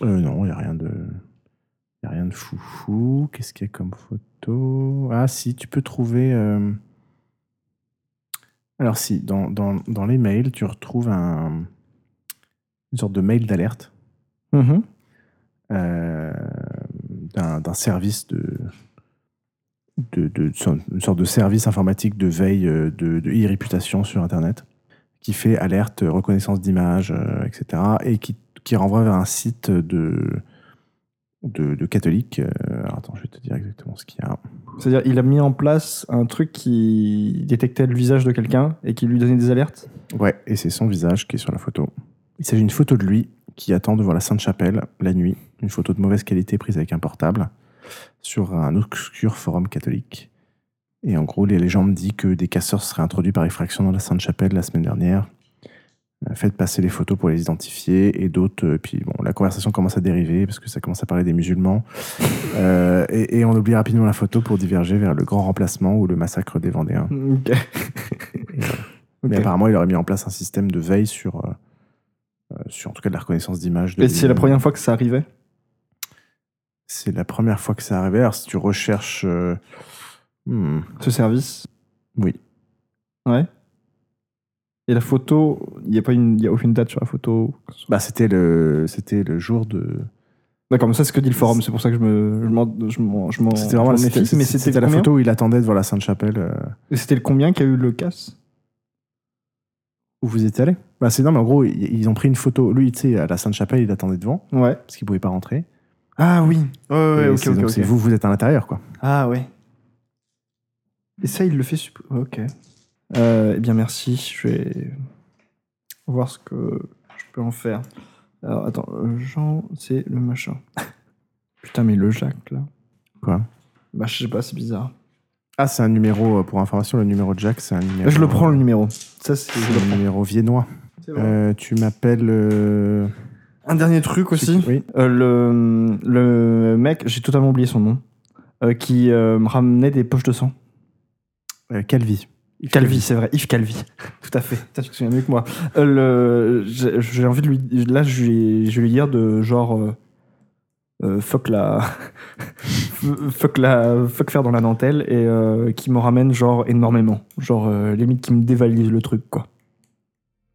Speaker 1: Euh, Non, il n'y a rien de. Il y a rien de foufou. Qu'est-ce qu'il y a comme photo Ah, si, tu peux trouver. euh, Alors, si, dans, dans, dans les mails, tu retrouves un, une sorte de mail d'alerte
Speaker 5: Mhm.
Speaker 1: euh, d'un d'un service de, de, de- de- une sorte de service informatique de veille euh, de, de e-réputation sur Internet qui fait alerte, euh, reconnaissance d'image, euh, etc. et qui, qui renvoie vers un site de, de, de catholiques. Euh, alors attends, je vais te dire exactement ce qu'il y a.
Speaker 5: C'est-à-dire, il a mis en place un truc qui détectait le visage de quelqu'un et qui lui donnait des alertes
Speaker 1: Ouais, et c'est son visage qui est sur la photo. Il s'agit d'une photo de lui qui attend devant la Sainte-Chapelle la nuit, une photo de mauvaise qualité prise avec un portable sur un obscur forum catholique. Et en gros, les légendes disent que des casseurs seraient introduits par effraction dans la Sainte-Chapelle la semaine dernière. Euh, Faites passer les photos pour les identifier et d'autres. euh, Puis bon, la conversation commence à dériver parce que ça commence à parler des musulmans. Euh, et, et on oublie rapidement la photo pour diverger vers le grand remplacement ou le massacre des Vendéens.
Speaker 5: Ok.
Speaker 1: Mais
Speaker 5: Ok.
Speaker 1: apparemment, il aurait mis en place un système de veille sur, euh, euh, sur en tout cas, de la reconnaissance d'image. de
Speaker 5: Et c'est
Speaker 1: lui-même.
Speaker 5: la première fois que ça arrivait
Speaker 1: C'est la première fois que ça arrivait. Alors, si tu recherches. euh, hmm,
Speaker 5: ce service
Speaker 1: Oui.
Speaker 5: Ouais. Et la photo, il n'y a, pas une- il y a aucune date sur la photo
Speaker 1: Bah, c'était le, c'était le jour de.
Speaker 5: D'accord, mais ça, c'est ce que dit le forum, c'est pour ça que je me. Je m'en- je m'en- je m'en-
Speaker 1: C'était vraiment
Speaker 5: je
Speaker 1: la,
Speaker 5: m'en méfie,
Speaker 1: c'était-
Speaker 5: mais
Speaker 1: c'était
Speaker 5: c'était
Speaker 1: la
Speaker 5: combien
Speaker 1: photo où il attendait devant la Sainte-Chapelle. euh,
Speaker 5: Et C'était le combien qui a eu le casse
Speaker 1: où vous étiez allé bah, c'est, Non, mais en gros, ils, ils ont pris une photo. Lui, tu sais, à la Sainte-Chapelle, il attendait devant
Speaker 5: Ouais.
Speaker 1: parce qu'il pouvait pas rentrer.
Speaker 5: Ah oui Ouais, ouais,
Speaker 1: Et
Speaker 5: ok,
Speaker 1: c'est-
Speaker 5: ok,
Speaker 1: donc,
Speaker 5: ok.
Speaker 1: c'est vous, vous êtes à l'intérieur, quoi.
Speaker 5: Ah ouais. Et ça, il le fait. supp- Ok. Euh, eh bien, merci. Je vais voir ce que je peux en faire. Alors, attends, euh, Jean, c'est le machin. Putain, mais le Jacques, là.
Speaker 1: Quoi
Speaker 5: Bah, je sais pas, c'est bizarre.
Speaker 1: Ah, c'est un numéro, euh, pour information, le numéro de Jack, c'est un numéro.
Speaker 5: Euh, je le prends, le numéro. Ça, c'est.
Speaker 1: C'est un numéro viennois.
Speaker 5: C'est
Speaker 1: Euh, tu m'appelles. euh,
Speaker 5: Un dernier truc aussi.
Speaker 1: Oui.
Speaker 5: Euh, le, le mec, j'ai totalement oublié son nom, euh, qui euh, me ramenait des poches de sang.
Speaker 1: Euh, Calvi.
Speaker 5: Calvi, c'est vrai, Yves Calvi. Tout à fait. Putain, Tu te souviens mieux que moi. Euh, le- J'ai j'ai envie de lui. Là, je vais, je vais lui dire de genre. euh, euh, fuck la. fuck la. Fuck faire dans la dentelle et euh, qui me ramène genre énormément. Genre euh, limite qui me dévalise le truc quoi.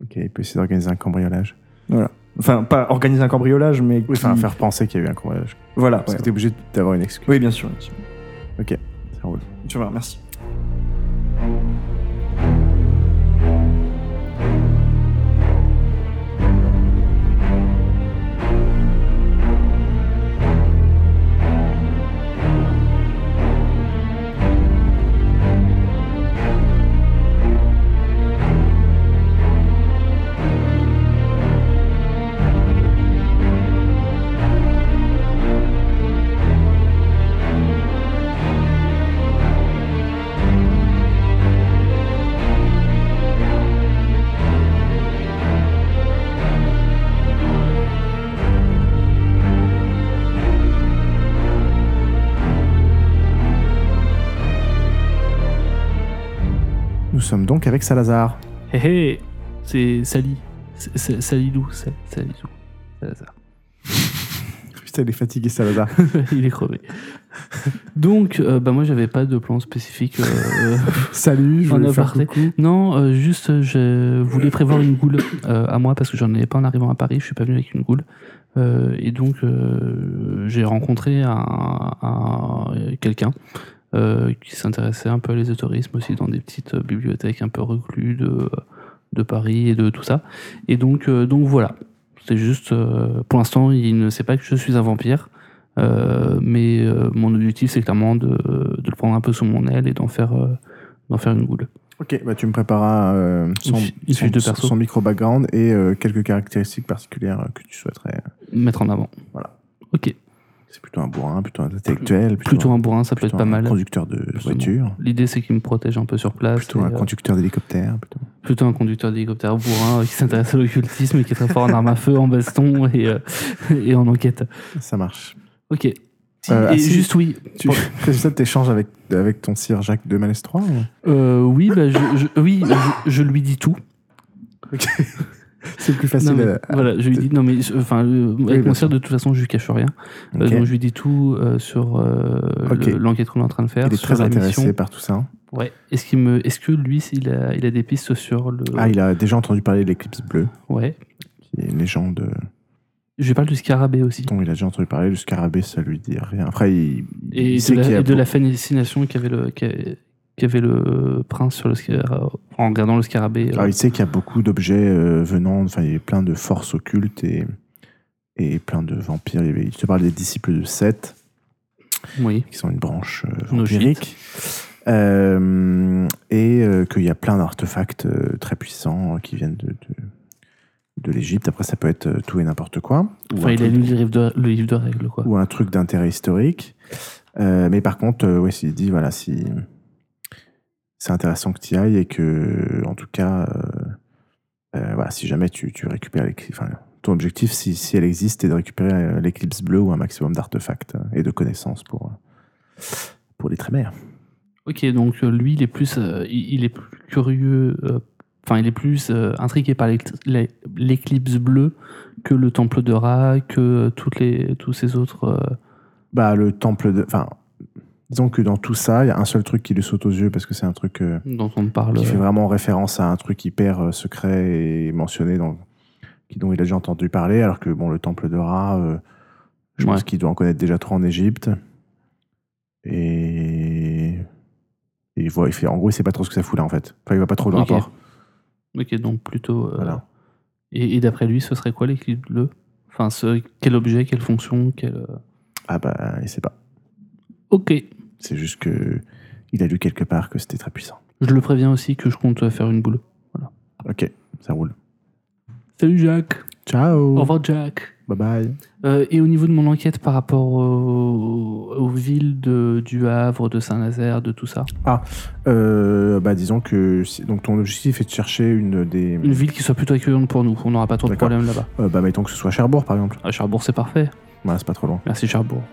Speaker 1: Ok, il peut essayer d'organiser un cambriolage.
Speaker 5: Enfin, pas organiser un cambriolage, mais.
Speaker 1: Oui,
Speaker 5: qui-
Speaker 1: enfin, faire penser qu'il y a eu un cambriolage.
Speaker 5: Voilà.
Speaker 1: Parce
Speaker 5: ouais.
Speaker 1: que t'es obligé d'avoir une excuse.
Speaker 5: Oui, bien sûr. bien sûr.
Speaker 1: Ça roule.
Speaker 5: Tu vois, merci.
Speaker 1: Nous sommes donc avec Salazar.
Speaker 2: Hé hé, c'est Sally. C'est- c'est Salilou, c'est Salilou. Salazar.
Speaker 1: Putain, il est fatigué, Salazar.
Speaker 2: Il est crevé. Donc, euh, bah moi, j'avais pas de plan spécifique. euh, euh,
Speaker 1: Salut, je
Speaker 2: En
Speaker 1: voulais faire
Speaker 2: aparté.
Speaker 1: coucou.
Speaker 2: Non, euh, juste, euh, je voulais prévoir une goule euh, à moi parce que j'en avais pas en arrivant à Paris. Je suis pas venu avec une goule. Euh, et donc, euh, j'ai rencontré un, un- quelqu'un euh, qui s'intéressait un peu à l'ésotérisme aussi dans des petites euh, bibliothèques un peu reclues de, de Paris et de tout ça. Et donc, euh, donc voilà. C'est juste, euh, pour l'instant, il ne sait pas que je suis un vampire. Euh, mais euh, mon objectif, c'est clairement de, de le prendre un peu sous mon aile et d'en faire, euh, d'en faire une goule.
Speaker 1: Ok, bah tu me préparas euh, son,
Speaker 2: fi- une
Speaker 1: son-
Speaker 2: fiche de
Speaker 1: son-
Speaker 2: perso.
Speaker 1: son micro-background et euh, quelques caractéristiques particulières euh, que tu souhaiterais.
Speaker 2: mettre en avant.
Speaker 1: Voilà.
Speaker 2: Ok.
Speaker 1: C'est plutôt un bourrin, plutôt un intellectuel, plutôt,
Speaker 2: Plutôt un bourrin, ça peut être
Speaker 1: plutôt
Speaker 2: pas
Speaker 1: un
Speaker 2: mal.
Speaker 1: conducteur de voiture,
Speaker 2: L'idée, c'est qu'il me protège un peu sur place.
Speaker 1: plutôt
Speaker 2: et,
Speaker 1: un
Speaker 2: euh,
Speaker 1: conducteur d'hélicoptère. plutôt-
Speaker 2: plutôt un conducteur d'hélicoptère bourrin euh, qui s'intéresse à l'occultisme et qui est très fort en arme à feu, en baston et, euh, et en enquête.
Speaker 1: Ça marche.
Speaker 2: Ok.
Speaker 1: Euh,
Speaker 2: et
Speaker 1: ah, si,
Speaker 2: juste oui.
Speaker 1: Tu fais ça, t'échanges avec, avec ton sire Jacques de Malestroit, hein. ou
Speaker 2: Euh, oui, bah, je, je- oui je, je lui dis tout.
Speaker 1: C'est plus
Speaker 2: Non,
Speaker 1: facile.
Speaker 2: mais,
Speaker 1: à-
Speaker 2: voilà, je lui dis non mais euh, enfin euh,
Speaker 1: euh, Oui,
Speaker 2: avec
Speaker 1: bien
Speaker 2: mon sire de toute façon je lui cache rien. Euh,
Speaker 1: Ok.
Speaker 2: donc je lui dis tout euh, sur euh,
Speaker 1: Ok.
Speaker 2: le- l'enquête qu'on est en train de faire.
Speaker 1: Il est
Speaker 2: sur
Speaker 1: très
Speaker 2: la mission.
Speaker 1: intéressé par tout ça. hein.
Speaker 2: Ouais. Est-ce qu'il me est-ce que lui il a il a des pistes sur le
Speaker 1: Ah, il a déjà entendu parler de l'éclipse bleue,
Speaker 2: ouais.
Speaker 1: qui est une légende euh,
Speaker 2: Je parle du scarabée aussi.
Speaker 1: dont il a déjà entendu parler. Le scarabée, ça lui dit rien. Après, il,
Speaker 2: Et,
Speaker 1: il
Speaker 2: de
Speaker 1: sait
Speaker 2: la,
Speaker 1: qu'il y a
Speaker 2: et de
Speaker 1: beau-
Speaker 2: la fascination qu'avait le, qu'avait, qu'avait le prince sur le scara- en regardant le scarabée. euh,
Speaker 1: Alors, Ah, il sait qu'il y a beaucoup d'objets euh, venant, enfin, il y a plein de forces occultes et, et plein de vampires. Il il te parle des disciples de Seth,
Speaker 2: euh, oui.
Speaker 1: qui sont une branche euh,
Speaker 2: Nos
Speaker 1: vampirique. Euh, et euh, qu'il y a plein d'artefacts euh, très puissants euh, qui viennent de, de, de l'Égypte. Après, ça peut être euh, tout et n'importe quoi. Ou
Speaker 2: Enfin,
Speaker 1: un
Speaker 2: il a
Speaker 1: truc-
Speaker 2: lu le livre de, le livre de règles, quoi.
Speaker 1: ou un truc d'intérêt historique. Euh, mais par contre, euh, ouais, s'il dit, voilà, si c'est intéressant que tu y ailles et que, en tout cas, euh, euh, voilà, si jamais tu, tu récupères l'éclipse, enfin, ton objectif, si, si elle existe, est de récupérer euh, l'éclipse bleue ou un maximum d'artefacts euh, et de connaissances pour, euh, pour les trémères.
Speaker 2: Ok, donc euh, lui, il est plus, euh, il, il est plus curieux. euh, Enfin, il est plus euh, intrigué par l'écl- l'é- l'éclipse bleue que le temple de Ra, que euh, toutes les, tous ces autres. euh,
Speaker 1: Bah, le temple de. Enfin, disons que dans tout ça, il y a un seul truc qui lui saute aux yeux parce que c'est un truc. euh,
Speaker 2: dont on parle.
Speaker 1: qui fait
Speaker 2: euh,
Speaker 1: vraiment référence à un truc hyper euh, secret et mentionné dans, qui- dont il a déjà entendu parler, alors que bon, le temple de Ra, euh, je
Speaker 2: Ouais.
Speaker 1: pense qu'il doit en connaître déjà trop en Égypte. Et, et il voit, il fait, en gros, il sait pas trop ce que ça fout là en fait. Enfin, il voit pas trop le
Speaker 2: Ok.
Speaker 1: rapport.
Speaker 2: Ok, donc plutôt. euh,
Speaker 1: Voilà.
Speaker 2: Et, et d'après lui, ce serait quoi l'éclipse bleue Enfin, ce, quel objet, quelle fonction, quel. euh,
Speaker 1: Ah bah, il sait pas.
Speaker 2: Ok.
Speaker 1: C'est juste que il a lu quelque part que c'était très puissant.
Speaker 2: Je le préviens aussi que je compte euh, faire une boule.
Speaker 1: Ok, ça roule.
Speaker 2: Salut Jacques.
Speaker 1: Ciao.
Speaker 2: Au revoir Jacques.
Speaker 1: Bye bye.
Speaker 2: Euh, et au niveau de mon enquête par rapport au- aux villes de, du Havre, de Saint-Nazaire, de tout ça,
Speaker 1: Euh, bah, disons que c'est- donc ton objectif est de chercher une des.
Speaker 2: une ville qui soit plutôt accueillante pour nous, on n'aura pas trop de
Speaker 1: D'accord.
Speaker 2: problèmes là-bas.
Speaker 1: Euh, bah, mettons que ce soit Cherbourg, par exemple.
Speaker 2: À Cherbourg, c'est parfait.
Speaker 1: Bah, c'est pas trop loin.
Speaker 2: Merci Cherbourg.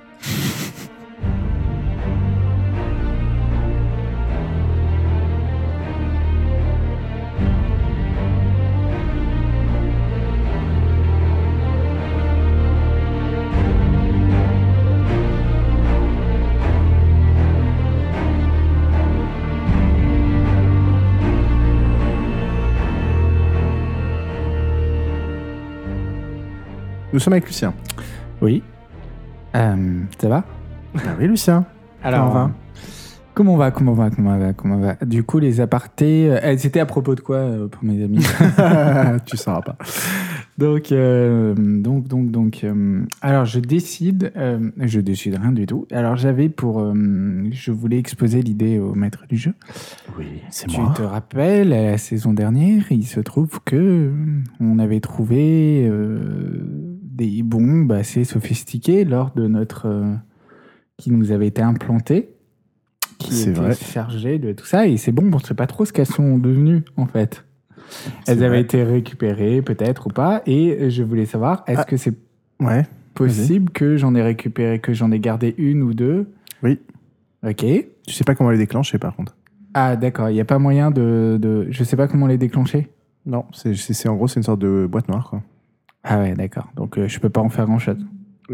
Speaker 1: Nous sommes avec Lucien.
Speaker 3: Oui. Euh, ça va
Speaker 1: Ah oui, Lucien.
Speaker 3: Alors,
Speaker 1: Comment on va
Speaker 3: comment on va Comment on va Comment on va Comment on va Du coup, les apartés, euh, elles étaient à propos de quoi euh, pour mes amis
Speaker 1: tu sauras pas.
Speaker 3: Donc, euh, donc, donc, donc. euh, alors, je décide. euh, je décide rien du tout. Alors, j'avais pour. euh, je voulais exposer l'idée au maître du jeu.
Speaker 1: Oui, c'est
Speaker 3: Tu te rappelles, à la saison dernière, il se trouve que euh, on avait trouvé euh, des bombes assez sophistiquées lors de notre euh, qui nous avait été implantées, qui
Speaker 1: C'est
Speaker 3: étaient
Speaker 1: vrai.
Speaker 3: chargées de tout ça. Et ces bombes, on ne sait pas trop ce qu'elles sont devenues en fait.
Speaker 1: C'est
Speaker 3: Elles
Speaker 1: vrai.
Speaker 3: avaient été récupérées peut-être ou pas. Et je voulais savoir, est-ce
Speaker 1: Ah.
Speaker 3: que c'est
Speaker 1: Ouais.
Speaker 3: possible que j'en ai récupéré, que j'en ai gardé une ou deux
Speaker 1: Oui.
Speaker 3: Ok.
Speaker 1: Tu sais pas comment les déclencher, par contre.
Speaker 3: Ah d'accord, il n'y a pas moyen de, de... Je sais pas comment les déclencher.
Speaker 1: Non, c'est c'est- c'est- en gros, c'est une sorte de boîte noire, quoi.
Speaker 3: Ah ouais, d'accord. Donc euh, je peux pas en faire grand chose.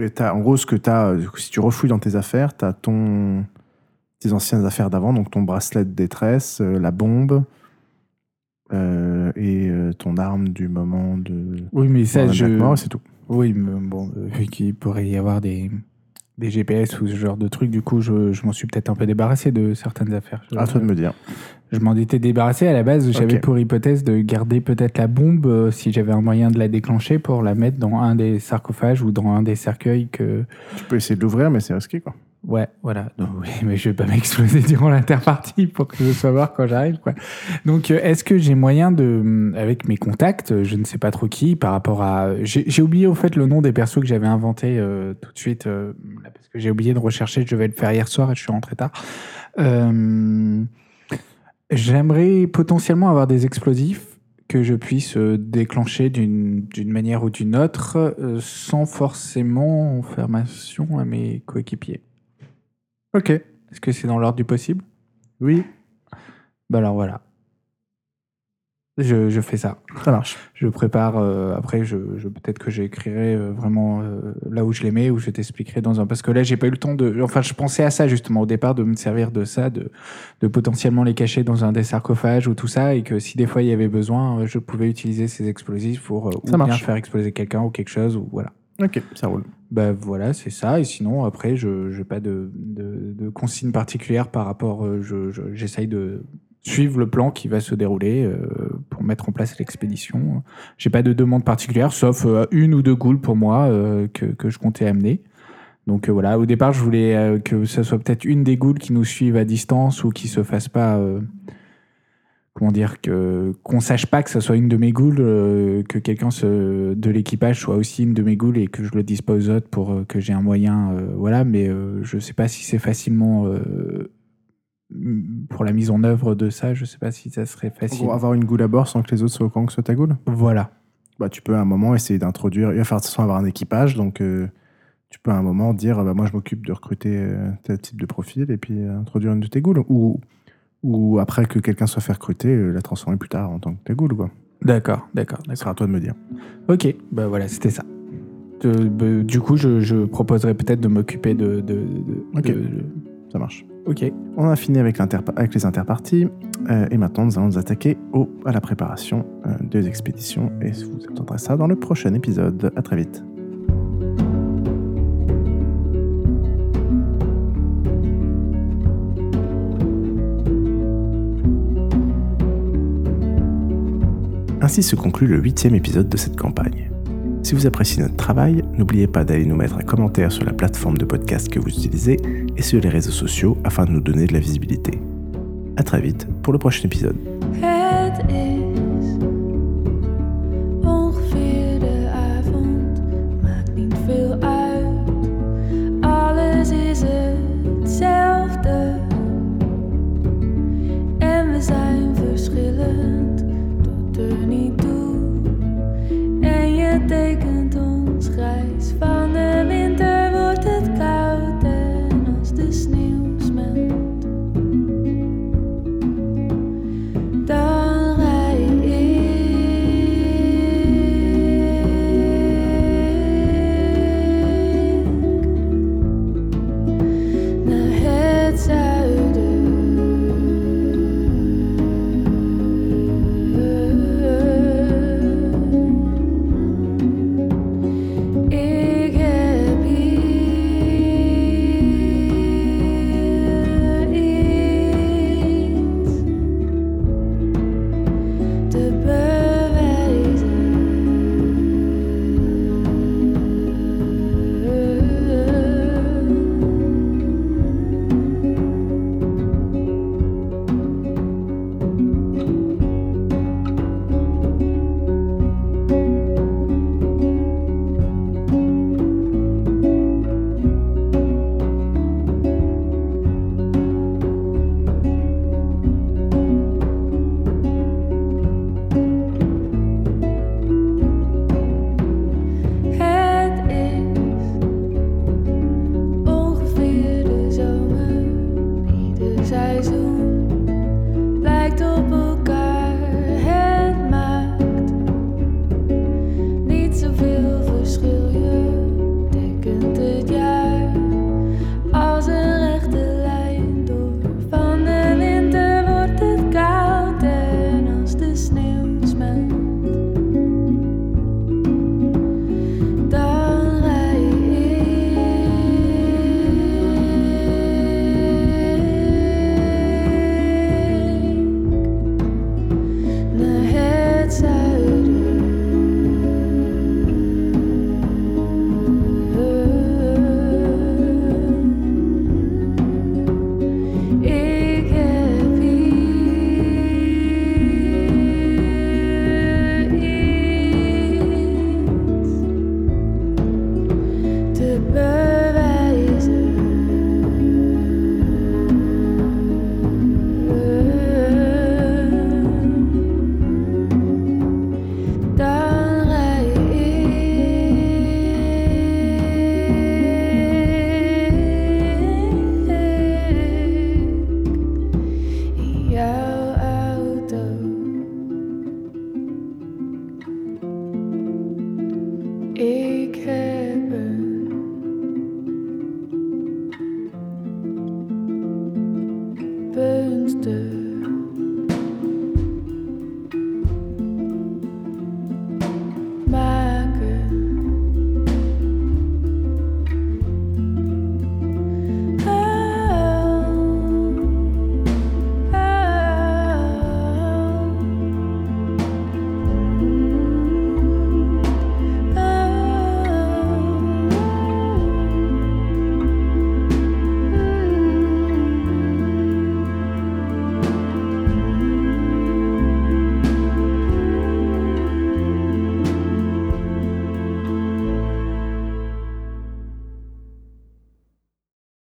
Speaker 1: Et t'as- en gros, ce que t'as, euh, si tu refouilles dans tes affaires, t'as ton, tes anciennes affaires d'avant, donc ton bracelet de détresse, euh, la bombe euh, et euh, ton arme du moment de.
Speaker 3: Oui, mais
Speaker 1: de
Speaker 3: ça,
Speaker 1: la
Speaker 3: je.
Speaker 1: mort, et c'est tout.
Speaker 3: Oui, mais bon, euh, vu qu'il pourrait y avoir des... des GPS ou ce genre de trucs, du coup, je, je m'en suis peut-être un peu débarrassé de certaines affaires. Je,
Speaker 1: À toi de me dire.
Speaker 3: je m'en étais débarrassé à la base. J'avais
Speaker 1: Ok.
Speaker 3: pour hypothèse de garder peut-être la bombe euh, si j'avais un moyen de la déclencher pour la mettre dans un des sarcophages ou dans un des cercueils que.
Speaker 1: Tu peux essayer de l'ouvrir, mais c'est risqué, quoi.
Speaker 3: Ouais, voilà. Donc, oui, mais je vais pas m'exploser durant l'interpartie pour que je sois mort quand j'arrive, quoi. Donc, euh, est-ce que j'ai moyen de, hum, avec mes contacts, euh, je ne sais pas trop qui, par rapport à, j'ai j'ai oublié au fait le nom des persos que j'avais inventé tout de suite, euh, là, parce que j'ai oublié de rechercher. Je vais le faire hier soir et je suis rentré tard. Euh, J'aimerais potentiellement avoir des explosifs que je puisse euh, déclencher d'une d'une manière ou d'une autre, euh, sans forcément faire mention à mes coéquipiers. Ok. Est-ce que c'est dans l'ordre du possible
Speaker 1: Oui,
Speaker 3: Bah alors voilà. Je, je fais ça.
Speaker 1: ça marche.
Speaker 3: Je prépare. euh, après, je, je- peut-être que j'écrirai euh, vraiment euh, là où je les mets, où je t'expliquerai dans un. Parce que là, j'ai pas eu le temps de. Enfin, je pensais à ça justement au départ, de me servir de ça, de, de potentiellement les cacher dans un des sarcophages ou tout ça, et que si des fois il y avait besoin, euh, je pouvais utiliser ces explosifs pour euh, ou
Speaker 1: Ça
Speaker 3: bien
Speaker 1: marche.
Speaker 3: faire exploser quelqu'un ou quelque chose ou voilà.
Speaker 1: Ok, ça roule.
Speaker 3: Bah voilà, c'est ça. Et sinon, après, je n'ai pas de, de, de consigne particulière par rapport. euh, je- je- J'essaye de suivre le plan qui va se dérouler euh, pour mettre en place l'expédition. J'ai pas de demande particulière, sauf euh, une ou deux goules pour moi euh, que, que je comptais amener. Donc euh, voilà, au départ, je voulais euh, que ce soit peut-être une des goules qui nous suive à distance ou qui se fasse pas. euh, Comment dire que qu'on sache pas que ce soit une de mes goules, euh, que quelqu'un se- de l'équipage soit aussi une de mes goules et que je le dispose aux autres pour euh, que j'ai un moyen, euh, voilà. Mais euh, je sais pas si c'est facilement euh, pour la mise en œuvre de ça. Je sais pas si ça serait
Speaker 1: En
Speaker 3: facile.
Speaker 1: gros, avoir une goule à bord sans que les autres soient au courant que ce soit ta goule
Speaker 3: Voilà.
Speaker 1: bah, tu peux à un moment essayer d'introduire. Il va falloir de toute façon avoir un équipage, donc euh, tu peux à un moment dire bah, Moi, je m'occupe de recruter euh, tel type de profil et puis euh, introduire une de tes goules. Ou, ou après que quelqu'un soit fait recruter, euh, la transformer plus tard en tant que ta goule. Quoi.
Speaker 3: D'accord, d'accord,
Speaker 1: Ce
Speaker 3: d'accord.
Speaker 1: sera à toi de me dire.
Speaker 3: Ok, bah voilà, c'était ça. Euh, bah, du coup, je, je proposerais peut-être de m'occuper de, de, de-
Speaker 1: Ok.
Speaker 3: de-
Speaker 1: Ça marche.
Speaker 3: Ok.
Speaker 1: On a fini avec, l'interpa- avec les interparties euh, et maintenant nous allons nous attaquer au, à la préparation euh, des expéditions et vous entendrez ça dans le prochain épisode. À très vite. Ainsi se conclut le huitième épisode de cette campagne. Si vous appréciez notre travail, n'oubliez pas d'aller nous mettre un commentaire sur la plateforme de podcast que vous utilisez et sur les réseaux sociaux afin de nous donner de la visibilité. À très vite pour le prochain épisode.
Speaker 6: Head is